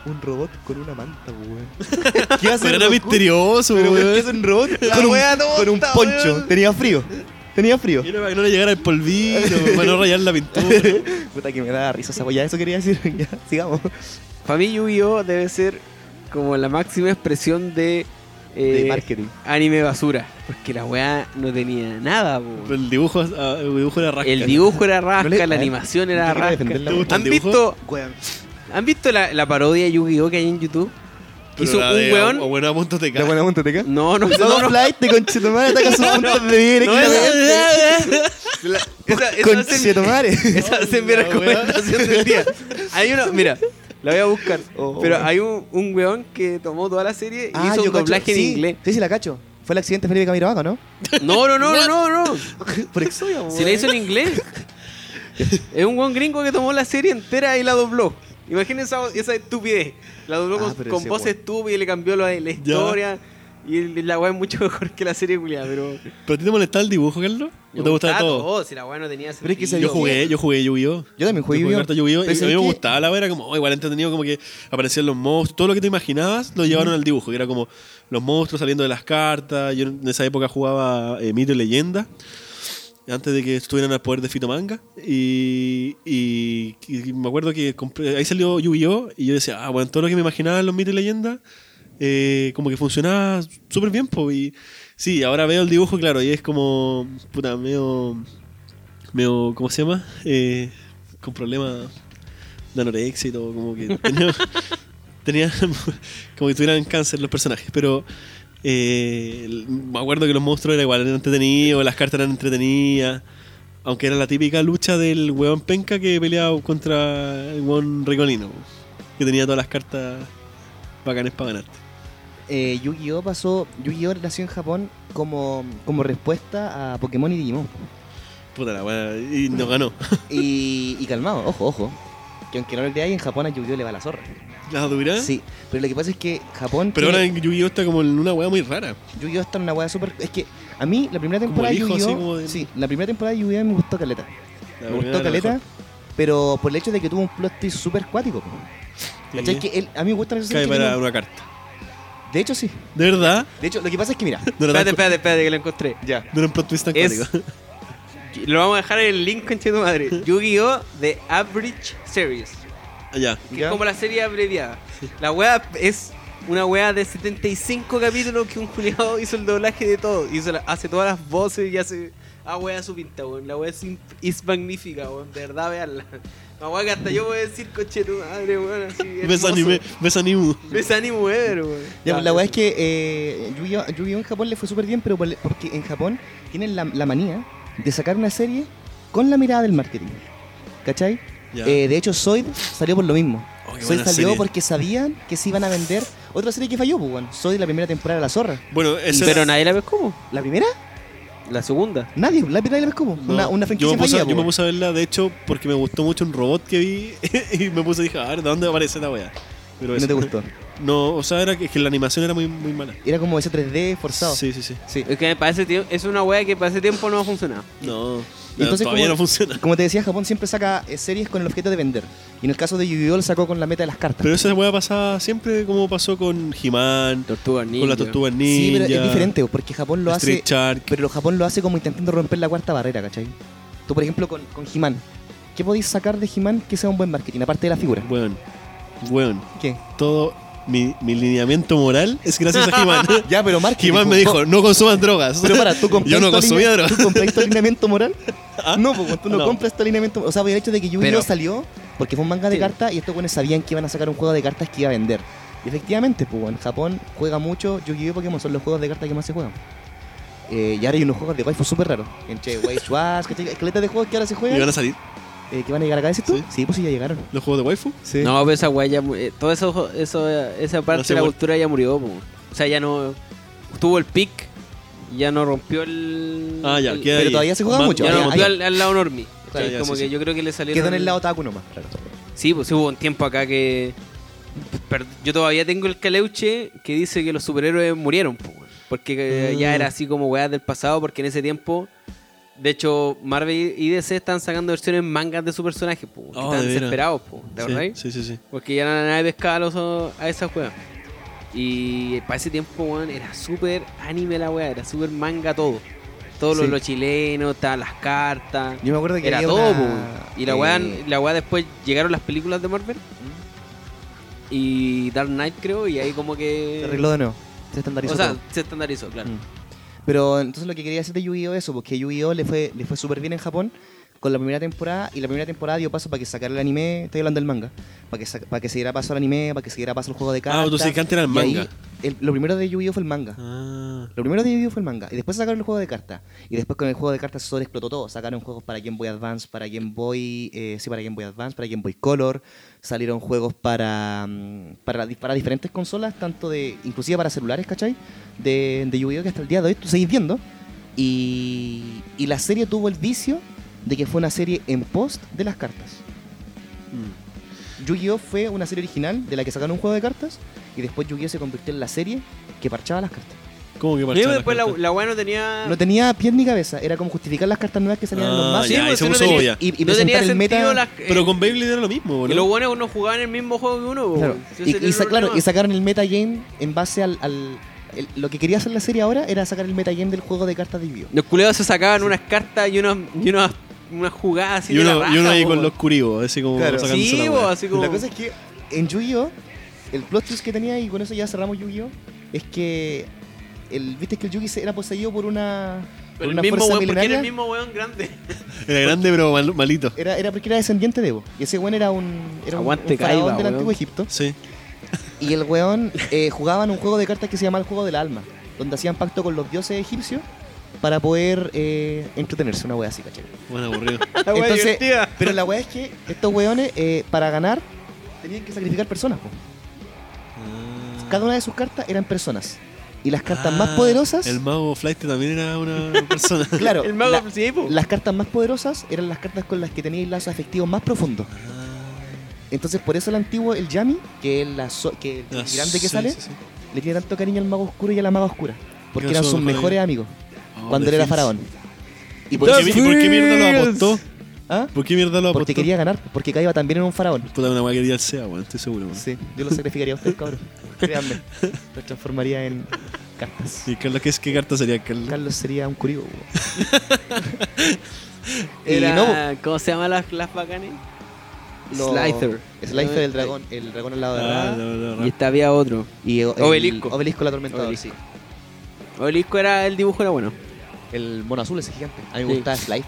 Speaker 3: Un robot con una manta, weón. ¿Qué hace
Speaker 2: Pero era
Speaker 3: Goku?
Speaker 2: misterioso,
Speaker 3: Pero, weón,
Speaker 2: weón.
Speaker 3: ¿qué hace un robot
Speaker 1: La
Speaker 3: con, un,
Speaker 1: wea tonta,
Speaker 3: con un poncho?
Speaker 1: weón.
Speaker 3: Tenía frío. Tenía frío.
Speaker 2: Era para que no le llegara el polvito, para no rayar la pintura.
Speaker 3: Puta que me da risa esa wea, ya eso quería decir. Ya, sigamos.
Speaker 1: Para mí Yu-Gi-Oh debe ser como la máxima expresión de, eh,
Speaker 3: de marketing.
Speaker 1: anime basura. Porque la weá no tenía nada, po.
Speaker 2: Pero El dibujo, ah, el dibujo era rasca.
Speaker 1: El dibujo era rasca,
Speaker 3: No le-
Speaker 1: la
Speaker 3: a ver,
Speaker 1: animación
Speaker 3: yo
Speaker 1: era
Speaker 3: quiero
Speaker 1: rasca.
Speaker 3: defenderla,
Speaker 2: ¿Te gusta
Speaker 1: ¿Han
Speaker 2: el dibujo?
Speaker 1: visto,
Speaker 3: Weón.
Speaker 1: ¿Han visto la, la parodia de Yu-Gi-Oh que hay en YouTube? Que
Speaker 2: Pero
Speaker 1: hizo
Speaker 2: la
Speaker 1: un
Speaker 2: de
Speaker 1: weón.
Speaker 2: A, a buena punto te
Speaker 3: ¿La
Speaker 2: cae.
Speaker 3: buena monta te cae?
Speaker 1: No, no, no,
Speaker 3: No,
Speaker 1: no.
Speaker 3: flight de conchetumare ataca sus puntos de este bien.
Speaker 1: No, esa- esa- esa-
Speaker 3: Conchetumare.
Speaker 1: Esa es mi
Speaker 2: la weá.
Speaker 1: recomendación del día. Hay uno, mira, la voy a buscar.
Speaker 3: Oh,
Speaker 1: pero
Speaker 3: weón.
Speaker 1: hay un, un weón que tomó toda la serie y hizo un
Speaker 3: Ah, cacho,
Speaker 1: doblaje en
Speaker 3: sí,
Speaker 1: inglés.
Speaker 3: Sí, sí, la cacho. Fue el accidente de Felipe Camiroaga, ¿no?
Speaker 1: No, no, no, no, no, no.
Speaker 3: Por exodia,
Speaker 1: Si la hizo en inglés. es un buen gringo que tomó la serie entera y la dobló. Imagínense esa, esa estupidez. La dobló
Speaker 3: Ah,
Speaker 1: con,
Speaker 3: pero
Speaker 1: con
Speaker 3: ese
Speaker 1: voz
Speaker 3: weón.
Speaker 1: estúpida y le cambió la, la historia. Y el- la weá es mucho mejor que la serie culiada, pero.
Speaker 2: ¿Pero a ti te molestaba el dibujo, Carlos? ¿O te gustaba
Speaker 1: Ah,
Speaker 2: todo?
Speaker 1: no, si la weá no tenía
Speaker 3: Pero es que se
Speaker 1: sentido.
Speaker 2: Yo
Speaker 3: vio-
Speaker 2: jugué, yo jugué Yu-Gi-Oh.
Speaker 3: Yo también jugué
Speaker 2: Yo
Speaker 3: Yu-Gi-Oh.
Speaker 2: harto Yu-Gi-Oh.
Speaker 3: Pero
Speaker 2: Y a mí
Speaker 3: ¿sabes
Speaker 2: me
Speaker 3: qué?
Speaker 2: gustaba la verdad, era como, oh, igual entretenido, como que aparecían los monstruos, todo lo que te imaginabas lo llevaron al dibujo, que era como los monstruos saliendo de las cartas. Yo en esa época jugaba eh, Mito y Leyenda. antes de que estuvieran al poder de Fitomanga. Y, y, y me acuerdo que compré- ahí salió Yu-Gi-Oh! Y yo decía, ah, bueno, todo lo que me imaginaba en los mitos y leyendas, eh, como que funcionaba súper bien. po, y sí, ahora veo el dibujo, claro, y es como, puta, medio, medio ¿cómo se llama? Eh, con problemas de anorexia y todo, como que tenía, tenía- como que tuvieran cáncer los personajes, pero... Eh, el- me acuerdo que los monstruos eran igual, eran entretenidos, las cartas eran entretenidas. Aunque era la típica lucha del weón penca que peleaba contra el weón regolino, que tenía todas las cartas bacanes para ganarte.
Speaker 3: Eh, Yu-Gi-Oh pasó, Yu-Gi-Oh nació en Japón como, como respuesta a Pokémon y Digimon.
Speaker 2: Puta la weá, y nos ganó.
Speaker 3: Y, y calmado, ojo, ojo. Que aunque no lo creáis, en Japón a Yu-Gi-Oh le va la zorra.
Speaker 2: ¿La
Speaker 1: ¿Eh?
Speaker 2: dura?
Speaker 3: Sí, pero lo que pasa es que Japón.
Speaker 2: Pero ahora
Speaker 3: tiene-
Speaker 2: Yu-Gi-Oh está como en una weá muy rara.
Speaker 3: Yu-Gi-Oh está en una hueá súper. Es que a mí la primera temporada de
Speaker 2: el hijo, así como
Speaker 3: Yu-Gi-Oh.
Speaker 2: de-
Speaker 3: Sí, la primera temporada de Yu-Gi-Oh me gustó caleta.
Speaker 2: La
Speaker 3: me
Speaker 2: verdad,
Speaker 3: gustó
Speaker 2: la
Speaker 3: caleta,
Speaker 2: mejor.
Speaker 3: pero por el hecho de que tuvo un plot twist súper cuático. ¿Cachai?
Speaker 2: Sí.
Speaker 3: Que él- a mí me gustan esas
Speaker 2: Cae
Speaker 3: series que
Speaker 2: para
Speaker 3: tienen-
Speaker 2: una carta.
Speaker 3: De hecho, sí.
Speaker 2: De verdad,
Speaker 3: De hecho, lo que pasa es que, mira.
Speaker 2: no era, tan-
Speaker 1: Espérate, espérate, espérate, que lo encontré.
Speaker 3: ya.
Speaker 2: no era un plot twist tan
Speaker 1: Es-
Speaker 2: cuático.
Speaker 1: Lo vamos a dejar en el link, conche tu madre. Yu-Gi-Oh! The Average Series.
Speaker 2: Ya.
Speaker 1: Que
Speaker 3: Ya.
Speaker 1: es como la serie abreviada. La wea es una wea de 75 capítulos que un Juliado hizo el doblaje de todo. Hizo la- hace todas las voces y hace. Ah, wea su pinta, weón. La wea es, in- es magnífica, weón. De verdad, veanla. La wea que hasta yo voy a decir, coche tu madre, weón. Así.
Speaker 2: Ves
Speaker 1: hermoso.
Speaker 2: anime, ves anime.
Speaker 1: Ves anime, weón.
Speaker 3: Ya,
Speaker 2: Ah,
Speaker 3: pues, la hueá es que eh, Yu-Gi-Oh Yu-Gi-Oh en Japón le fue súper bien, pero por el- porque en Japón tienen la, la manía de sacar una serie con la mirada del marketing. ¿Cachai?
Speaker 2: Ya.
Speaker 3: Eh, de hecho, Zoid salió por lo mismo.
Speaker 2: Oh, qué
Speaker 3: Zoid
Speaker 2: buena
Speaker 3: salió
Speaker 2: serie.
Speaker 3: porque sabían que se iban a vender otra serie que falló, pues, weón. Zoid la primera temporada de la zorra.
Speaker 2: Bueno, ese
Speaker 1: Pero nadie la ves como.
Speaker 3: ¿La primera?
Speaker 1: La segunda.
Speaker 3: Nadie, la primera la ves como.
Speaker 2: No,
Speaker 3: Una, una
Speaker 2: yo
Speaker 3: franquicia
Speaker 2: me, puse,
Speaker 3: fallida,
Speaker 2: yo me
Speaker 3: pues,
Speaker 2: puse a verla, de hecho, porque me gustó mucho un robot que vi y me puse y dije, a ver, ¿de dónde aparece la wea? Pero
Speaker 3: weón. Y
Speaker 2: eso-
Speaker 3: no te gustó.
Speaker 2: No, o sea, era que, que la animación era muy, muy mala.
Speaker 3: Era como ese 3D forzado.
Speaker 2: Sí, Ah, sí, sí.
Speaker 3: Sí.
Speaker 1: Es que para ese tiempo, es una wea que para ese tiempo no ha funcionado.
Speaker 2: No,
Speaker 3: Y entonces,
Speaker 2: todavía
Speaker 3: ¿cómo-
Speaker 2: no funciona.
Speaker 3: Como te decía, Japón siempre saca eh, series con el objeto de vender. Y en el caso de Yu-Gi-Oh! lo sacó con la meta de las cartas.
Speaker 2: Pero esa wea pasaba siempre como pasó con He-Man,
Speaker 1: Tortuga Ninja.
Speaker 2: con la Tortuga
Speaker 3: sí,
Speaker 2: Ninja.
Speaker 3: pero es diferente, porque Japón lo
Speaker 2: Street
Speaker 3: hace.
Speaker 2: Shark.
Speaker 3: Pero Japón lo hace como intentando romper la cuarta barrera, ¿cachai? Tú, por ejemplo, con, con He-Man. ¿Qué podéis sacar de He-Man que sea un buen marketing? Aparte de la figura.
Speaker 2: Weón, weón,
Speaker 3: ¿Qué?
Speaker 2: todo mi, mi lineamiento moral es gracias a He-Man.
Speaker 3: Ya, pero marketing.
Speaker 2: He-Man me
Speaker 3: pues,
Speaker 2: dijo, no consuman drogas.
Speaker 3: Pero para, ¿tú compras
Speaker 2: Yo no consumía drogas.
Speaker 3: ¿Tú compraste tu alineamiento moral?
Speaker 2: Ah,
Speaker 3: No, pues tú no,
Speaker 2: no.
Speaker 3: compras tu alineamiento O sea, por el hecho de que Yu-Gi-Oh!
Speaker 1: Pero-
Speaker 3: salió porque fue un manga de
Speaker 1: Sí.
Speaker 3: cartas y estos buenos sabían que iban a sacar un juego de cartas que iba a vender. Y efectivamente, pues en Japón juega mucho Yu-Gi-Oh! y Pokémon son los juegos de cartas que más se juegan. Eh, y ahora hay unos juegos de waifu súper raros. En Che, Wei Schwarz, ¿cachai? Escaletas de juegos que ahora se
Speaker 2: Y van
Speaker 3: juegan.
Speaker 2: a salir
Speaker 3: eh, que van a llegar acá, ¿decís tú?
Speaker 2: Sí.
Speaker 3: Sí. pues sí, ya llegaron.
Speaker 2: los juegos de waifu.
Speaker 3: Sí.
Speaker 1: No, pero esa weá ya. mu- eh, todo eso, eso, esa parte
Speaker 2: No se
Speaker 1: de la
Speaker 2: mu-
Speaker 1: cultura ya murió, po. O sea, ya no. Tuvo el pic, ya no rompió el.
Speaker 2: Ah, ya,
Speaker 1: el-
Speaker 2: queda
Speaker 3: pero
Speaker 2: ahí.
Speaker 3: todavía se juega
Speaker 2: Ma-
Speaker 3: mucho.
Speaker 1: Ya
Speaker 2: ya
Speaker 1: no
Speaker 3: ahí-
Speaker 1: rompió
Speaker 3: ahí-
Speaker 1: al, al lado normie.
Speaker 2: Ya,
Speaker 1: ¿cachai?
Speaker 2: ya,
Speaker 1: como
Speaker 2: sí,
Speaker 1: que
Speaker 2: sí.
Speaker 1: yo creo que le salieron.
Speaker 3: Quedó en el lado Taku nomás, claro.
Speaker 1: Sí, pues sí, hubo un tiempo acá que. per- Yo todavía tengo el caleuche que dice que los superhéroes murieron, po, weón. porque eh,
Speaker 2: Mm.
Speaker 1: ya era así como weá del pasado, porque en ese tiempo, de hecho, Marvel y DC están sacando versiones mangas de su personaje, po, weón, que
Speaker 2: Oh,
Speaker 1: estaban
Speaker 2: de veras.
Speaker 1: desesperados, po, ¿te acordáis?
Speaker 2: Sí, sí, sí.
Speaker 1: Porque ya la nadie pescaba a, los- a esa juega. Y para ese tiempo, weón, era súper anime la weá, era súper manga todo. Todo lo,
Speaker 3: Sí.
Speaker 1: lo chileno, estaban las cartas.
Speaker 3: Yo me acuerdo que
Speaker 1: Era
Speaker 3: había
Speaker 1: todo,
Speaker 3: una-
Speaker 1: po, weón. Y la
Speaker 3: eh,
Speaker 1: weá, la weá después llegaron las películas de Marvel. Y Dark Knight, creo, y ahí como que.
Speaker 3: Se arregló de nuevo. Se estandarizó.
Speaker 1: O sea,
Speaker 3: todo.
Speaker 1: se estandarizó, claro.
Speaker 3: Mm. Pero entonces lo que quería decir de Yu-Gi-Oh! eso, porque Yu-Gi-Oh! le fue, le fue súper bien en Japón con la primera temporada y la primera temporada dio paso para que sacara el anime, estoy hablando del manga, para que, sa- para que se diera paso al anime, para que se diera paso al juego de cartas.
Speaker 2: Ah, entonces que antes era el
Speaker 3: Y ahí,
Speaker 2: manga.
Speaker 3: el- lo primero de Yu-Gi-Oh! fue el manga.
Speaker 2: Ah,
Speaker 3: Lo primero de Yu-Gi-Oh! fue el manga. Y después sacaron el juego de cartas. Y después con el juego de cartas se sobreexplotó todo. Sacaron juegos para Game Boy Advance, para Game Boy. eh, sí, para Game Boy Advance, para Game Boy Color. Salieron juegos para, mm, para, di- para diferentes consolas, tanto de. inclusive para celulares, ¿cachai? De, de Yu-Gi-Oh! que hasta el día de hoy tú seguís viendo. Y, y la serie tuvo el vicio de que fue una serie en post de las cartas.
Speaker 2: mm.
Speaker 3: Yu-Gi-Oh! fue una serie original de la que sacaron un juego de cartas. Y después Yu-Gi-Oh! se convirtió en la serie que parchaba las cartas.
Speaker 2: ¿Cómo que
Speaker 1: Luego
Speaker 2: parchaba
Speaker 1: después la,
Speaker 2: las cartas?
Speaker 1: la weá no tenía.
Speaker 3: No tenía pies ni cabeza, era como justificar las cartas nuevas que salían en los
Speaker 2: Ah,
Speaker 3: mazos
Speaker 1: Sí,
Speaker 2: ya,
Speaker 1: porque
Speaker 2: y se
Speaker 1: no
Speaker 2: puso
Speaker 1: tenía-
Speaker 2: obvia.
Speaker 3: y, y
Speaker 1: no
Speaker 3: presentar
Speaker 1: tenía
Speaker 3: el
Speaker 1: sentido
Speaker 3: meta.
Speaker 1: las.
Speaker 2: Pero
Speaker 1: eh,
Speaker 2: con Beyblade era lo mismo,
Speaker 1: que los
Speaker 2: ¿no?
Speaker 1: buenos no jugaban el mismo juego que uno,
Speaker 3: Claro,
Speaker 1: weón. Si ese
Speaker 3: y,
Speaker 1: era
Speaker 3: y
Speaker 1: el
Speaker 3: sa- claro,
Speaker 1: problema.
Speaker 3: y sacaron el metagame en base al, al, el- lo que quería hacer la serie ahora era sacar el metagame del juego de cartas de Yu-Gi-Oh.
Speaker 1: Los culeados se sacaban unas cartas y unas y unas, unas jugadas así
Speaker 2: Y
Speaker 1: de la
Speaker 2: uno, y
Speaker 1: raja,
Speaker 2: uno ahí
Speaker 1: po,
Speaker 2: con
Speaker 1: weón.
Speaker 2: los curibos, así como
Speaker 3: Claro.
Speaker 2: sacándose
Speaker 1: Sí,
Speaker 2: la
Speaker 1: po,
Speaker 2: wea.
Speaker 1: así como...
Speaker 3: La cosa es que en Yu-Gi-Oh, el plot twist que tenía, y con eso ya cerramos Yu-Gi-Oh, es que el, viste que el Yugi se- era poseído por una, por
Speaker 1: el
Speaker 3: una
Speaker 1: mismo
Speaker 3: fuerza
Speaker 1: weón, porque era
Speaker 3: milenaria.
Speaker 1: el mismo weón grande.
Speaker 2: Era grande, pero mal- malito.
Speaker 3: Era, era porque era descendiente de Evo. Y ese weón era un, era un-
Speaker 1: Aguante
Speaker 3: un faraón
Speaker 1: Kaiba,
Speaker 3: del
Speaker 1: weón.
Speaker 3: antiguo Egipto.
Speaker 2: Sí.
Speaker 3: Y el weón eh, jugaba en un juego de cartas que se llamaba el juego del alma, donde hacían pacto con los dioses egipcios para poder eh, entretenerse, una wea así, ¿cachai?
Speaker 2: Bueno, aburrido.
Speaker 1: La wea
Speaker 3: Entonces,
Speaker 1: divertida.
Speaker 3: pero la wea es que estos weones, eh, para ganar, tenían que sacrificar personas. po.
Speaker 2: Ah.
Speaker 3: Cada una de sus cartas eran personas. Y las cartas más
Speaker 2: Ah,
Speaker 3: poderosas.
Speaker 2: El mago Flight también era una persona.
Speaker 3: Claro,
Speaker 1: El mago
Speaker 3: la-
Speaker 1: sí, po.
Speaker 3: las cartas más poderosas eran las cartas con las que teníais lazos afectivos más profundos. Entonces, por eso el antiguo, el Yami, que es la so- que el
Speaker 2: Ah,
Speaker 3: grande
Speaker 2: sí,
Speaker 3: que sale,
Speaker 2: sí, sí.
Speaker 3: le tiene tanto cariño al mago oscuro y a la maga oscura. Porque
Speaker 2: Eran
Speaker 3: eran
Speaker 2: sus
Speaker 3: sus
Speaker 2: mejores
Speaker 3: mejores amigos
Speaker 2: Oh,
Speaker 3: cuando
Speaker 2: The
Speaker 3: él era
Speaker 2: Films.
Speaker 3: faraón.
Speaker 2: ¿Y por, qué,
Speaker 1: The
Speaker 2: y por qué mierda lo
Speaker 1: Films.
Speaker 2: apostó?
Speaker 3: ¿Ah?
Speaker 2: ¿Por qué mierda lo apostó?
Speaker 3: Porque quería ganar, porque Kaiba también era un faraón.
Speaker 2: Puta, una weá quería el SEA, weón, estoy seguro, weón.
Speaker 3: Sí, yo lo sacrificaría a usted, cabrón. Créanme, lo transformaría en cartas.
Speaker 2: ¿Y Carlos, qué, es- qué carta sería Carlos?
Speaker 3: Carlos sería un curibo. y
Speaker 1: Era-
Speaker 3: no,
Speaker 1: ¿Cómo se llaman las, las bacanes?
Speaker 3: lo-
Speaker 1: Slicer. Eh,
Speaker 3: Slicer el dragón, el dragón al lado de
Speaker 2: Ah,
Speaker 3: Ra.
Speaker 2: no, no, no.
Speaker 1: Y esta había otro.
Speaker 3: Y el-
Speaker 1: Obelisco.
Speaker 3: Obelisco la tormenta.
Speaker 1: Obelisco. Obelisco era el dibujo, era bueno.
Speaker 3: El mono azul ese gigante. A mí me
Speaker 1: Sí.
Speaker 3: gustaba Slicer.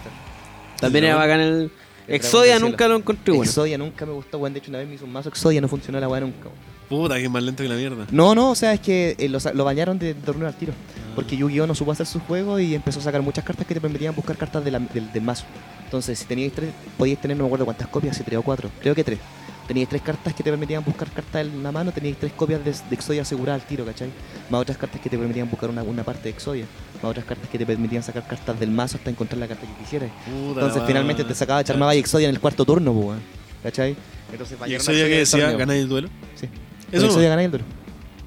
Speaker 1: También
Speaker 2: El
Speaker 1: era
Speaker 2: dragón.
Speaker 1: bacán el.
Speaker 3: El
Speaker 1: Exodia
Speaker 3: dragón del
Speaker 1: nunca lo encontré bueno.
Speaker 3: Exodia nunca me gustó, weón. De hecho, una vez me hizo un mazo Exodia, no funcionó la weá nunca. weón.
Speaker 2: Puta, que es más lento que la mierda.
Speaker 3: No, no, o sea, es que eh, lo, sa- lo bañaron de torneo al tiro.
Speaker 2: Ah.
Speaker 3: Porque Yu-Gi-Oh! no supo hacer su juego y empezó a sacar muchas cartas que te permitían buscar cartas de la- del, del mazo. Entonces, si teníais tres, podíais tener, no me acuerdo cuántas copias, si tres o cuatro, creo que tres. Teníais tres cartas que te permitían buscar cartas en la mano, teníais tres copias de, de Exodia aseguradas al tiro, ¿cachai? Más otras cartas que te permitían buscar una, una parte de Exodia, más otras cartas que te permitían sacar cartas del mazo hasta encontrar la carta que quisieras.
Speaker 2: Ah, Puta, la
Speaker 3: Entonces,
Speaker 2: weá.
Speaker 3: finalmente te sacaba, te armaba y Exodia en el cuarto turno, po, weón. ¿cachai? Entonces,
Speaker 2: ¿Y
Speaker 3: bañaron
Speaker 2: eso
Speaker 3: a
Speaker 2: día que
Speaker 3: del
Speaker 2: decía
Speaker 3: torneo.
Speaker 2: ganar el duelo?
Speaker 3: Sí. Con
Speaker 2: Eso
Speaker 3: Exodia
Speaker 2: no.
Speaker 3: ganáis el duelo.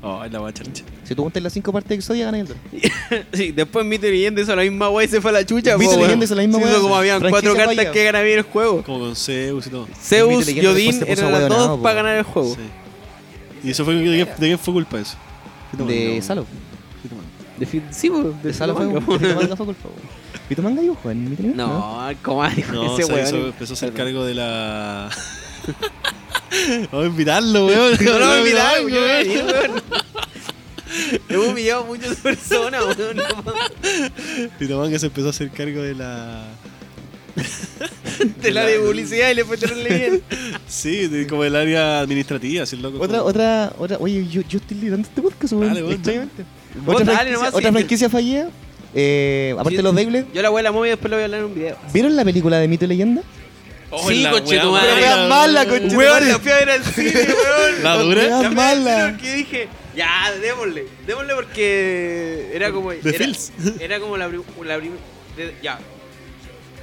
Speaker 2: Oh, es la weá charcha.
Speaker 3: Si tú juntas las cinco partes de Exodia, ganas el duelo.
Speaker 1: Sí, después Mito y Leyenda hizo la misma wey y se fue a la chucha.
Speaker 3: Mito y
Speaker 1: po, weón.
Speaker 3: Leyenda hizo la misma
Speaker 1: Sí,
Speaker 3: weá.
Speaker 1: hizo como habían
Speaker 3: Franquicia
Speaker 1: cuatro cartas
Speaker 3: vaya.
Speaker 1: que ganan bien el juego.
Speaker 2: Como con Zeus y todo.
Speaker 1: Zeus,
Speaker 3: Mito y Leyenda después
Speaker 1: Yodin
Speaker 3: se puso
Speaker 1: eran las
Speaker 3: hueonado,
Speaker 1: dos
Speaker 3: po,
Speaker 1: para
Speaker 3: weón.
Speaker 1: ganar el juego.
Speaker 2: Sí. ¿Y eso fue, de, qué, de qué fue culpa eso? ¿Qué tamaño,
Speaker 3: De
Speaker 2: weón?
Speaker 3: Salo.
Speaker 2: ¿Qué tamaño?
Speaker 1: De fin- sí, po, de
Speaker 3: De Salo fue
Speaker 1: Salamanca, po.
Speaker 3: un- Vitomanga fue culpa. Vitomanga dibujó en mi teléfono,
Speaker 1: No, ¿cómo dijo
Speaker 2: No,
Speaker 1: ese
Speaker 2: o sea,
Speaker 1: weón?
Speaker 2: eso empezó a ser cargo de la. Vamos a invitarlo, weón.
Speaker 1: No lo voy a olvidar,
Speaker 2: Vamos a invitarlo,
Speaker 1: weón. Hemos humillado a muchas personas, weón. no mames.
Speaker 2: Tito Manga se empezó a hacer cargo de la.
Speaker 1: De la de publicidad y le fue terrible bien.
Speaker 2: Sí, de- como el área administrativa, así el loco.
Speaker 3: Otra,
Speaker 2: como-
Speaker 3: otra, otra. Oye, yo, yo estoy liderando este podcast, weón.
Speaker 2: Dale, weón.
Speaker 3: extrañamente.
Speaker 1: Vos
Speaker 3: Otra
Speaker 1: dale
Speaker 3: franquicia,
Speaker 1: nomás,
Speaker 3: otra
Speaker 1: sí.
Speaker 3: franquicia fallida. Eh, aparte de los Beyblade.
Speaker 1: Yo la voy a la momia y después la voy a hablar en un video.
Speaker 3: ¿Vieron la película de Mito y Leyenda?
Speaker 2: Oh,
Speaker 1: Sí,
Speaker 2: la
Speaker 1: conchetumare.
Speaker 2: weá
Speaker 1: Pero
Speaker 3: weá mala,
Speaker 2: weón.
Speaker 3: conchetumare.
Speaker 1: Weón, la fui a ver al cine, weón.
Speaker 2: La
Speaker 1: La
Speaker 2: dura.
Speaker 3: Weón,
Speaker 1: fui a ver al
Speaker 3: mala.
Speaker 1: cine porque dije, ya, démosle. Démosle porque era como.
Speaker 2: The
Speaker 1: era,
Speaker 2: Fills.
Speaker 1: era como la, pri- la prim- de- Ya.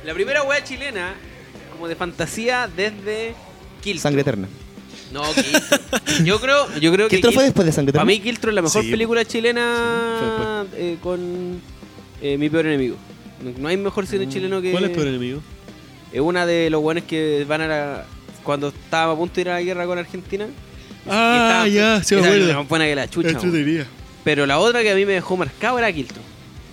Speaker 1: La primera wea chilena, como de fantasía desde Kiltro.
Speaker 3: Sangre Eterna.
Speaker 1: No, Kiltro. Yo creo, yo creo
Speaker 3: ¿Qué
Speaker 1: que.
Speaker 3: otro fue
Speaker 1: Kiltro-
Speaker 3: después de Sangre
Speaker 1: Para
Speaker 3: Eterna?
Speaker 1: mí, Kiltro es la mejor
Speaker 2: Sí,
Speaker 1: película
Speaker 2: Sí, fue
Speaker 1: chilena eh, con eh, Mi Peor Enemigo. No, no hay mejor cine chileno que.
Speaker 2: Mm. ¿Cuál es peor enemigo?
Speaker 1: Es una de los buenos que van a la. Cuando estaba a punto de ir a la guerra con Argentina. Y
Speaker 2: Ah,
Speaker 1: estaba-
Speaker 2: ya, se
Speaker 1: esa
Speaker 2: me
Speaker 1: era
Speaker 2: acuerda.
Speaker 1: más buena que la chucha.
Speaker 2: Esto
Speaker 1: weón.
Speaker 2: te diría.
Speaker 1: Pero la otra que a mí me dejó marcado era Kiltro.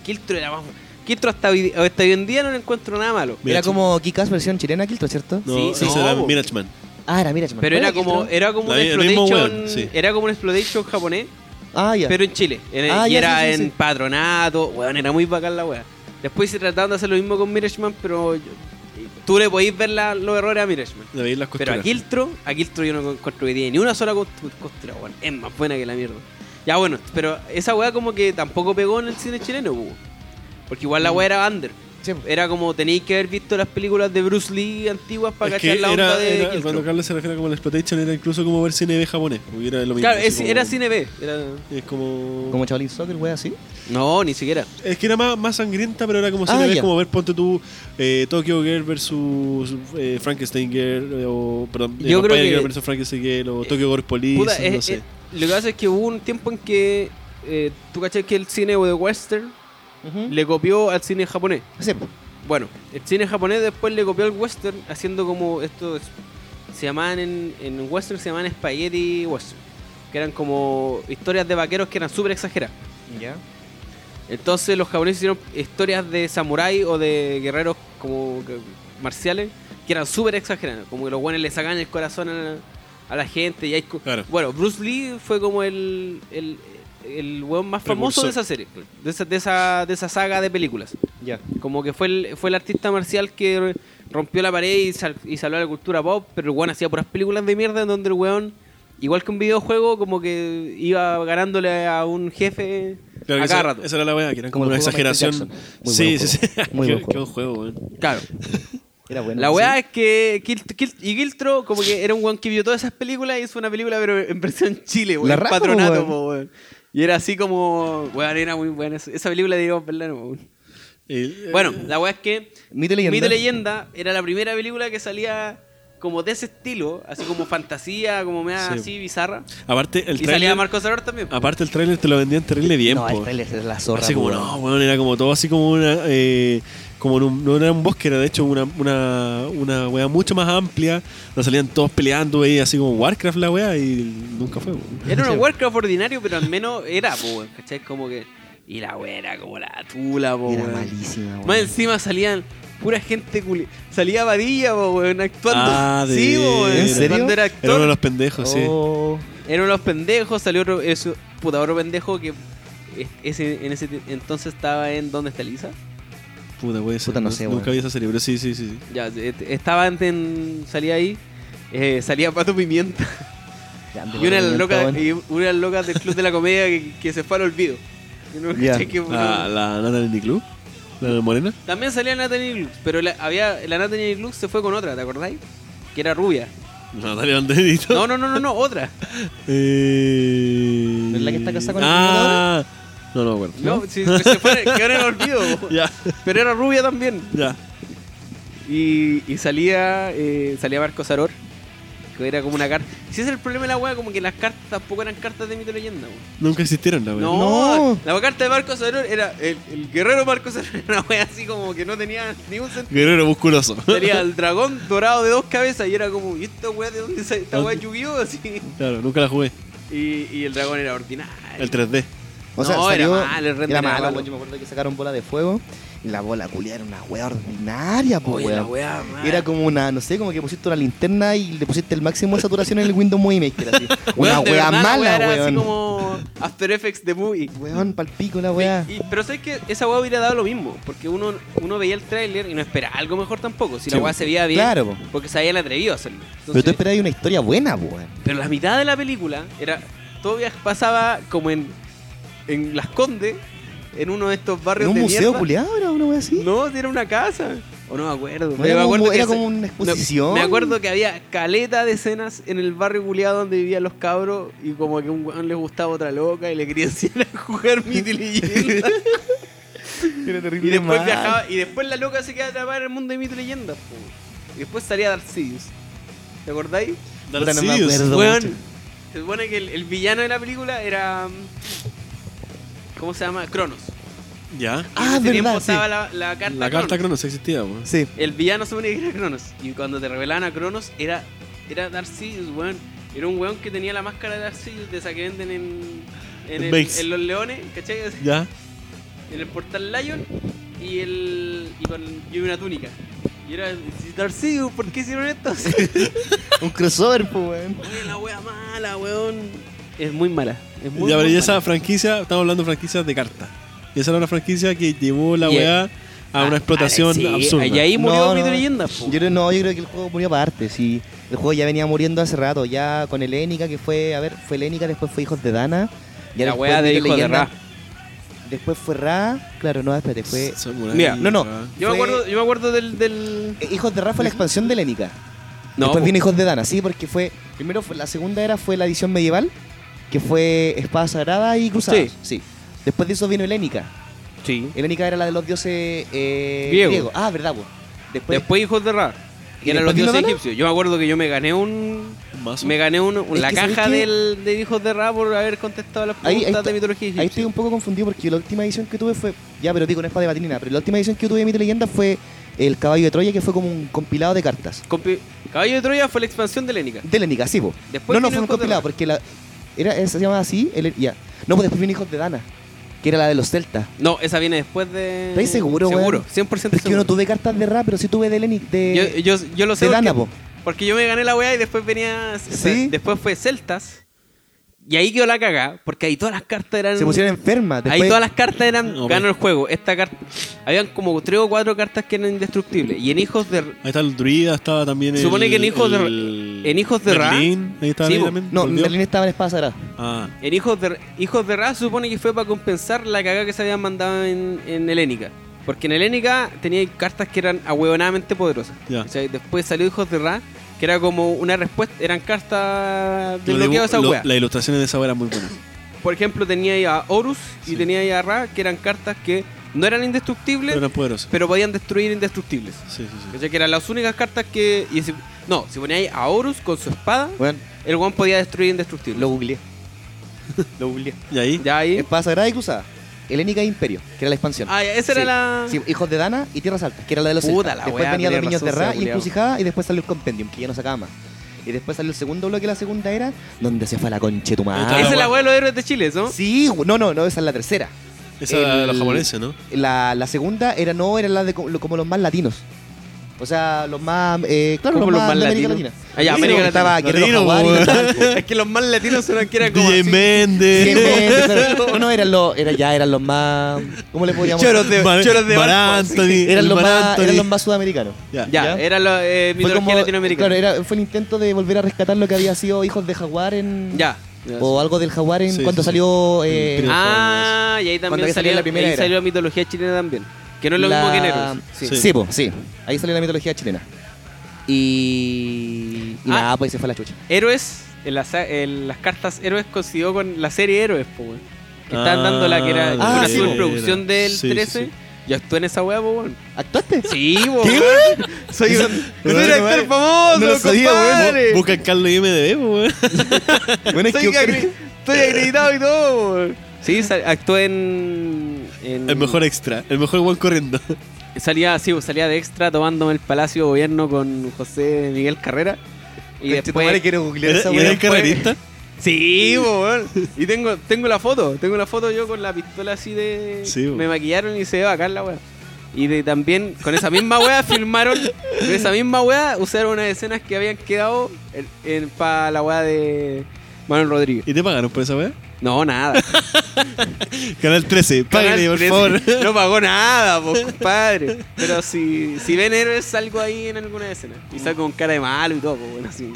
Speaker 1: Kiltro era más. Kiltro hasta hoy, hasta hoy en día no le encuentro nada malo.
Speaker 3: Era
Speaker 2: Mirachman.
Speaker 3: como Kikas versión chilena, Kiltro, ¿cierto?
Speaker 2: No,
Speaker 1: Sí,
Speaker 2: ese
Speaker 1: no,
Speaker 2: era
Speaker 1: po.
Speaker 2: Mirachman.
Speaker 3: Ah, era, mira, chama.
Speaker 1: Pero era
Speaker 3: ¿Cuál
Speaker 1: como,
Speaker 3: Kiltro?
Speaker 1: era como un
Speaker 2: La- el mismo
Speaker 1: exploitation.
Speaker 2: weón, sí.
Speaker 1: Era como un exploitation japonés,
Speaker 3: Ah, ya.
Speaker 1: eh, pero en Chile. En-
Speaker 3: Ah,
Speaker 1: y
Speaker 3: ya,
Speaker 1: era
Speaker 3: sí, sí,
Speaker 1: en
Speaker 3: sí.
Speaker 1: patronato. Weón, era muy bacán la weá. Después se trataron de hacer lo mismo con Mirachman, pero yo- tú le podéis ver la- los errores a Mirachman.
Speaker 2: De ver las
Speaker 1: Pero
Speaker 2: costuras.
Speaker 1: a Kiltro, a Kiltro yo no con- encuentro que tiene ni una sola cost- costura, weón. Es más buena que la mierda. Ya bueno, pero esa weá como que tampoco pegó en el cine chileno, weón. Porque igual la weá era under.
Speaker 3: Sí, po.
Speaker 1: Era como tenéis que haber visto las películas de Bruce Lee antiguas para
Speaker 2: Es que
Speaker 1: cachar la onda
Speaker 2: era-
Speaker 1: de
Speaker 2: era-
Speaker 1: Kiltro.
Speaker 2: cuando Carlos se refiere como el exploitation era incluso como ver cine B japonés. Hubiera lo mismo,
Speaker 1: Claro,
Speaker 2: así
Speaker 1: es-
Speaker 2: como-
Speaker 1: era cine B. era-
Speaker 2: Es como...
Speaker 3: Como Chavalín Soccer, wea, así.
Speaker 1: No, ni siquiera.
Speaker 2: Es que era más, más sangrienta, pero era como
Speaker 3: Ah,
Speaker 2: cine B,
Speaker 3: ya.
Speaker 2: como ver, ponte tú, eh, Tokyo Girl versus eh, Frankenstein Girl, eh, o, perdón, eh,
Speaker 1: Yo creo
Speaker 2: Vampire
Speaker 1: que-
Speaker 2: Girl versus Frankenstein Girl, o Tokyo Gore Police,
Speaker 1: Puta, eh,
Speaker 2: no
Speaker 1: es-
Speaker 2: sé.
Speaker 1: es- lo que pasa es que hubo un tiempo en que eh, tú cachas que el cine de western
Speaker 2: ¿Mm?
Speaker 1: le copió al cine japonés.
Speaker 3: Sí, po.
Speaker 1: Bueno, el cine japonés después le copió al western haciendo como estos se llamaban en, en western se llamaban spaghetti western, que eran como historias de vaqueros que eran súper exageradas.
Speaker 3: ¿Ya?
Speaker 1: Entonces los japoneses hicieron historias de samurái o de guerreros como que- marciales que eran súper exageradas, como que los guanes le sacaban el corazón a, a la gente. Y hay co-
Speaker 2: Claro.
Speaker 1: Bueno, Bruce Lee fue como el, el, el weón más famoso
Speaker 2: Precursor.
Speaker 1: de esa serie, de esa, de esa, de esa saga de películas.
Speaker 3: Ya.
Speaker 1: Como que fue el, fue el artista marcial que rompió la pared y, sal- y salvó a la cultura pop, pero el weón hacía puras películas de mierda en donde el weón, igual que un videojuego, como que iba ganándole a un jefe
Speaker 2: Claro,
Speaker 1: a
Speaker 2: esa,
Speaker 1: cada rato.
Speaker 2: esa era la weá, que era como,
Speaker 3: Como el
Speaker 2: una
Speaker 3: juego de Michael
Speaker 2: exageración.
Speaker 3: Jackson. Muy
Speaker 2: Sí,
Speaker 3: buen
Speaker 2: sí, sí.
Speaker 3: Muy
Speaker 2: qué,
Speaker 3: buen
Speaker 2: qué buen
Speaker 3: juego.
Speaker 2: juego, weón.
Speaker 1: Claro.
Speaker 3: Era bueno.
Speaker 1: La
Speaker 3: sí.
Speaker 1: weá es que Kilt- Kilt- y Giltro como que era un weón que vio todas esas películas y hizo una película pero en versión Chile, weón.
Speaker 3: La
Speaker 1: en
Speaker 3: raja,
Speaker 1: patronato,
Speaker 3: weón.
Speaker 1: po, weón. Y era así como, weón, era muy buena. esa- Esa película de verla, no, weón.
Speaker 2: El-
Speaker 1: Bueno, la weá es que
Speaker 3: Mito y leyenda.
Speaker 1: Mito y Leyenda era la primera película que salía como de ese estilo, así como fantasía, como mea
Speaker 2: Sí.
Speaker 1: así bizarra.
Speaker 2: Aparte, el
Speaker 1: y salía
Speaker 2: tráiler-
Speaker 1: Marcos Aror también. po.
Speaker 2: aparte el tráiler te lo vendían terrible bien,
Speaker 3: No,
Speaker 2: po.
Speaker 3: el trailer es la zorra.
Speaker 2: Así como,
Speaker 3: weón.
Speaker 2: no, weón, era como todo así como una. eh, como en un- no era un bosque, era de hecho una, una, una weá mucho más amplia. Nos salían todos peleando, ahí así como Warcraft la weá, y nunca fue, weón.
Speaker 1: Era un Warcraft ordinario, pero al menos era, po, weón, ¿cachai? Como que. Y la weá era como la tula, po,
Speaker 3: Era
Speaker 1: weón.
Speaker 3: malísima, weón.
Speaker 1: Más encima salían pura gente culi... Salía Badilla, po, weón, actuando.
Speaker 2: Ah, de
Speaker 1: sí, po, weón.
Speaker 2: veras.
Speaker 3: ¿En serio?
Speaker 1: Cuando era actor,
Speaker 2: Era uno de los pendejos, sí.
Speaker 3: Oh.
Speaker 1: eran unos pendejos, salió otro, eso, puta, otro pendejo que es- ese, en ese ti- entonces estaba en ¿Dónde está Lisa?
Speaker 2: Puta, puede ser,
Speaker 3: Puta, no sé,
Speaker 2: Nunca
Speaker 3: weón.
Speaker 2: vi esa serie, pero sí, sí, sí. sí.
Speaker 1: Ya, et- estaba antes en, salía ahí, eh, salía Pato Pimienta
Speaker 3: Grande,
Speaker 1: y una de las
Speaker 3: weón,
Speaker 1: locas,
Speaker 3: weón.
Speaker 1: y una de las locas del Club de la Comedia que, que se fue al olvido. Y uno,
Speaker 3: Ya.
Speaker 1: ¿cachai? Que uno-
Speaker 2: La, la Natalie Niclú, la morena.
Speaker 1: También salía Natalie Lux, pero la, había, la Natalie Lux se fue con otra, ¿te acordáis? Que era rubia.
Speaker 2: Natalia Banderito.
Speaker 1: No, no, no, no, no otra.
Speaker 2: Eh...
Speaker 3: ¿Es la que está casada con el
Speaker 2: ah, No, no me acuerdo.
Speaker 1: No, si se fue, quedó en el olvido. po.
Speaker 2: Ya,
Speaker 1: Pero era rubia también.
Speaker 2: ya.
Speaker 1: Y, y salía eh, salía Marco Saror, que era como una carta. Si ese es el problema de la weá, como que las cartas tampoco eran cartas de mito y leyenda. weón.
Speaker 2: Nunca existieron, la weá.
Speaker 1: No,
Speaker 3: No.
Speaker 1: la carta de Marco Saror era el, el guerrero Marco Saror, era una weá así como que no tenía ningún sentido.
Speaker 2: Guerrero musculoso.
Speaker 1: Tenía el dragón dorado de dos cabezas y era como, ¿y esta weá de dónde sale? Esta weá
Speaker 2: ¿Dónde?
Speaker 1: yu así.
Speaker 2: Claro, nunca la jugué.
Speaker 1: Y, y el dragón era ordinario.
Speaker 2: El 3D.
Speaker 3: O sea,
Speaker 1: No, era
Speaker 3: salió-
Speaker 1: malo, el render
Speaker 3: era
Speaker 1: era
Speaker 3: malo,
Speaker 1: malo.
Speaker 3: weón. Yo me acuerdo que sacaron bola de fuego. Y la bola culia era una wea ordinaria, po,
Speaker 1: Oye,
Speaker 3: weón.
Speaker 1: la weá, man.
Speaker 3: Era como una, no sé, como que pusiste una linterna y le pusiste el máximo de saturación en el Windows Movie Maker. Así. Una
Speaker 1: Weón, de
Speaker 3: wea
Speaker 1: verdad, la
Speaker 3: mala,
Speaker 1: era así
Speaker 3: weón.
Speaker 1: como After Effects de movie.
Speaker 3: Weón, palpico la wea.
Speaker 1: Y- pero sabes que esa weá hubiera dado lo mismo, porque uno, uno veía el tráiler y no esperaba algo mejor tampoco. Si la
Speaker 2: Sí,
Speaker 1: weá se veía bien,
Speaker 3: Claro, po.
Speaker 1: porque se habían atrevido a hacerlo.
Speaker 3: Pero tú
Speaker 1: Entonces-
Speaker 3: esperabas una historia buena, po, weón.
Speaker 1: pero la mitad de la película era. Todo viaje pasaba como en, en Las Condes, en uno de estos
Speaker 3: ¿En
Speaker 1: barrios
Speaker 3: un
Speaker 1: de
Speaker 3: museo
Speaker 1: mierda.
Speaker 3: culiado era una wea así?
Speaker 1: No, era una casa. O no me acuerdo.
Speaker 3: No,
Speaker 1: pero
Speaker 3: era
Speaker 1: me
Speaker 3: como-
Speaker 1: acuerdo que
Speaker 3: era
Speaker 1: se-
Speaker 3: como una exposición.
Speaker 1: me acuerdo que había caleta de escenas en el barrio culiado donde vivían los cabros y como que a un weón les gustaba otra loca y le quería enseñar a jugar mito y leyenda.
Speaker 3: Era terrible.
Speaker 1: Y después
Speaker 3: mal.
Speaker 1: viajaba, y después la loca se quedaba atrapada en el mundo de mito y leyendas, po. Y después salía Darth Sidious. ¿Te acordáis?
Speaker 3: Puta, no me
Speaker 2: Darth Sidious.
Speaker 3: acuerdo.
Speaker 1: Weón,
Speaker 3: mucho.
Speaker 1: se supone que el, el villano de la película era. mm, ¿Cómo se llama? Cronos.
Speaker 2: Ya.
Speaker 1: Y en
Speaker 3: Ah,
Speaker 1: ese tiempo
Speaker 3: verdad, sí.
Speaker 1: estaba la, la carta
Speaker 2: La carta
Speaker 1: Cronos.
Speaker 2: Cronos existía, weón.
Speaker 3: Sí.
Speaker 1: El villano se supone que era Cronos. Y cuando te revelaban a Cronos, era, era Darth Sidious, weón. Era un weón que tenía la máscara de Darth Sidious, de esa que venden en, en, el-
Speaker 2: Maze.
Speaker 1: en los leones, ¿cachai? Así,
Speaker 2: Ya.
Speaker 1: En el portal Lion y, el, y con y una túnica. Y era si Darth Sidious, ¿por qué hicieron esto?
Speaker 3: Un crossover, po, weón.
Speaker 1: Oye, la wea mala, weón. Es muy mala. Es muy,
Speaker 2: Ya, pero
Speaker 1: muy
Speaker 2: y esa
Speaker 1: mala.
Speaker 2: franquicia, estamos hablando de franquicias de carta. Y esa era una franquicia que llevó la
Speaker 1: Y-
Speaker 2: weá a una
Speaker 1: Ah,
Speaker 2: explotación
Speaker 1: sí,
Speaker 2: absurda.
Speaker 1: Y ahí murió
Speaker 3: No,
Speaker 1: Mito
Speaker 3: no.
Speaker 1: y Leyenda, po.
Speaker 3: Yo creo, no, yo creo que el juego murió aparte, sí. El juego ya venía muriendo hace rato, ya con Elénica, que fue, a ver, fue Elénica, después fue Hijos de Dana. Ya
Speaker 1: La
Speaker 3: después
Speaker 1: wea de
Speaker 3: Mito y
Speaker 1: hijo de
Speaker 3: Leyenda,
Speaker 1: Ra.
Speaker 3: Después fue Ra, claro, no, espérate, fue...
Speaker 2: Samurai,
Speaker 1: Mira,
Speaker 3: no, no.
Speaker 2: weá.
Speaker 1: Yo me
Speaker 3: Fue-
Speaker 1: acuerdo, yo me acuerdo del, del.
Speaker 3: Eh, Hijos de Ra fue la expansión de Elénica.
Speaker 1: No,
Speaker 3: después
Speaker 1: po.
Speaker 3: vino Hijos de Dana, sí, porque fue... Primero, fue, la segunda era fue la edición medieval, que fue Espada Sagrada y Cruzadas.
Speaker 1: Sí.
Speaker 3: Sí. Después de eso vino Elénica.
Speaker 1: Sí.
Speaker 3: Elénica era la de los dioses eh,
Speaker 1: Griego.
Speaker 3: griegos. Ah, verdad, pues. Después,
Speaker 1: Después hijos de Ra.
Speaker 3: ¿Y
Speaker 1: Que eran los
Speaker 3: después vino
Speaker 1: dioses
Speaker 3: Dana?
Speaker 1: egipcios. Yo me acuerdo que yo me gané un.
Speaker 2: Mazo.
Speaker 1: Me gané un, un-
Speaker 3: Es
Speaker 1: la
Speaker 3: que sabéis
Speaker 1: caja
Speaker 3: que-
Speaker 1: del, de hijos de Ra por haber contestado las
Speaker 3: Ahí- ahí
Speaker 1: preguntas
Speaker 3: está-
Speaker 1: de mitología egipcia.
Speaker 3: Ahí estoy un poco confundido porque la última edición que tuve fue. Ya, pero digo, no es para debatir ni nada. Pero la última edición que tuve de Mito y Leyenda fue El Caballo de Troya, que fue como un compilado de cartas.
Speaker 1: Compi- Caballo de Troya fue la expansión de Lénica.
Speaker 3: De Lenica, sí, po.
Speaker 1: Después
Speaker 3: no, no,
Speaker 1: vino
Speaker 3: fue
Speaker 1: Hijos
Speaker 3: un
Speaker 1: de Dana.
Speaker 3: compilado porque la. Era, se llamaba así, el- ya. No, pues después vino Hijos de Dana. que era la de los celtas.
Speaker 1: No, esa viene después de.
Speaker 3: ¿Estás seguro, weón?
Speaker 1: Seguro, 100%
Speaker 3: Pero es que yo
Speaker 1: seguro.
Speaker 3: no tuve cartas de rap, pero sí tuve de Lenny.
Speaker 1: yo,
Speaker 3: De,
Speaker 1: yo, yo lo sé.
Speaker 3: Eh, de
Speaker 1: porque-
Speaker 3: Dana, po.
Speaker 1: Porque yo me gané la weá y después venía. o sea,
Speaker 3: ¿Sí?
Speaker 1: después fue Celtas. Y ahí quedó la cagá, porque ahí todas las cartas eran.
Speaker 3: Se pusieron enfermas.
Speaker 1: Ahí
Speaker 3: después-
Speaker 1: todas las cartas eran.
Speaker 2: No,
Speaker 1: gano
Speaker 2: pues.
Speaker 1: el juego. Esta carta. Habían como tres o cuatro cartas que eran indestructibles. Y en Hijos de.
Speaker 2: Ahí está el druida, estaba también el-
Speaker 1: Supone que en Hijos de-
Speaker 2: el-
Speaker 1: en Hijos de Ra-
Speaker 2: Merlín, ahí estaba
Speaker 1: Sí,
Speaker 2: ahí
Speaker 1: bo.
Speaker 2: también.
Speaker 3: No,
Speaker 2: volvió.
Speaker 3: Berlín estaba en espada sagrada.
Speaker 2: Ah,
Speaker 1: En Hijos de, Hijos de Ra se supone que fue para compensar la cagada que se habían mandado en, en Helénica. Porque en Helénica tenía cartas que eran ahueonadamente poderosas.
Speaker 2: ya.
Speaker 1: O sea, después salió Hijos de Ra, que era como una respuesta, eran cartas
Speaker 2: Lo dibu-
Speaker 1: desbloqueadas a esa
Speaker 2: lo-
Speaker 1: weá.
Speaker 2: Las ilustraciones de esa weá eran muy buenas.
Speaker 1: Por ejemplo, tenía ahí a Horus y
Speaker 2: Sí.
Speaker 1: tenía ahí a Ra, que eran cartas que no eran indestructibles,
Speaker 2: Pero
Speaker 1: pero,
Speaker 2: eran poderosas.
Speaker 1: podían destruir indestructibles.
Speaker 2: Sí, sí, sí.
Speaker 1: O sea, que eran las únicas cartas que... y si- no, si ponía ahí a Horus con su espada,
Speaker 3: Bueno,
Speaker 1: el one podía destruir indestructibles.
Speaker 3: lo googleé. lo googleé.
Speaker 2: Y ahí,
Speaker 1: Ya ahí...
Speaker 3: Espada sagrada y cruzada. Helénica e Imperio, que era la expansión.
Speaker 1: Ah, ya, esa era
Speaker 3: Sí.
Speaker 1: la...
Speaker 3: Sí, hijos de Dana y Tierras Altas, que era la de los
Speaker 1: Puta
Speaker 3: celtas.
Speaker 1: la
Speaker 3: Después
Speaker 1: weá,
Speaker 3: venía los
Speaker 1: tenés
Speaker 3: niños de
Speaker 1: razón,
Speaker 3: Ra
Speaker 1: ese
Speaker 3: y
Speaker 1: culiao.
Speaker 3: Encrucijada y después salió el Compendium, que ya no sacaba más. Y después salió el segundo bloque, la segunda era, donde se fue Ah, la conche tu
Speaker 2: Ahí está
Speaker 1: Esa
Speaker 3: madre.
Speaker 1: es la weá de los héroes de Chile, ¿no?
Speaker 3: Sí, gu- no, no, no, esa es la tercera.
Speaker 2: esa era
Speaker 3: el-
Speaker 2: la japonesa, ¿no?
Speaker 3: La, la segunda era no, era la de co- lo- como los más latinos. O sea, los más. Eh, claro,
Speaker 1: ¿Cómo
Speaker 3: los,
Speaker 1: los
Speaker 3: más,
Speaker 1: más
Speaker 3: de América
Speaker 1: latinos?
Speaker 3: Latina.
Speaker 1: Ah, ya,
Speaker 3: Sí,
Speaker 1: América
Speaker 3: no,
Speaker 1: Latina.
Speaker 3: Estaba Guerrero
Speaker 2: Latino,
Speaker 3: Jaguar y
Speaker 2: weón.
Speaker 3: Natal, po.
Speaker 1: Es que los más latinos son que eran como
Speaker 2: DJ
Speaker 1: así.
Speaker 2: Méndez.
Speaker 3: Sí, men, pero- No, no, eran los. Era, ya eran los más. ¿Cómo le podíamos
Speaker 1: Choros de-
Speaker 2: Mar-
Speaker 1: choros de
Speaker 2: Mar
Speaker 1: Balfour,
Speaker 2: Anthony,
Speaker 1: sí.
Speaker 3: Eran
Speaker 2: el
Speaker 3: los
Speaker 2: Mar
Speaker 3: más,
Speaker 2: Anthony.
Speaker 3: eran los más sudamericanos.
Speaker 2: Ya.
Speaker 1: Ya,
Speaker 3: Ya.
Speaker 1: era la eh,
Speaker 3: Fue
Speaker 1: mitología latinoamericana.
Speaker 3: Claro, era, fue el intento de volver a rescatar lo que había sido Hijos de Jaguar en.
Speaker 1: Ya.
Speaker 3: O algo del Jaguar en
Speaker 2: Sí,
Speaker 3: cuando
Speaker 2: sí, sí.
Speaker 3: salió. eh,
Speaker 2: Imperio.
Speaker 1: Ah, y ahí
Speaker 3: Cuando
Speaker 1: también
Speaker 3: que
Speaker 1: salió,
Speaker 3: salió la primera
Speaker 1: ahí
Speaker 3: era.
Speaker 1: salió la mitología chilena también. Que no es lo mismo que en
Speaker 3: la-
Speaker 1: Héroes. Sí.
Speaker 3: Sí. sí, po, sí. Ahí salió la mitología chilena. Y. Y
Speaker 1: Ah.
Speaker 3: nada, pues se fue a la chucha.
Speaker 1: Héroes, en, la sa- en las cartas Héroes coincidió con la serie Héroes, po, weón. Que estaban
Speaker 2: Ah,
Speaker 1: dando la que era
Speaker 3: Ah,
Speaker 1: una
Speaker 3: sí,
Speaker 1: superproducción
Speaker 2: era.
Speaker 1: del
Speaker 2: Sí, sí,
Speaker 1: 13.
Speaker 2: sí.
Speaker 1: Yo actué en esa weá, po, weón.
Speaker 3: ¿Actuaste?
Speaker 1: Sí, po, weón. Soy un, soy un
Speaker 2: Bueno,
Speaker 1: actor
Speaker 2: vale.
Speaker 1: famoso,
Speaker 3: No lo sabía, weón.
Speaker 1: compadre.
Speaker 2: Busca Carlos IMDB, po, weón.
Speaker 3: Bueno,
Speaker 1: Soy acre- Estoy acreditado y todo, weón. Sí, sal- actué en, en-
Speaker 2: El mejor e- extra, el mejor weón corriendo.
Speaker 1: Salía así, pues, salía de extra tomándome el Palacio de Gobierno con José Miguel Carrera. Y después...
Speaker 3: quiero googlear
Speaker 2: ¿Era,
Speaker 3: esa
Speaker 2: y
Speaker 1: weá
Speaker 2: era
Speaker 3: weá.
Speaker 2: el carrerista?
Speaker 1: Sí, po, weón. Y tengo, tengo la foto, tengo la foto yo con la pistola así de...
Speaker 2: Sí, po.
Speaker 1: me maquillaron y se ve bacán la weá. Y de, también con esa misma weá filmaron, con esa misma weá usaron unas escenas que habían quedado para la weá de Manuel Rodríguez.
Speaker 2: ¿Y te pagaron por esa weá?
Speaker 1: No, nada.
Speaker 2: Canal 13, págale, por
Speaker 1: Canal
Speaker 2: favor.
Speaker 1: 13. No pagó nada, po, compadre. Pero si, si ven héroes, salgo ahí en alguna escena. Y salgo con cara de malo y todo, po, bueno, así.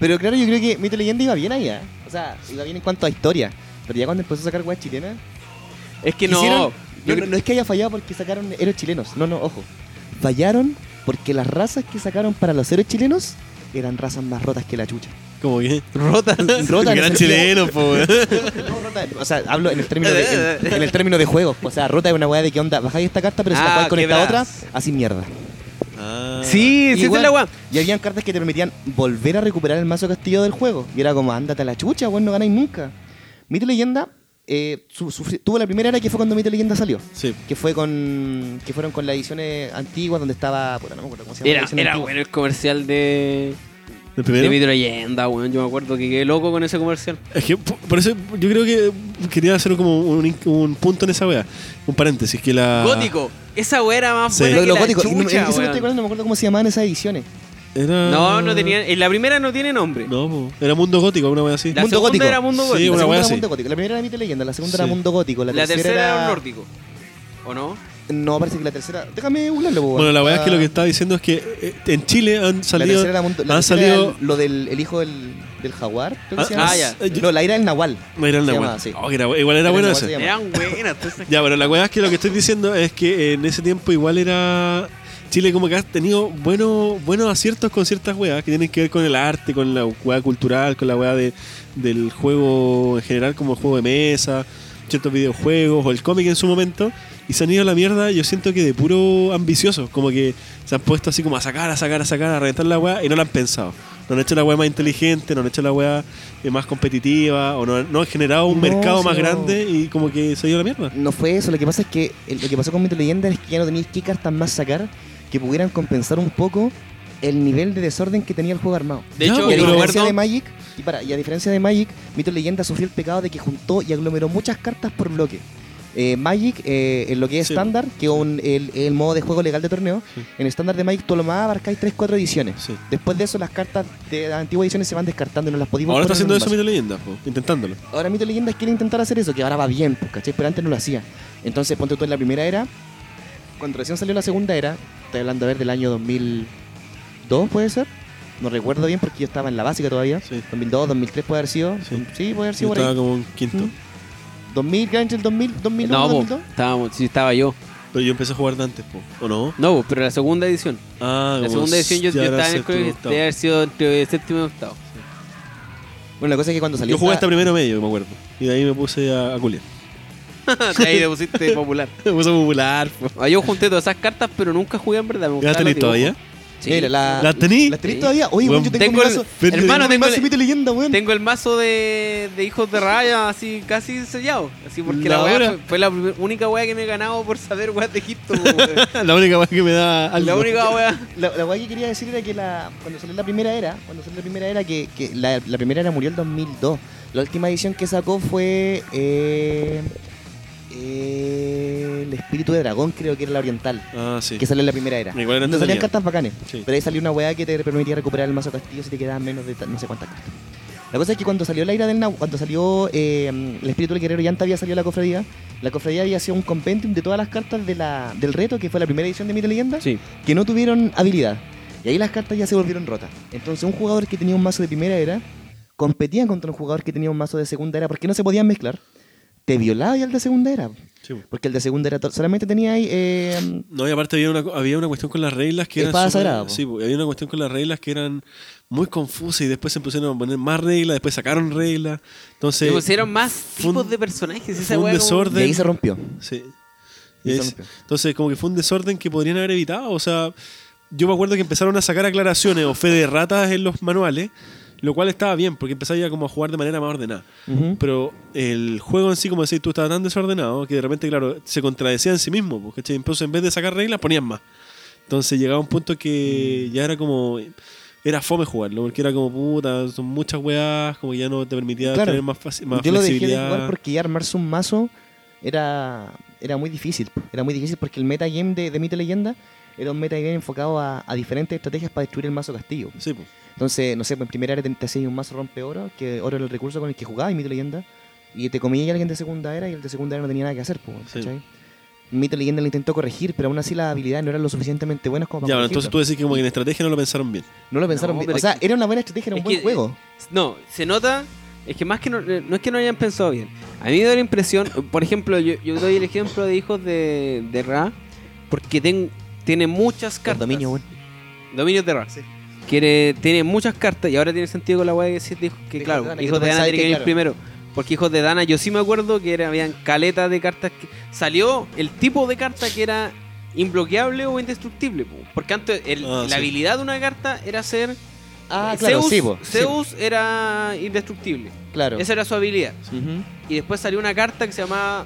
Speaker 3: Pero claro, yo creo que Mito y Leyenda iba bien allá. O sea, iba bien en cuanto a historia. Pero ya cuando empezó a sacar weas chilenas.
Speaker 1: Es que
Speaker 3: Hicieron-
Speaker 1: no. yo
Speaker 3: no,
Speaker 1: cre-
Speaker 3: no, no es que haya fallado porque sacaron héroes chilenos. No, no, ojo. Fallaron porque las razas que sacaron para los héroes chilenos eran razas más rotas que la chucha.
Speaker 2: Como que.
Speaker 1: Rotas.
Speaker 3: Rotas en
Speaker 2: Gran
Speaker 3: el sentido-
Speaker 2: chileno, po, weón.
Speaker 3: No, rota, o sea, hablo en el término de, en, en el término de juegos. O sea, rota es una weá de qué onda. Bajáis esta carta, pero si
Speaker 1: Ah,
Speaker 3: la jugáis con esta otra,
Speaker 1: quebrás.
Speaker 3: así mierda.
Speaker 2: Ah.
Speaker 1: Sí, sí, esa
Speaker 3: Igual,
Speaker 1: es la weá.
Speaker 3: Y habían cartas que te permitían volver a recuperar el mazo castillo del juego. Y era como, ándate a la chucha, weón, no ganáis nunca. Mito y Leyenda eh, su- sufri- tuvo la primera era que fue cuando Mito y Leyenda salió.
Speaker 2: Sí.
Speaker 3: que fue con que fueron con las ediciones antiguas donde estaba puta, no me acuerdo cómo se llama la
Speaker 1: Era,
Speaker 3: edición
Speaker 1: era
Speaker 3: antigua.
Speaker 1: bueno el comercial de,
Speaker 2: ¿El
Speaker 1: de
Speaker 2: primero?
Speaker 1: Mito Leyenda, weón. Yo me acuerdo que quedé loco con ese comercial.
Speaker 2: Es que po- por eso yo creo que quería hacer como un, in- un punto en esa wea. Un paréntesis, que la.
Speaker 1: Gótico. Esa weá era más
Speaker 2: Ah. Sí.
Speaker 1: buena
Speaker 2: Lo-
Speaker 1: que
Speaker 3: Los
Speaker 1: la
Speaker 3: góticos, y no,
Speaker 1: chucha,
Speaker 3: eso me
Speaker 1: weón.
Speaker 3: estoy acordando, no me acuerdo cómo se llamaban esas ediciones.
Speaker 2: Era...
Speaker 1: No, no tenía. En la primera no tiene nombre.
Speaker 2: No, po. era mundo gótico, alguna wea así.
Speaker 1: La
Speaker 3: Mundo
Speaker 1: segunda
Speaker 3: Gótico.
Speaker 1: era Mundo
Speaker 2: Sí,
Speaker 1: Gótico.
Speaker 2: una
Speaker 3: la
Speaker 2: weá
Speaker 3: segunda era
Speaker 2: así.
Speaker 3: Mundo Gótico, la primera era Mito y Leyenda, la segunda
Speaker 2: Sí.
Speaker 3: era Mundo Gótico, la,
Speaker 1: la, tercera era un
Speaker 3: era
Speaker 1: nórdico. ¿O no?
Speaker 3: No, parece que la tercera, déjame googlearlo. po,
Speaker 2: Bueno, la
Speaker 3: weón.
Speaker 2: verdad es que lo que
Speaker 3: Ah,
Speaker 2: estaba diciendo es que eh, en Chile han
Speaker 3: la
Speaker 2: salido.
Speaker 3: tercera era Mundo- la
Speaker 2: han
Speaker 3: tercera era
Speaker 2: salido.
Speaker 3: el- lo del el hijo del, del jaguar, creo que
Speaker 2: Ah,
Speaker 3: se llama.
Speaker 1: ah, ya.
Speaker 2: Eh, yo-
Speaker 3: No, la ira del Nahual.
Speaker 2: No, era el
Speaker 3: Se
Speaker 2: Nahual.
Speaker 3: llamaba, sí.
Speaker 2: Oh, que era- igual era
Speaker 3: Era
Speaker 2: buena
Speaker 3: el Nahual,
Speaker 2: esa.
Speaker 3: se llama.
Speaker 1: Eran buenas. todas esas-
Speaker 2: Ya, pero la weá es que lo que estoy diciendo es que en ese tiempo igual era. Chile como que ha tenido buenos buenos aciertos con ciertas weas que tienen que ver con el arte, con la weá cultural, con la weá de, del juego en general, como el juego de mesa, ciertos videojuegos o el cómic en su momento. Y se han ido a la mierda, yo siento que de puro ambicioso, como que se han puesto así como a sacar, a sacar, a sacar, a reventar la weá y no la han pensado. No han hecho la weá más inteligente, no han hecho la weá eh, más competitiva, o no, han- no han generado un
Speaker 3: No,
Speaker 2: mercado más
Speaker 3: sí, no.
Speaker 2: grande y como que se ha ido a la mierda.
Speaker 3: No fue eso, lo que pasa es que el- lo que pasó con Mito y Leyenda es que ya no tenías qué cartas más sacar que pudieran compensar un poco el nivel de desorden que tenía el juego armado.
Speaker 1: De
Speaker 2: Ya,
Speaker 1: hecho,
Speaker 2: pues,
Speaker 3: Y
Speaker 1: me
Speaker 3: a
Speaker 2: pero-
Speaker 3: diferencia
Speaker 1: acuerdo.
Speaker 3: de Magic, y para, y a diferencia de Magic, Mito y Leyenda sufrió el pecado de que juntó y aglomeró muchas cartas por bloque. eh, Magic, eh, en lo que es
Speaker 2: Sí.
Speaker 3: estándar, que es un- el, el modo de juego legal de torneo,
Speaker 2: Sí.
Speaker 3: en estándar de Magic tú lo más abarcáis 3-4 ediciones.
Speaker 2: Sí.
Speaker 3: Después de eso, las cartas de las antiguas ediciones se van descartando y no las podéis
Speaker 2: Ahora está
Speaker 3: poner
Speaker 2: haciendo
Speaker 3: en un
Speaker 2: eso
Speaker 3: mazo.
Speaker 2: Mito Leyenda, po, intentándolo.
Speaker 3: Ahora Mito Leyendas quiere intentar hacer eso, que ahora va bien, pues, ¿cachai? Pero antes no lo hacía. Entonces, ponte tú en la primera era. Cuando recién salió la segunda era, estoy hablando a ver del año 2002, puede ser. No recuerdo bien porque yo estaba en la básica todavía.
Speaker 2: Sí.
Speaker 3: 2002, 2003 puede haber sido.
Speaker 2: Sí.
Speaker 3: Sí, puede haber
Speaker 2: Yo
Speaker 3: sido por
Speaker 2: estaba
Speaker 3: ahí.
Speaker 2: como un quinto.
Speaker 3: Mm. 2000, ¿cachai? el 2000, 2001,
Speaker 1: No, po,
Speaker 3: 2002.
Speaker 1: estábamos, sí, estaba yo.
Speaker 2: Pero yo empecé a jugar de antes, po. ¿o no?
Speaker 1: No, po, pero la segunda edición.
Speaker 2: Ah,
Speaker 1: La
Speaker 2: como
Speaker 1: segunda edición yo,
Speaker 2: ya
Speaker 1: yo
Speaker 2: era
Speaker 1: estaba en el
Speaker 2: séptimo,
Speaker 1: colegio,
Speaker 2: octavo.
Speaker 1: debe haber sido entre séptimo y octavo.
Speaker 3: Bueno, la cosa es que cuando salió.
Speaker 2: Yo jugué hasta primero medio, me acuerdo. Y de ahí me puse a, a culiar.
Speaker 1: De ahí te pusiste popular.
Speaker 2: me puse a popular, po.
Speaker 1: Ah, Yo junté todas esas cartas, pero nunca jugué en verdad. Me
Speaker 2: ¿Ya
Speaker 1: gustaban
Speaker 2: tenéis
Speaker 1: los dibujos.
Speaker 2: todavía?
Speaker 1: Sí.
Speaker 3: Mira, la,
Speaker 2: ¿Las tení?
Speaker 3: ¿Las tenís
Speaker 1: Sí.
Speaker 3: todavía? Oye,
Speaker 2: Weón,
Speaker 3: weón, yo tengo,
Speaker 1: Tengo
Speaker 3: mi
Speaker 1: el-
Speaker 3: mazo.
Speaker 2: pero-
Speaker 1: hermano,
Speaker 3: mi
Speaker 1: tengo
Speaker 3: mazo
Speaker 1: el-
Speaker 3: Mito Leyenda, weón.
Speaker 1: Tengo el mazo de, de hijos de raya, así casi sellado. Así porque la,
Speaker 2: La
Speaker 1: weá
Speaker 2: dura.
Speaker 1: fue, fue la primer- única weá que me he ganado por saber weá de Egipto. po, weón.
Speaker 2: la única más que me da algo.
Speaker 1: la única weá.
Speaker 3: La, la guay que quería decir era que la, cuando salió la primera era, cuando salió la primera era, que, que la, la primera era murió el 2002. La última edición que sacó fue eh, eh, El Espíritu de Dragón, creo que era la oriental,
Speaker 2: Ah, sí.
Speaker 3: que salió en la primera era.
Speaker 2: Igual era
Speaker 3: Donde salían
Speaker 2: entretenida.
Speaker 3: cartas bacanes,
Speaker 2: Sí.
Speaker 3: pero ahí salió una weá que te permitía recuperar el mazo castillo si te quedaban menos de ta- no sé cuántas cartas. La cosa es que cuando salió la ira del Nau, cuando salió eh, el espíritu del guerrero y antes había salido la cofradía, la cofradía había sido un compendium de todas las cartas de la, del reto, que fue la primera edición de Mito y Leyenda,
Speaker 1: Sí.
Speaker 3: que no tuvieron habilidad. Y ahí las cartas ya se volvieron rotas. Entonces un jugador que tenía un mazo de primera era competía contra un jugador que tenía un mazo de segunda era porque no se podían mezclar. Te violaba ya el de segunda era.
Speaker 2: Sí, po.
Speaker 3: Porque el de segunda era to- solamente tenía ahí... eh,
Speaker 2: No, y aparte había una, co- había una cuestión con las reglas que eran.
Speaker 3: Espada
Speaker 2: súper-
Speaker 3: sagrada, po.
Speaker 2: Sí, po, había una cuestión con las reglas que eran muy confusas y después se pusieron a poner más reglas, después sacaron reglas. Entonces.
Speaker 1: Se pusieron más
Speaker 2: fue un-
Speaker 1: tipos de personajes.
Speaker 2: fue
Speaker 1: Esa
Speaker 2: un
Speaker 1: weá como-
Speaker 2: desorden.
Speaker 3: y ahí se rompió.
Speaker 2: Sí.
Speaker 3: Y
Speaker 2: Es-
Speaker 3: se rompió.
Speaker 2: entonces, como que fue un desorden que podrían haber evitado. O sea, yo me acuerdo que empezaron a sacar aclaraciones o fe de ratas en los manuales, lo cual estaba bien, porque empezaba ya como a jugar de manera más ordenada.
Speaker 3: Ujú.
Speaker 2: Pero el juego en sí, como decís tú, estaba tan desordenado que de repente, claro, se contradecía en sí mismo. po, ¿cachai? Entonces, en vez de sacar reglas, ponían más. Entonces llegaba un punto
Speaker 3: Mm.
Speaker 2: que ya era como. Era fome jugarlo, porque era como puta, son muchas weas, como que ya no te permitía
Speaker 3: Claro.
Speaker 2: tener más, faci- más
Speaker 3: Yo lo dejé de
Speaker 2: flexibilidad.
Speaker 3: jugar porque ya armarse un mazo era, era muy difícil. po. Era muy difícil porque el metagame de, de Mito y Leyenda era un metagame enfocado a, a diferentes estrategias para destruir el mazo castillo.
Speaker 2: Sí, po.
Speaker 3: Entonces, no sé, pues, en primera era te, te hacías un mazo rompe oro, que oro era el recurso con el que jugabas en Mito y Leyenda, y te comía a alguien de segunda era y el de segunda era no tenía nada que hacer, pues,
Speaker 2: Sí.
Speaker 3: ¿cachai? Mito y Leyenda lo intentó corregir, pero aún así las habilidades no eran lo suficientemente buenas como para
Speaker 2: Ya, bueno,
Speaker 3: corregirlo.
Speaker 2: entonces tú decís que como que en estrategia no lo pensaron bien.
Speaker 3: No lo pensaron
Speaker 1: No,
Speaker 3: bien.
Speaker 1: pero
Speaker 3: O
Speaker 1: es
Speaker 3: sea,
Speaker 1: que-
Speaker 3: era una buena estrategia, era un
Speaker 1: es
Speaker 3: buen
Speaker 1: que-
Speaker 3: juego.
Speaker 1: No, se nota. Es que más que no, no es que no hayan pensado bien. A mí me da la impresión, por ejemplo, yo, yo doy el ejemplo de hijos de, de Ra, porque ten- tiene muchas
Speaker 3: El
Speaker 1: cartas.
Speaker 3: dominio, bueno.
Speaker 1: Dominio de Ra.
Speaker 3: Sí.
Speaker 1: Quiere- tiene muchas cartas y ahora tiene sentido con la weá que decís de hijos- que
Speaker 3: Hijos
Speaker 1: claro,
Speaker 3: de Dana, que
Speaker 1: hijos
Speaker 3: tú
Speaker 1: de Dana
Speaker 3: pensabas
Speaker 1: tiene que
Speaker 3: que,
Speaker 1: ir
Speaker 3: claro.
Speaker 1: primero. Porque hijos de Dana, yo sí me acuerdo que era, habían caletas de cartas que. Salió el tipo de carta que era imbloqueable o indestructible. po. Porque antes el-
Speaker 2: Ah,
Speaker 1: la
Speaker 2: sí.
Speaker 1: habilidad de una carta era ser.
Speaker 3: Ah, claro,
Speaker 1: Eh, Zeus,
Speaker 3: sí, po, sí,
Speaker 1: Zeus era indestructible.
Speaker 3: Claro.
Speaker 1: Esa era su habilidad.
Speaker 3: Ujú.
Speaker 1: Y después salió una carta que se llamaba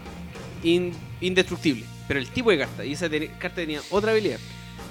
Speaker 1: In- Indestructible. Pero el tipo de carta. Y esa te- carta tenía otra habilidad.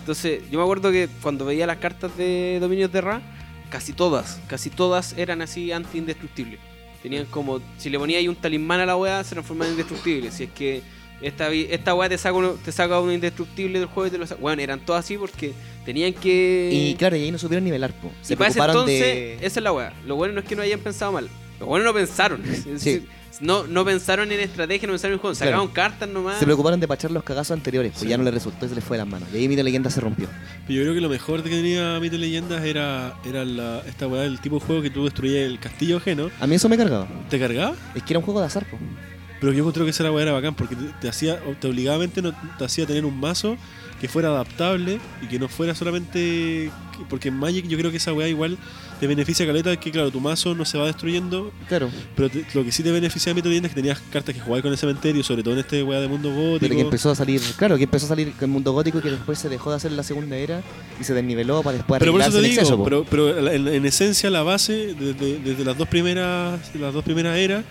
Speaker 1: Entonces, yo me acuerdo que cuando veía las cartas de Dominios de Ra, casi todas, casi todas eran así anti-indestructible. Tenían como, si le ponía ahí un talismán a la weá, se transformaba en indestructible. Si es que esta, vi- esta weá te saca, uno, te saca un indestructible del juego y te lo saca. Bueno, eran todas así porque tenían que.
Speaker 3: Y claro, y ahí no supieron nivelar, po. Se
Speaker 1: y para ese
Speaker 3: preocuparon
Speaker 1: entonces,
Speaker 3: de...
Speaker 1: esa es la weá. Lo bueno no es que no hayan pensado mal. Lo bueno no pensaron. Es decir, No, no pensaron en estrategia, no pensaron en juego.
Speaker 3: Claro.
Speaker 1: Sacaron cartas nomás.
Speaker 3: Se preocuparon de pachar los cagazos anteriores, pues
Speaker 2: Sí.
Speaker 3: ya no le resultó y se les fue de las manos. Y ahí Mito y Leyenda se rompió.
Speaker 2: Pero yo creo que lo mejor que tenía Mito y Leyendas era, era la, esta weá del tipo de juego que tú destruías el castillo ajeno.
Speaker 3: A mí eso me cargaba.
Speaker 2: ¿Te cargaba?
Speaker 3: Es que era un juego de azar, po.
Speaker 2: Pero yo encontré que esa weá era bacán porque te, te hacía, te obligadamente no, te hacía tener un mazo que fuera adaptable y que no fuera solamente. Porque en Magic yo creo que esa weá igual te beneficia caleta, que claro, tu mazo no se va destruyendo,
Speaker 3: Claro.
Speaker 2: pero te- lo que sí te beneficia de Mito y Leyendas es que tenías cartas que jugabas con el cementerio, sobre todo en este weá de mundo
Speaker 3: Pero que
Speaker 2: gótico.
Speaker 3: empezó a salir, claro, que empezó a salir el mundo gótico que después se dejó de hacer en la segunda era y se desniveló para después
Speaker 2: Pero por eso te
Speaker 3: arreglarse
Speaker 2: digo,
Speaker 3: en exceso, po.
Speaker 2: pero, pero la- en, en esencia la base desde, desde las dos primeras las dos primeras eras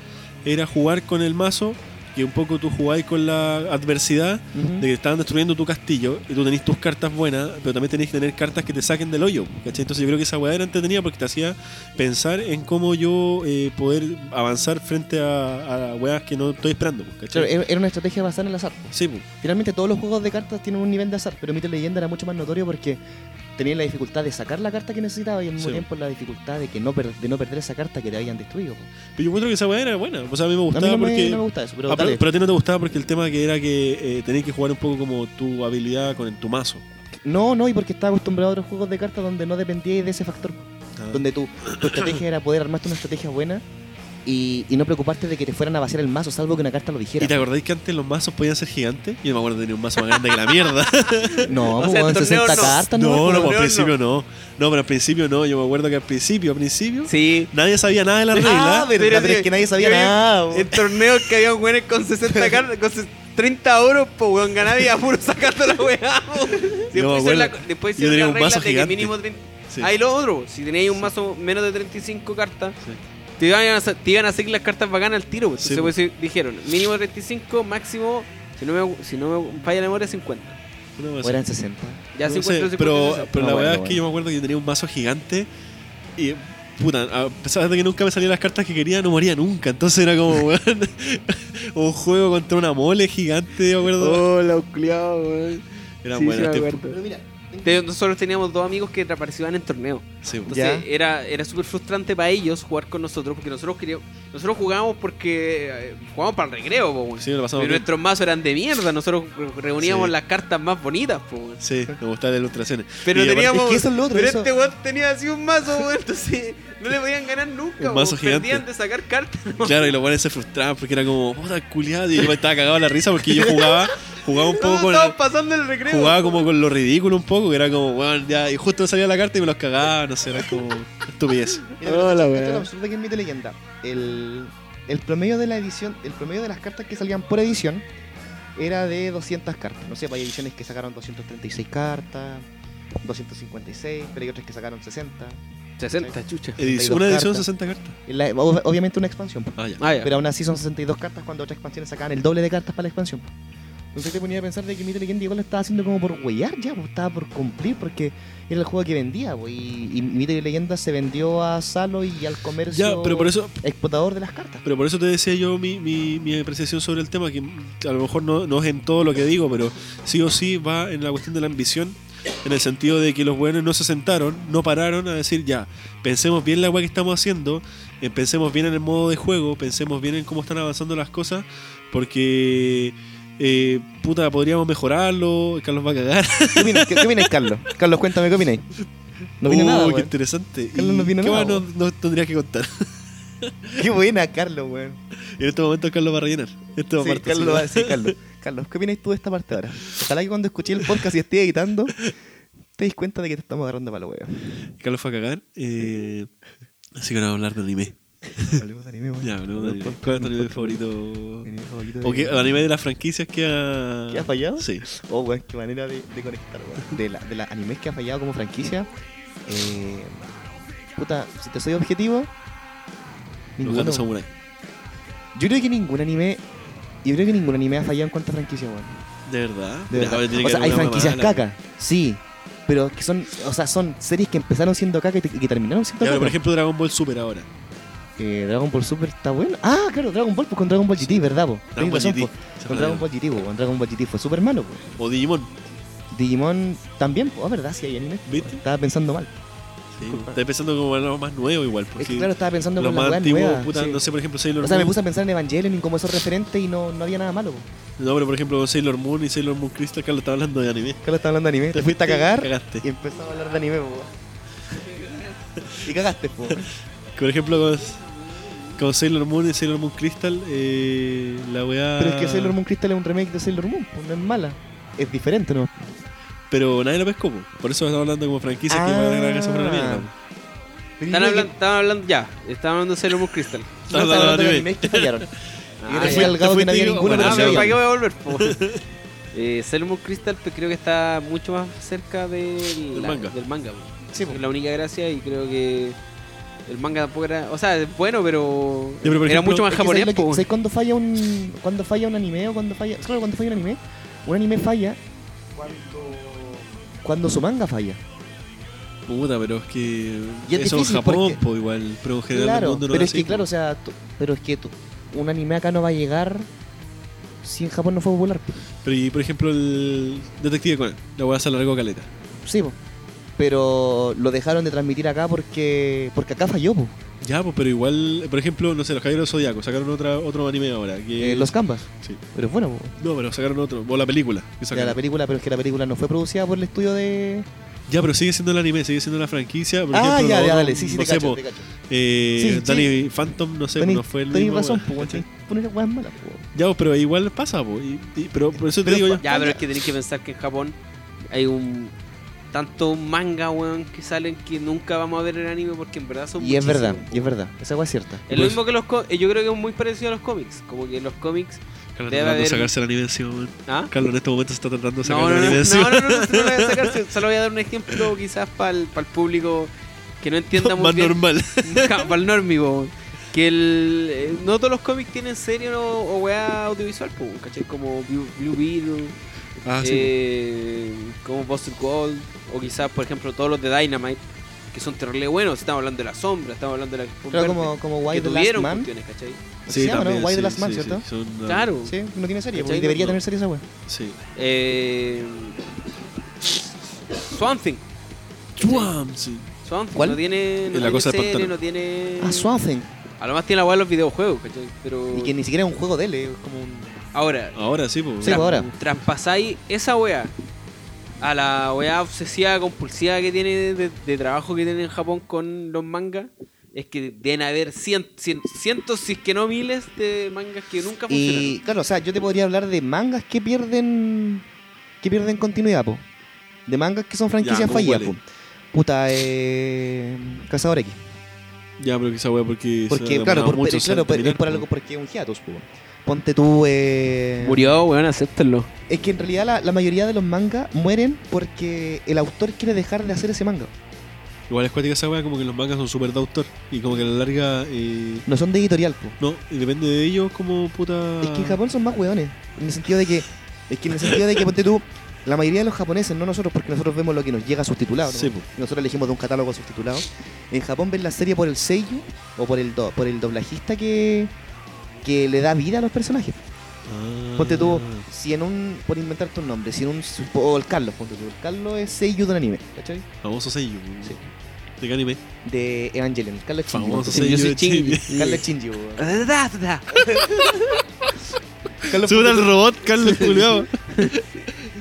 Speaker 2: era jugar con el mazo que un poco tú jugáis con la adversidad de que estaban destruyendo tu castillo y tú tenés tus cartas buenas, pero también tenés que tener cartas que te saquen del hoyo. ¿cachai? Entonces yo creo que esa weá era entretenida porque te hacía pensar en cómo yo eh, poder avanzar frente a, a weas que no estoy esperando. ¿cachai?
Speaker 3: Claro, eh. era era una estrategia basada en el azar.
Speaker 2: Sí, pues.
Speaker 3: Finalmente todos los juegos de cartas tienen un nivel de azar, pero Mito Leyenda era mucho más notorio porque tenía la dificultad de sacar la carta que necesitaba y al mismo
Speaker 2: Sí.
Speaker 3: tiempo la dificultad de que no per- de no perder esa carta que te habían destruido. po.
Speaker 2: Pero yo encuentro que esa weá era buena. O sea, a mí me
Speaker 3: A
Speaker 2: gustaba
Speaker 3: mí no me,
Speaker 2: porque.
Speaker 3: no me gusta eso, pero
Speaker 2: Ah, pero,
Speaker 3: dale.
Speaker 2: pero a ti no te gustaba porque el tema que era que eh, tenías que jugar un poco como tu habilidad con el, tu mazo.
Speaker 3: No, no, y porque estaba acostumbrado a otros juegos de cartas donde no dependía de ese factor.
Speaker 2: Ah.
Speaker 3: Donde tu, tu estrategia era poder armarte una estrategia buena y, y no preocuparte de que te fueran a vaciar el mazo, salvo que una carta lo dijera.
Speaker 2: ¿Y te acordáis que antes los mazos podían ser gigantes? Yo me acuerdo de tener un mazo más grande que la mierda.
Speaker 3: No,
Speaker 1: O
Speaker 3: pues
Speaker 1: sea,
Speaker 3: weón,
Speaker 1: torneo
Speaker 3: 60
Speaker 1: no.
Speaker 3: cartas, ¿no?
Speaker 2: no, no,
Speaker 1: no,
Speaker 2: pues
Speaker 1: no.
Speaker 2: al principio no. No, pero al principio no. Yo me acuerdo que al principio, al principio,
Speaker 1: Sí.
Speaker 2: nadie sabía nada de la regla.
Speaker 3: Ah, verdad, pero es que nadie sabía
Speaker 1: yo vi
Speaker 3: nada. po.
Speaker 1: En torneos que había weones con 60 cartas, con se- 30 euros, pues weón, ganaba y a puro sacando la weá. po.
Speaker 2: Yo me
Speaker 1: Después hicieron la,
Speaker 2: acuerdo.
Speaker 1: después
Speaker 2: Yo
Speaker 1: hicieron
Speaker 2: tenía
Speaker 1: la
Speaker 2: un
Speaker 1: regla
Speaker 2: mazo
Speaker 1: de que
Speaker 2: gigante.
Speaker 1: mínimo 30.
Speaker 2: Sí.
Speaker 1: Ahí lo otro, si teníais un mazo menos de 35 cartas,
Speaker 2: Sí.
Speaker 1: te iban a, sa- te iban a seguir las cartas bacanas al tiro. po. Entonces
Speaker 2: Sí, po.
Speaker 1: pues, sí, dijeron, mínimo 35, máximo, si no me, si no me falla la memoria, 50.
Speaker 2: Una cosa
Speaker 3: O eran 60.
Speaker 1: Ya 50,
Speaker 2: No sé,
Speaker 1: 50,
Speaker 2: pero,
Speaker 1: 60.
Speaker 2: pero
Speaker 3: Ah,
Speaker 2: la
Speaker 3: bueno,
Speaker 2: verdad es
Speaker 3: bueno.
Speaker 2: que yo me acuerdo que yo tenía un mazo gigante y puta, a pesar de que nunca me salían las cartas que quería, no moría nunca. Entonces era como, weón, un juego contra una mole gigante, me acuerdo. este
Speaker 1: Hola, culiado, weón.
Speaker 2: Eran
Speaker 1: Sí, sí,
Speaker 2: buenos
Speaker 1: me
Speaker 2: tiempos.
Speaker 1: acuerdo.
Speaker 3: Pero mira,
Speaker 1: Te- Nosotros teníamos dos amigos que participaban en torneos.
Speaker 2: Sí, pues.
Speaker 1: Entonces
Speaker 3: Ya.
Speaker 1: era, era súper frustrante para ellos jugar con nosotros porque nosotros queríamos, nosotros jugábamos porque eh, jugábamos para el regreo, po, weón.
Speaker 2: Sí, lo pasamos
Speaker 1: Pero
Speaker 2: bien.
Speaker 1: nuestros mazos eran de mierda, nosotros re- reuníamos
Speaker 2: Sí.
Speaker 1: las cartas más bonitas, po, weón.
Speaker 2: Sí, me gustaban las ilustraciones.
Speaker 1: Pero
Speaker 2: Y aparte-
Speaker 1: teníamos.
Speaker 3: es que eso es lo otro,
Speaker 1: pero
Speaker 3: eso-
Speaker 1: este weón tenía así un mazo, weón, entonces no le podían ganar nunca,
Speaker 2: Un mazo
Speaker 1: weón. Perdían
Speaker 2: gigante.
Speaker 1: de sacar cartas.
Speaker 2: Claro, y los buenos se frustraban porque era como, puta culiada. Y yo me estaba cagado en la risa porque yo jugaba, jugaba un poco
Speaker 1: Nosotros
Speaker 2: con.
Speaker 1: estábamos pasando el recreo.
Speaker 2: Jugaba como con lo ridículo un poco, que era como, bueno, ya, y justo me salía la carta y me los cagaba, no sé, era como estupidez.
Speaker 3: Mira,
Speaker 1: Hola, weón.
Speaker 3: pero esto- esto es lo absurdo que es Mito Leyenda. El, el promedio de la edición, el promedio de las cartas que salían por edición era de 200 cartas. No sé, pues, hay ediciones que sacaron 236 cartas, 256, pero hay otras que sacaron 60.
Speaker 1: 60, chucha.
Speaker 2: Edición- una edición
Speaker 3: cartas.
Speaker 2: 60 cartas.
Speaker 3: Y la- ob- obviamente una expansión. po.
Speaker 2: Ah, ya.
Speaker 1: Ah, ya.
Speaker 3: Pero aún así son 62 cartas cuando otras expansiones sacaban el doble de cartas para la expansión. po. Entonces te ponía a pensar de que Mito Leyenda igual lo estaba haciendo como por huellar ya, po, estaba por cumplir porque era el juego que vendía. po, y, y Mito y Leyenda se vendió a Salo y al comercio.
Speaker 2: Ya, pero por eso,
Speaker 3: explotador de las cartas.
Speaker 2: Pero por eso te decía yo mi, mi, mi apreciación sobre el tema, que a lo mejor no, no es en todo lo que digo, pero sí o sí va en la cuestión de la ambición, en el sentido de que los buenos no se sentaron, no pararon a decir ya, pensemos bien la weá que estamos haciendo, eh, pensemos bien en el modo de juego, pensemos bien en cómo están avanzando las cosas, porque eh, puta, podríamos mejorarlo, Carlos va a cagar.
Speaker 3: ¿Qué opinas, qué- qué opináis, Carlos? Carlos, cuéntame, ¿qué opináis? No opina
Speaker 2: Uh,
Speaker 3: nada,
Speaker 2: qué
Speaker 3: weón.
Speaker 2: interesante.
Speaker 3: Carlos no
Speaker 2: ¿Y
Speaker 3: opina
Speaker 2: ¿Qué
Speaker 3: nada,
Speaker 2: más nos, nos tendrías que contar?
Speaker 3: Qué buena, Carlos, weón.
Speaker 2: En este momento Carlos va a rellenar. este Esto va
Speaker 3: Sí,
Speaker 2: aparte,
Speaker 3: Carlos
Speaker 2: sí.
Speaker 3: lo va a decir, Carlos. Carlos, ¿qué opináis tú de esta parte ahora? Ojalá que cuando escuché el podcast y esté editando, te des cuenta de que te estamos agarrando para la weón.
Speaker 2: Carlos fue a cagar. eh, así que ahora vamos a hablar de anime.
Speaker 3: Hablemos de anime, weón.
Speaker 2: Ya, hablemos de anime. ¿Cuál es tu anime favorito?
Speaker 3: Anime favorito de-
Speaker 2: O que, el anime de las franquicias que ha.
Speaker 3: ¿Que ha fallado?
Speaker 2: Sí.
Speaker 3: Oh, weón, qué manera de, de conectar, weón. De las de la animes que ha fallado como franquicia. Eh, puta, si te soy objetivo.
Speaker 2: Los
Speaker 3: ninguno,
Speaker 2: gatos samurai.
Speaker 3: Yo creo que ningún anime. Yo creo que ningún anime ha fallado en cuanto a franquicia, weón.
Speaker 2: De verdad. Ya,
Speaker 3: De verdad.
Speaker 2: pero tiene
Speaker 3: O
Speaker 2: que
Speaker 3: sea,
Speaker 2: haber
Speaker 3: hay
Speaker 2: una
Speaker 3: franquicias
Speaker 2: mala.
Speaker 3: caca, sí. Pero que son, o sea, son series que empezaron siendo caca y, te- y que terminaron siendo
Speaker 2: Ya, pero
Speaker 3: caca.
Speaker 2: por ejemplo, Dragon Ball Super ahora.
Speaker 3: Eh, Dragon Ball Super está bueno. Ah, claro, Dragon Ball pues, con Dragon Ball GT, ¿verdad? Po?
Speaker 2: Dragon
Speaker 3: Tenés
Speaker 2: Ball
Speaker 3: razón,
Speaker 2: GT.
Speaker 3: po.
Speaker 2: Se
Speaker 3: Con
Speaker 2: fue
Speaker 3: Dragon
Speaker 2: la-
Speaker 3: Ball GT, po, con Dragon Ball GT fue súper malo. po.
Speaker 2: O Digimon.
Speaker 3: Digimon también, pues, verdad, sí hay anime.
Speaker 2: ¿Viste?
Speaker 3: Estaba pensando mal.
Speaker 2: Sí. Estás pensando como en algo más nuevo igual.
Speaker 3: Es
Speaker 2: Porque
Speaker 3: que, claro, estaba pensando
Speaker 2: los
Speaker 3: con la
Speaker 2: más
Speaker 3: weá
Speaker 2: antiguos,
Speaker 3: nueva.
Speaker 2: puta,
Speaker 3: sí.
Speaker 2: no sé, por ejemplo, Sailor
Speaker 3: O sea, me
Speaker 2: Moon.
Speaker 3: puse a pensar en Evangelion y como esos referentes y no, no había nada malo. po.
Speaker 2: No, pero por ejemplo, Sailor Moon y Sailor Moon Crystal, Carlos está hablando de anime.
Speaker 3: Carlos está hablando de anime. Te fuiste a cagar
Speaker 2: Cagaste.
Speaker 3: y empezó a hablar de anime, po. Y cagaste, po.
Speaker 2: Por ejemplo, con, con Sailor Moon y Sailor Moon Crystal, eh, la weá.
Speaker 3: Pero es que Sailor Moon Crystal es un remake de Sailor Moon, pues, no es mala. Es diferente, ¿no?
Speaker 2: Pero nadie lo pescó, po. por eso estamos hablando como franquicias que
Speaker 3: Ah.
Speaker 2: van a ganar sobre la mierda. po.
Speaker 1: Estaban hablando, estaban hablando ya, estaban hablando de Sailor Moon Crystal.
Speaker 3: No, estaba hablando de anime que fallaron. Y yo
Speaker 1: Ah,
Speaker 3: le fui
Speaker 1: ya.
Speaker 3: al gado
Speaker 2: Te
Speaker 3: que no había
Speaker 2: fuiste,
Speaker 3: ninguno,
Speaker 2: bueno,
Speaker 1: Ah,
Speaker 3: pero se
Speaker 1: pero ¿para qué voy
Speaker 3: veían.
Speaker 1: a volver? po? eh, Sailor Moon Crystal pues, creo que está mucho más cerca del,
Speaker 2: Del
Speaker 1: la-
Speaker 2: manga.
Speaker 1: Del manga po.
Speaker 3: Sí, po.
Speaker 1: Es la única gracia y creo que El manga tampoco era. O sea, es bueno, pero.
Speaker 2: pero, por
Speaker 1: era
Speaker 2: ejemplo,
Speaker 1: mucho más
Speaker 3: Es que
Speaker 1: japonés,
Speaker 3: ¿sabes lo que-
Speaker 1: po,
Speaker 3: ¿sabes cuándo falla un cuando falla un anime o cuando falla claro cuando falla un anime un anime falla cuando cuando su manga falla
Speaker 2: Puta, pero es que.
Speaker 3: Y es
Speaker 2: eso en
Speaker 3: difícil
Speaker 2: Japón,
Speaker 3: porque-
Speaker 2: po, igual. Pero en general el
Speaker 3: claro
Speaker 2: mundo no
Speaker 3: pero es
Speaker 2: así, pues.
Speaker 3: que
Speaker 2: po.
Speaker 3: claro o sea tú- pero es que tú- un anime acá no va a llegar si en Japón no fue popular
Speaker 2: Pero y por ejemplo, el Detective Conan, la weá se alargó caleta.
Speaker 3: sí po. pero lo dejaron de transmitir acá porque porque acá falló po.
Speaker 2: Ya, pues, pero igual, por ejemplo, no sé, los Caballeros Zodiaco sacaron otra, otro anime ahora. Que...
Speaker 3: Eh, los canvas
Speaker 2: Sí.
Speaker 3: pero es bueno po.
Speaker 2: No, pero sacaron otro. O la película. que
Speaker 3: Ya,
Speaker 2: sacaron.
Speaker 3: la película pero es que la película no fue producida por el estudio de
Speaker 2: Ya, pero sigue siendo el anime, sigue siendo la franquicia. Por
Speaker 3: ah
Speaker 2: ejemplo,
Speaker 3: ya
Speaker 2: lo
Speaker 3: ya
Speaker 2: otro,
Speaker 3: dale sí sí
Speaker 2: no
Speaker 3: te
Speaker 2: sé, pues,
Speaker 3: cacho,
Speaker 2: po,
Speaker 3: te cacho.
Speaker 2: eh,
Speaker 3: Sí, sí.
Speaker 2: Danny Phantom, no sé,
Speaker 3: Tenés-
Speaker 2: no fue el
Speaker 3: tenés
Speaker 2: mismo.
Speaker 3: razón,
Speaker 2: weá,
Speaker 3: po,
Speaker 2: ¿cachai?
Speaker 3: Poner weas malas, po.
Speaker 2: Ya, pues, pero igual pasa, po, y- y- pero por eso te
Speaker 3: Pero
Speaker 2: digo yo.
Speaker 1: Ya, pero es que tenéis que pensar que en Japón hay un tanto manga, weón, que salen que nunca vamos a ver el anime porque en verdad son
Speaker 3: Y es
Speaker 1: muchísimos,
Speaker 3: verdad,
Speaker 1: po.
Speaker 3: y es verdad. Esa wea es cierta.
Speaker 1: Es lo mismo que los co- eh, Yo creo que es muy parecido a los cómics. Como que los cómics. debe
Speaker 2: Carlos, tratando de
Speaker 1: haber-
Speaker 2: sacarse el anime encima, weón.
Speaker 1: ¿Ah?
Speaker 2: Carlos en este momento se está tratando de sacar
Speaker 1: No,
Speaker 2: el
Speaker 1: no, no,
Speaker 2: anime
Speaker 1: no,
Speaker 2: encima.
Speaker 1: no, no, no, no, lo voy a sacar, se- Solo voy a dar un ejemplo quizás para el, público que no entienda muy
Speaker 2: Más
Speaker 1: bien.
Speaker 2: normal.
Speaker 1: para el normivo. Que el, eh, no todos los cómics tienen serie o, o weá audiovisual, po, ¿cachai? Como Blue, Blue Beetle,
Speaker 2: Ah, sí.
Speaker 1: eh, como Buster Gold, o quizás, por ejemplo, todos los de Dynamite, que son terrible buenos. Estamos hablando de la sombra, estamos hablando de la.
Speaker 3: Claro, como, como
Speaker 1: que
Speaker 3: Why the Last
Speaker 1: tuvieron
Speaker 3: Man.
Speaker 1: cuestiones, ¿cachai?
Speaker 3: se llama, no? Why the
Speaker 2: sí,
Speaker 3: Last Man,
Speaker 2: sí,
Speaker 3: ¿cierto?
Speaker 2: sí, son, ah,
Speaker 1: Claro.
Speaker 3: Sí, no tiene
Speaker 1: ¿Cachai?
Speaker 3: serie, porque debería
Speaker 1: No.
Speaker 3: tener serie esa wea.
Speaker 2: Sí.
Speaker 1: Eh, Swamp Thing.
Speaker 2: Chuam, sí.
Speaker 1: Swamp Thing
Speaker 3: ¿Cuál?
Speaker 1: no tiene, no
Speaker 2: La cosa del
Speaker 1: tiene serie,
Speaker 2: pantano.
Speaker 1: no tiene...
Speaker 3: Ah, Swamp Thing.
Speaker 1: A lo más tiene la weá de los videojuegos, ¿cachai? Pero...
Speaker 3: Y que ni siquiera es un juego de L, es como un.
Speaker 1: Ahora,
Speaker 2: Ahora sí, pues.
Speaker 3: Sí, pues ahora.
Speaker 1: traspasáis esa weá a la weá obsesiva, compulsiva que tiene de, de- de trabajo que tienen en Japón con los mangas, es que deben haber cien- cien- cientos, si es que no miles, de mangas que nunca funcionaron.
Speaker 3: Y claro, o sea, yo te podría hablar de mangas que pierden. que pierden continuidad, po. De mangas que son
Speaker 2: Ya,
Speaker 3: franquicias
Speaker 2: ¿cómo
Speaker 3: fallidas, po.
Speaker 2: cuáles?
Speaker 3: Puta, eh. Cazador X.
Speaker 2: Ya, pero que esa wea porque. se
Speaker 3: Porque,
Speaker 2: ha
Speaker 3: claro,
Speaker 2: demorado
Speaker 3: por,
Speaker 2: mucho,
Speaker 3: pero-
Speaker 2: se
Speaker 3: claro,
Speaker 2: ha
Speaker 3: pero es
Speaker 2: terminado,
Speaker 3: por algo porque es un hiatus, po. Ponte tú, eh.
Speaker 1: Murió, weón, acéptenlo.
Speaker 3: Es que en realidad la, la mayoría de los mangas mueren porque el autor quiere dejar de hacer ese manga.
Speaker 2: Igual es cuática esa wea, como que los mangas son súper de autor. Y como que a la larga. eh,
Speaker 3: No son de editorial, po.
Speaker 2: no, y depende de ellos, como puta.
Speaker 3: Es que en Japón son más hueones. En el sentido de que. Es que en el sentido de que, ponte tú, la mayoría de los japoneses, no nosotros, porque nosotros vemos lo que nos llega subtitulado. ¿no?
Speaker 2: Sí, po.
Speaker 3: Nosotros elegimos de un catálogo subtitulado. En Japón ven la serie por el sello o por el, do- por el doblajista que, que le da vida a los personajes.
Speaker 2: Ah.
Speaker 3: Ponte tú, si en un. Por inventarte un nombre, si en un. O el Carlos, ponte tú. El Carlos es sello de un anime, ¿cachai?
Speaker 2: Famoso sello. weón.
Speaker 3: Sí.
Speaker 2: ¿De qué anime?
Speaker 3: De Evangelion. El Carlos es Shinji.
Speaker 2: Famoso
Speaker 3: ponte tú.
Speaker 2: sello.
Speaker 1: yo soy
Speaker 2: de
Speaker 1: Shinji.
Speaker 2: Shinji.
Speaker 3: Carlos es Shinji, weón. Carlos
Speaker 2: Sube
Speaker 3: ponte
Speaker 2: al
Speaker 3: tú-
Speaker 2: robot, Carlos Juliado.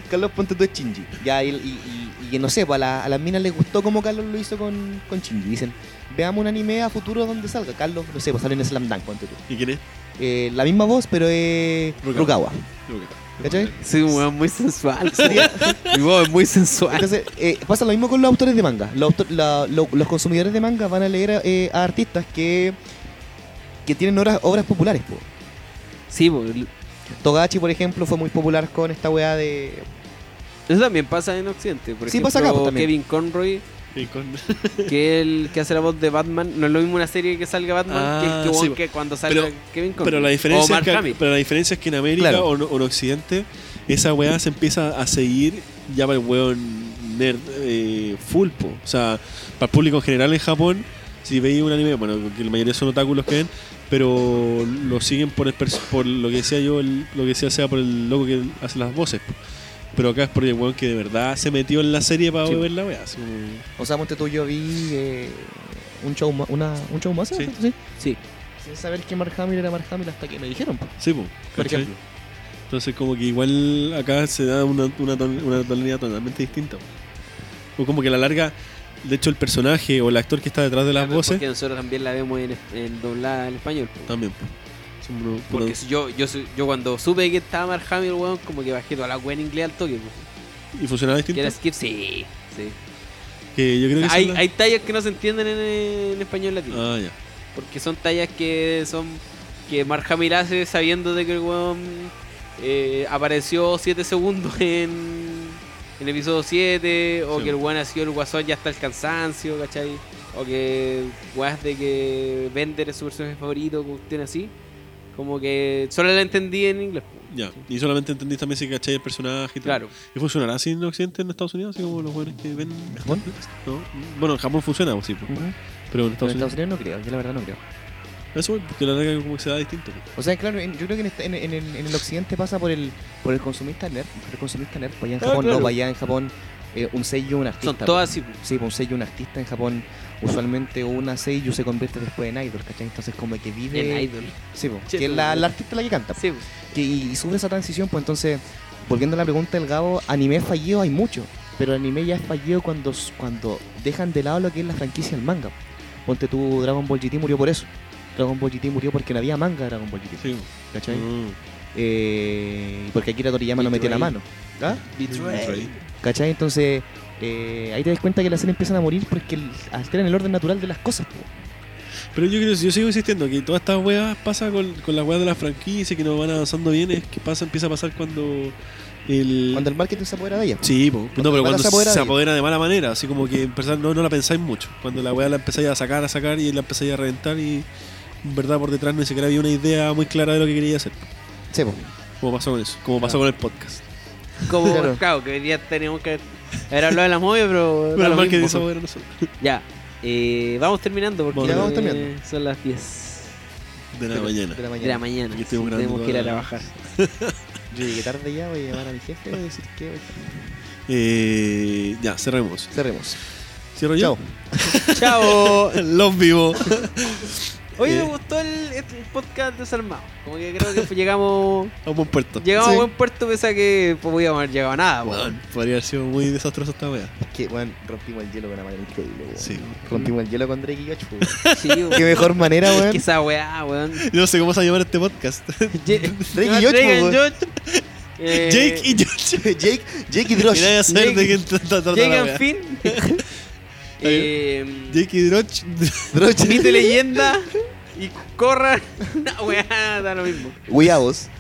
Speaker 3: Carlos Ponte tú es Chinji. Ya, y, y- y- y no sé, pues, a, la- a las minas les gustó como Carlos lo hizo con, con Shinji. Dicen, veamos un anime a futuro donde salga. Carlos, no sé, pues sale en Slam Dunk, ponte tú.
Speaker 2: ¿Y quién es?
Speaker 3: Eh, la misma voz, pero es
Speaker 2: Rukawa.
Speaker 3: Rukawa.
Speaker 2: Luca.
Speaker 3: ¿Cachai?
Speaker 1: Soy un weón muy sensual. Mi voz es muy sensual.
Speaker 3: Entonces, eh, pasa lo mismo con los autores de manga. Los, autor- la- lo- los consumidores de manga van a leer a, eh, a artistas que, que tienen obras, obras populares. po.
Speaker 1: Sí, pues, weón.
Speaker 3: Togachi, por ejemplo, fue muy popular con esta weá de...
Speaker 1: Eso también pasa en Occidente. Por
Speaker 3: Sí,
Speaker 1: ejemplo,
Speaker 3: pasa acá, pues, también.
Speaker 1: Kevin Conroy,
Speaker 2: Y con-
Speaker 1: que el que hace la voz de Batman, no es lo mismo una serie que salga Batman
Speaker 2: Ah,
Speaker 1: que, el que,
Speaker 2: sí,
Speaker 1: que cuando salga
Speaker 2: pero-
Speaker 1: Kevin Conroy.
Speaker 2: Pero la,
Speaker 1: o
Speaker 2: diferencia es
Speaker 1: Mark
Speaker 2: que,
Speaker 1: Hamill.
Speaker 2: pero la diferencia es que en América
Speaker 3: Claro.
Speaker 2: o, no- o en Occidente esa weá se empieza a seguir ya para el weón nerd eh, full, po. O sea, para el público en general en Japón, si veis un anime, bueno, que la mayoría son otakus los que ven, pero lo siguen por, el pers- por lo que decía yo, el- lo que decía sea por el loco que hace las voces. po. Pero acá es por el weón que de verdad se metió en la serie para
Speaker 3: Sí.
Speaker 2: ver la weá. así como-
Speaker 3: O sea, ponte tú, yo vi eh, un show, ma- una, un show más,
Speaker 2: Sí.
Speaker 3: ¿sí?
Speaker 1: Sí.
Speaker 3: sin saber que Mark Hamill era Mark Hamill hasta que me dijeron. po.
Speaker 2: Sí, po,
Speaker 3: Por
Speaker 2: ¿cachai?
Speaker 3: ejemplo.
Speaker 2: Entonces como que igual acá se da una, una, ton- una tonalidad totalmente distinta. po. O como que a la larga, de hecho el personaje o el actor que está detrás de las
Speaker 1: Porque
Speaker 2: voces
Speaker 1: nosotros también la vemos en, en doblada en español. po.
Speaker 2: también. po. Son uno-
Speaker 1: Porque
Speaker 2: uno-
Speaker 1: si yo, yo, soy- yo cuando supe que estaba Mark Hamill, weón, como que bajé toda la wea en inglés al toque. po.
Speaker 2: y funcionaba distinto.
Speaker 1: ¿Quieres skip? Sí. sí.
Speaker 2: Que yo creo que esa
Speaker 1: Hay,
Speaker 2: es la-
Speaker 1: hay tallas que no se entienden en, en español latino.
Speaker 2: Ah, ya.
Speaker 1: Porque son tallas que son que Mark Hamill hace sabiendo de que el weón eh, apareció 7 segundos en, en el episodio 7 o
Speaker 2: Sí.
Speaker 1: que el weón ha sido el guasón ya hasta el cansancio, ¿cachai? o que weas de que Bender es su personaje favorito, cuestiones así, como que solo la entendí en inglés. po.
Speaker 2: Ya, y solamente entendí también si cachai el personaje y todo.
Speaker 1: Claro.
Speaker 2: ¿Y funcionará así en Occidente, en Estados Unidos? Así como los buenos que ven. ¿Japón? No. Bueno, en Japón funciona, pues, sí. pues.
Speaker 3: Ujú.
Speaker 2: Pero en
Speaker 3: Pero
Speaker 2: Estados
Speaker 3: en
Speaker 2: Unidos.
Speaker 3: Estados Unidos no creo, yo la verdad no creo.
Speaker 2: Eso, bueno, porque la verdad que como que se da distinto. pues.
Speaker 3: O sea, claro, en- yo creo que en, este- en- en el, en el occidente pasa por el por el consumista nerd, por el consumista nerd, para allá en
Speaker 2: Ah,
Speaker 3: Japón
Speaker 2: claro.
Speaker 3: no, para allá en Japón eh, un sello, un artista.
Speaker 1: Son todas así. po.
Speaker 3: Sí, pues, un sello, un artista en Japón, usualmente una sello se convierte después en idol, ¿cachai? Entonces como que vive...
Speaker 1: En Idol.
Speaker 3: Sí, pues,
Speaker 1: pues. Sí,
Speaker 3: que es
Speaker 1: tú-
Speaker 3: la, la artista la que canta.
Speaker 1: Sí, pues. po.
Speaker 3: Que, y, y sufre esa transición, pues entonces, volviendo a la pregunta del Gabo, anime fallido hay mucho, pero el anime ya es fallido cuando, s- cuando dejan de lado lo que es la franquicia del manga. Ponte tu Dragon Ball GT murió por eso. Dragon Ball GT murió porque no había manga de Dragon Ball GT.
Speaker 2: Sí.
Speaker 3: ¿Cachai?
Speaker 2: Mm.
Speaker 3: Eh, porque Akira Toriyama no metió la
Speaker 1: Betrayed.
Speaker 3: mano. ¿Ah?
Speaker 1: Betrayed.
Speaker 3: ¿Cachai? Entonces, eh, ahí te das cuenta que las series empiezan a morir porque el- alteran el orden natural de las cosas. po.
Speaker 2: Pero yo creo, yo sigo insistiendo que todas estas weas pasa con, con las weas de la franquicia que no van avanzando bien, es que pasa, empieza a pasar cuando el.
Speaker 3: Cuando el marketing se apodera de ellas. po.
Speaker 2: Sí, po. no, pero
Speaker 3: el
Speaker 2: cuando
Speaker 3: pata
Speaker 2: se
Speaker 3: se
Speaker 2: apodera,
Speaker 3: apodera
Speaker 2: de,
Speaker 3: de-
Speaker 2: mala manera, así como que empezar, no, no la pensáis mucho. Cuando la weá la empezáis a sacar, a sacar y la empezáis a reventar y en verdad por detrás ni siquiera había una idea muy clara de lo que quería hacer.
Speaker 3: Sí, po.
Speaker 2: Como pasó con eso, como pasó con el podcast.
Speaker 1: Como, claro.
Speaker 3: Claro.
Speaker 1: que hoy día tenemos que haber hablado de las movies, pero. da
Speaker 2: Pero
Speaker 1: lo
Speaker 2: más que
Speaker 1: mismo.
Speaker 2: esa weá era nosotros.
Speaker 1: Ya, eh, vamos terminando porque
Speaker 2: Ya vamos
Speaker 1: eh,
Speaker 3: terminando.
Speaker 1: son las 10
Speaker 2: De la mañana.
Speaker 3: De la
Speaker 1: de la
Speaker 3: mañana.
Speaker 1: mañana.
Speaker 2: Yo
Speaker 1: Sí,
Speaker 2: estoy grabando
Speaker 1: tenemos que ir a
Speaker 2: toda la-
Speaker 1: trabajar.
Speaker 3: Yo llegué tarde ya, voy a llamar a mi jefe, voy a decir que voy-
Speaker 2: Eh, ya, cerremos.
Speaker 3: cerremos.
Speaker 2: Cierro yo.
Speaker 3: Chao.
Speaker 1: Chao.
Speaker 2: Los vivo.
Speaker 1: Hoy
Speaker 2: Eh.
Speaker 1: me gustó el, el podcast desarmado. Como que creo que fue- llegamos
Speaker 2: A un buen puerto.
Speaker 1: llegamos
Speaker 3: Sí.
Speaker 1: a buen puerto, pese a que pues, podíamos haber llegado a nada. po.
Speaker 2: Weón, podría haber sido muy desastroso esta weá.
Speaker 3: Es que, bueno, rompimos el hielo con una manera increíble, weón.
Speaker 2: Sí.
Speaker 3: Rompimos el hielo con Drake y Yoch, po.
Speaker 1: Sí, po.
Speaker 3: Qué mejor manera,
Speaker 1: Es
Speaker 3: weón.
Speaker 1: que esa weá, weón.
Speaker 2: No sé cómo se va a llamar este podcast.
Speaker 1: Jake
Speaker 3: Drake y Josh, po,
Speaker 1: Eh,
Speaker 2: Jake y George.
Speaker 3: Jake, Eh, Jake y Drosh.
Speaker 2: Mira, ya saber
Speaker 1: Jake-
Speaker 2: de quién trata trata la
Speaker 1: Llegan
Speaker 2: weá.
Speaker 1: fin. eh,
Speaker 2: Jake y Droch.
Speaker 3: Drosh.
Speaker 1: Mite leyenda y corra. No, weá, da lo mismo.
Speaker 3: Weavos.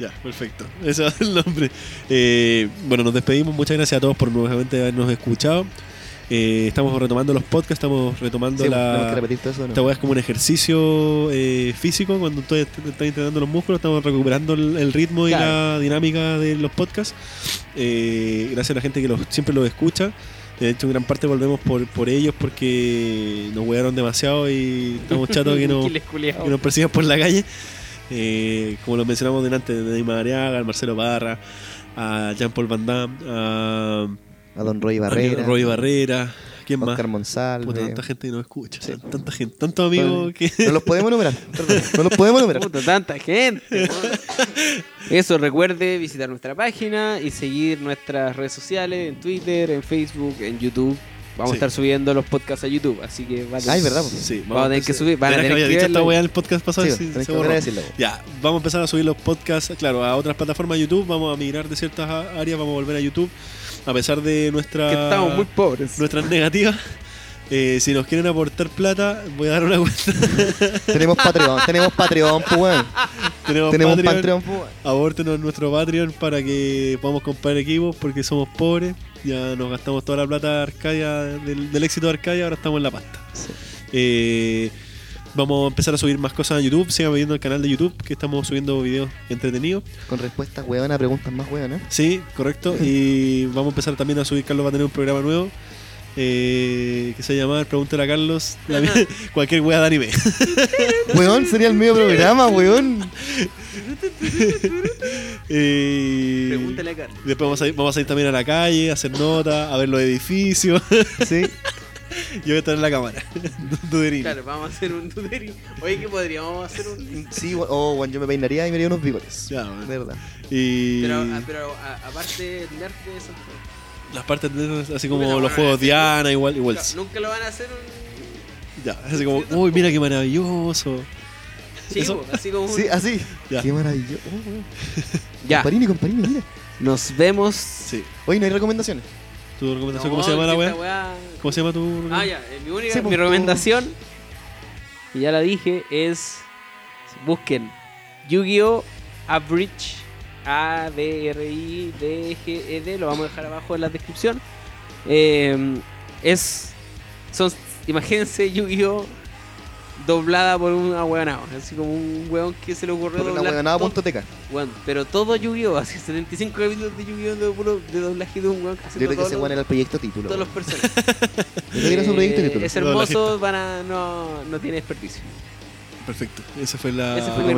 Speaker 2: Ya, perfecto. Ese es el nombre. Eh, bueno, nos despedimos. Muchas gracias a todos por nuevamente habernos escuchado. Eh, estamos retomando los podcasts, estamos retomando
Speaker 3: Sí, tenemos que
Speaker 2: la...
Speaker 3: repetir todo eso, ¿no?
Speaker 2: Esta weá es como un ejercicio eh, físico, cuando tú est- estás entrenando los músculos, estamos recuperando el, el ritmo y la dinámica de los podcasts. Eh, gracias a la gente que los, siempre los escucha. De hecho, en gran parte volvemos por, por ellos porque nos wearon demasiado y estamos chatos que no
Speaker 1: Giles culiao.
Speaker 2: que nos persigan por la calle. Eh, como lo mencionamos delante, de Neymar Ariaga, al Marcelo Barra, a Jean-Paul Van Damme, a
Speaker 3: A Don Roy
Speaker 2: Barrera.
Speaker 3: Barrera.
Speaker 2: Roy Barrera, ¿quién más? Puta,
Speaker 3: Oscar
Speaker 2: tanta
Speaker 3: Monsalve.
Speaker 2: gente que nos escucha,
Speaker 3: Sí.
Speaker 2: tanta gente, tantos amigos
Speaker 3: Vale.
Speaker 2: que...
Speaker 3: No los podemos numerar. perdón, No los podemos numerar.
Speaker 1: Puta, tanta gente. weón. Eso, recuerde visitar nuestra página y seguir nuestras redes sociales en Twitter, en Facebook, en YouTube. Vamos a
Speaker 2: Sí.
Speaker 1: estar subiendo los podcasts a YouTube, así que va a tener-
Speaker 3: Ay, ¿verdad? po?
Speaker 2: Sí,
Speaker 1: Vamos a tener que subir, van a
Speaker 2: Era
Speaker 1: tener
Speaker 2: había
Speaker 1: que
Speaker 2: dicho esta
Speaker 1: verlo.
Speaker 2: weá en el podcast pasado.
Speaker 3: Sí,
Speaker 2: sí,
Speaker 3: tenés
Speaker 2: se
Speaker 3: que
Speaker 2: borró.
Speaker 3: volver a decirlo. weón.
Speaker 2: Ya, vamos a empezar a subir los podcasts, claro, a otras plataformas de YouTube, vamos a migrar de ciertas a- áreas, vamos a volver a YouTube, a pesar de nuestra...
Speaker 1: Que estamos muy pobres.
Speaker 2: Nuestras negativas. Eh, si nos quieren aportar plata, voy a dar una cuenta.
Speaker 3: Tenemos Patreon, tenemos Patreon, pues, weón.
Speaker 2: Tenemos,
Speaker 3: Tenemos
Speaker 2: Patreon.
Speaker 3: Patreon, pues, weón.
Speaker 2: Abórtenos nuestro Patreon para que podamos comprar equipos porque somos pobres. Ya nos gastamos toda la plata de Arcadia, del, del éxito de Arcadia, ahora estamos en la pasta. Eh, vamos a empezar a subir más cosas a YouTube. Sigan viendo el canal de YouTube que estamos subiendo videos entretenidos.
Speaker 3: pues. Con respuestas weón a preguntas más weón, ¿eh?
Speaker 2: Sí, correcto. Y vamos a empezar también a subir. Carlos va a tener un programa nuevo. eh, que se llama Pregúntale a Carlos la mi- cualquier wea de anime.
Speaker 3: Weón, sería el medio programa, weón.
Speaker 2: Eh,
Speaker 1: Pregúntale a Carlos.
Speaker 2: Después vamos a, ir, vamos a ir también a la calle, a hacer notas, a ver los edificios.
Speaker 3: Sí.
Speaker 2: Yo voy a estar en la cámara. Duderino.
Speaker 1: Claro, vamos a hacer un tutorial. Oye, que podríamos hacer un.
Speaker 3: Sí, weón. Oh, weón, yo me peinaría y me haría unos bigotes.
Speaker 2: Ya,
Speaker 3: De
Speaker 2: bueno.
Speaker 3: verdad.
Speaker 2: Y
Speaker 1: Pero, ah, pero ah, aparte, el arte de eso.
Speaker 2: las partes de esas, así como
Speaker 1: Mira,
Speaker 2: los
Speaker 1: bueno,
Speaker 2: juegos
Speaker 1: sí.
Speaker 2: Diana, igual, igual.
Speaker 1: Nunca lo van a hacer un
Speaker 2: Ya, así como, uy, mira qué maravilloso.
Speaker 1: chivo, así como un.
Speaker 3: Sí, ah, así.
Speaker 2: Ya.
Speaker 3: Qué maravilloso. Oh, weón.
Speaker 1: ya,
Speaker 3: Comparini, comparini, mira.
Speaker 1: nos vemos.
Speaker 2: Sí.
Speaker 3: Oye, no hay recomendaciones.
Speaker 2: ¿Tu recomendación
Speaker 1: No,
Speaker 2: cómo se llama la
Speaker 1: si
Speaker 2: wea?
Speaker 1: esta weá-
Speaker 2: ¿Cómo se llama tu
Speaker 1: Ah, ya, eh, mi única
Speaker 3: Sí,
Speaker 1: mi
Speaker 3: pues, tú-
Speaker 1: recomendación, y ya la dije, es busquen Yu-Gi-Oh! Abridge A, B, R, I, D, G, E, D, lo vamos a dejar abajo en la descripción. Eh, es. Son imagínense Yu-Gi-Oh! doblada por un ahueonado. Así como un weón que se le ocurrió
Speaker 3: Por una
Speaker 1: doblar
Speaker 3: huevonada
Speaker 1: todo-
Speaker 3: punto teca.
Speaker 1: Weón, pero todo Yu-Gi-Oh! Así 75 capítulos de Yu-Gi-Oh! de, puro- de doblaje de un weón
Speaker 3: Yo creo
Speaker 1: haciendo
Speaker 3: que
Speaker 1: todos
Speaker 3: ese
Speaker 1: los,
Speaker 3: weón era el proyecto título.
Speaker 1: todos los
Speaker 3: weón.
Speaker 1: personajes.
Speaker 3: Yo creo que era su
Speaker 1: Eh,
Speaker 3: proyecto título.
Speaker 1: Es hermoso, van a, no, no tiene desperdicio.
Speaker 2: Perfecto. Esa fue la.
Speaker 1: Esa fue mi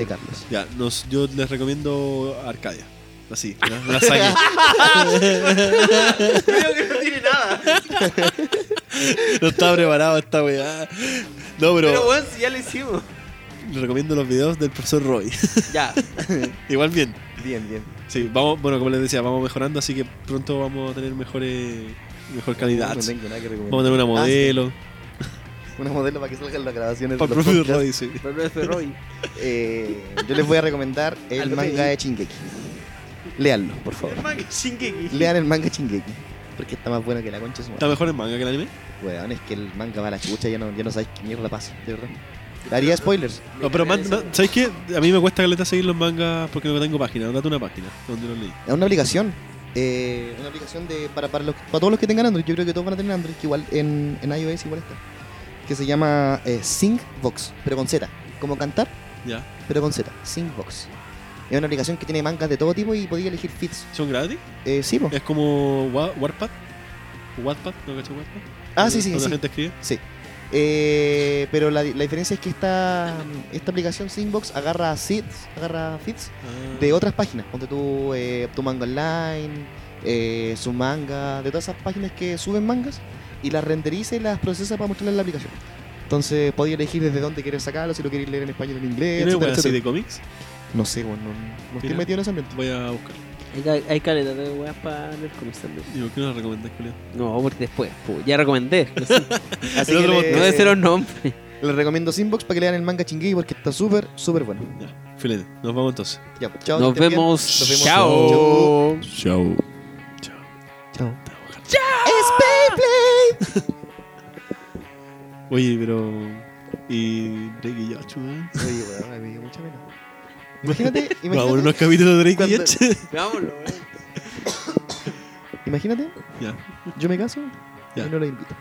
Speaker 1: recomendación.
Speaker 3: de Carlos.
Speaker 2: Ya, nos, yo les recomiendo Arcadia. Así, la, la saqué.
Speaker 1: Creo que no tiene nada.
Speaker 2: no estaba preparado esta weá. No, pero,
Speaker 1: Pero weón, si ya lo hicimos.
Speaker 2: les recomiendo los videos del profesor Roy.
Speaker 1: Ya,
Speaker 2: Igual bien.
Speaker 3: Bien, bien.
Speaker 2: Sí, vamos, bueno, como les decía, vamos mejorando, así que pronto vamos a tener mejores, mejor calidad.
Speaker 3: No
Speaker 2: Vamos
Speaker 3: tengo nada que
Speaker 2: a
Speaker 3: recomendar.
Speaker 2: tener una
Speaker 3: Ah, sí.
Speaker 2: modelo.
Speaker 3: Una modelo para que salgan las grabaciones.
Speaker 2: Para el
Speaker 3: de los
Speaker 2: profesor
Speaker 3: podcasts.
Speaker 2: Roy, sí.
Speaker 1: pero no es Ferroy.
Speaker 3: Eh, yo les voy a recomendar el
Speaker 1: Algo
Speaker 3: manga
Speaker 1: que-
Speaker 3: de Chingeki. Leanlo, por favor. Lean el manga Chingeki. Porque está más bueno que la concha de su
Speaker 2: ¿Está
Speaker 3: madre.
Speaker 2: mejor en manga que el anime?
Speaker 3: Weón, es que el manga va a la chucha, ya no, ya no sabes qué mierda pasa, de verdad. Daría spoilers.
Speaker 2: No, pero man- no, ¿sabes qué? A mí me cuesta caleta seguir los mangas porque no tengo página. Date una página donde los leí.
Speaker 3: Es una aplicación. eh, una aplicación de, para, para, los- para todos los que tengan Android. Yo creo que todos van a tener Android, que igual en, en iOS igual está. Que se llama eh, Syncbox, pero con Z. Como cantar,
Speaker 2: Ya.
Speaker 3: pero con Z. Syncbox. Es una aplicación que tiene mangas de todo tipo y podía elegir feeds.
Speaker 2: ¿Son gratis?
Speaker 3: Eh, sí, po.
Speaker 2: Es como Wa- Wattpad. Wattpad, ¿no cacho Wattpad?
Speaker 3: Ah, sí, sí,
Speaker 2: Donde
Speaker 3: sí.
Speaker 2: la gente escribe.
Speaker 3: Sí. Eh, pero la, la diferencia es que esta, esta aplicación Syncbox agarra feeds, agarra feeds
Speaker 2: Ah.
Speaker 3: de otras páginas. Ponte tu, eh, tu manga online, eh, su manga, de todas esas páginas que suben mangas y las renderiza y las procesa para mostrarlas en la aplicación. Entonces podía elegir desde dónde quieres sacarlo, si lo quieres leer en español o en inglés.
Speaker 2: ¿Tiene
Speaker 3: etcétera,
Speaker 2: weas así
Speaker 3: etcétera.
Speaker 2: de cómics?
Speaker 3: No sé, bueno, no, no estoy
Speaker 2: Mira.
Speaker 3: metido en ese ambiente.
Speaker 2: Voy a buscar.
Speaker 1: Hay, ca- hay caleta de weas para el comercial.
Speaker 2: ¿Y por qué no la recomendás, Julio?
Speaker 1: No, porque después, pu, ya recomendé. No sé,
Speaker 3: Así
Speaker 2: El
Speaker 3: que
Speaker 2: otro
Speaker 1: no
Speaker 3: le-
Speaker 1: me sé los nombres.
Speaker 3: les recomiendo Sinbox para que lean el manga chinguí porque está súper, súper bueno.
Speaker 2: Ya, filete. Nos vamos entonces.
Speaker 3: Ya, chao,
Speaker 1: Nos
Speaker 3: que estén bien.
Speaker 1: vemos.
Speaker 3: Nos vemos.
Speaker 1: Chao.
Speaker 2: Chao. Chao.
Speaker 3: Chao.
Speaker 2: Oye, pero. Y Drake y Yachu, ¿eh?
Speaker 3: Oye, weón, me dio mucha pena. Imagínate,
Speaker 2: Vamos a
Speaker 3: imagínate,
Speaker 2: unos capítulos de Drake y
Speaker 3: cuando-
Speaker 2: Yachu.
Speaker 1: Vámonos, weón.
Speaker 3: imagínate,
Speaker 2: Ya.
Speaker 3: yo me caso
Speaker 2: Ya.
Speaker 3: y no lo invito.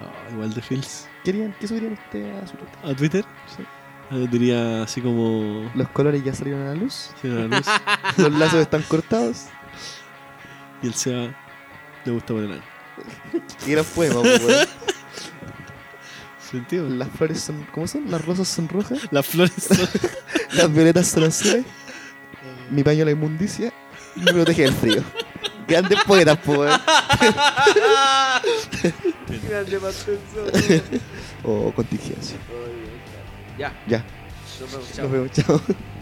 Speaker 2: Ah, igual de Fields.
Speaker 3: ¿Querían, este ¿Qué subirían ustedes a su Twitter?
Speaker 2: ¿A Twitter?
Speaker 3: Sí.
Speaker 2: Ah, diría así como.
Speaker 3: Los colores ya salieron a la luz,
Speaker 2: Sí, la luz.
Speaker 3: los lazos están cortados.
Speaker 2: Y el Seba le gusta poner algo.
Speaker 3: Y gran poema, pues, weón.
Speaker 2: ¿Sentido?
Speaker 3: Las flores son. ¿Cómo son? Las rosas son rojas,
Speaker 2: Las flores son.
Speaker 3: las violetas son azules. Mi paño la inmundicia me protege del frío. Grandes poetas, pues, weón.
Speaker 1: Grande Mastenzo, weón.
Speaker 3: O Oh, contingencia.
Speaker 1: Ay, Ya,
Speaker 3: Ya,
Speaker 1: nos vemos, chao.
Speaker 3: nos vemos, chao.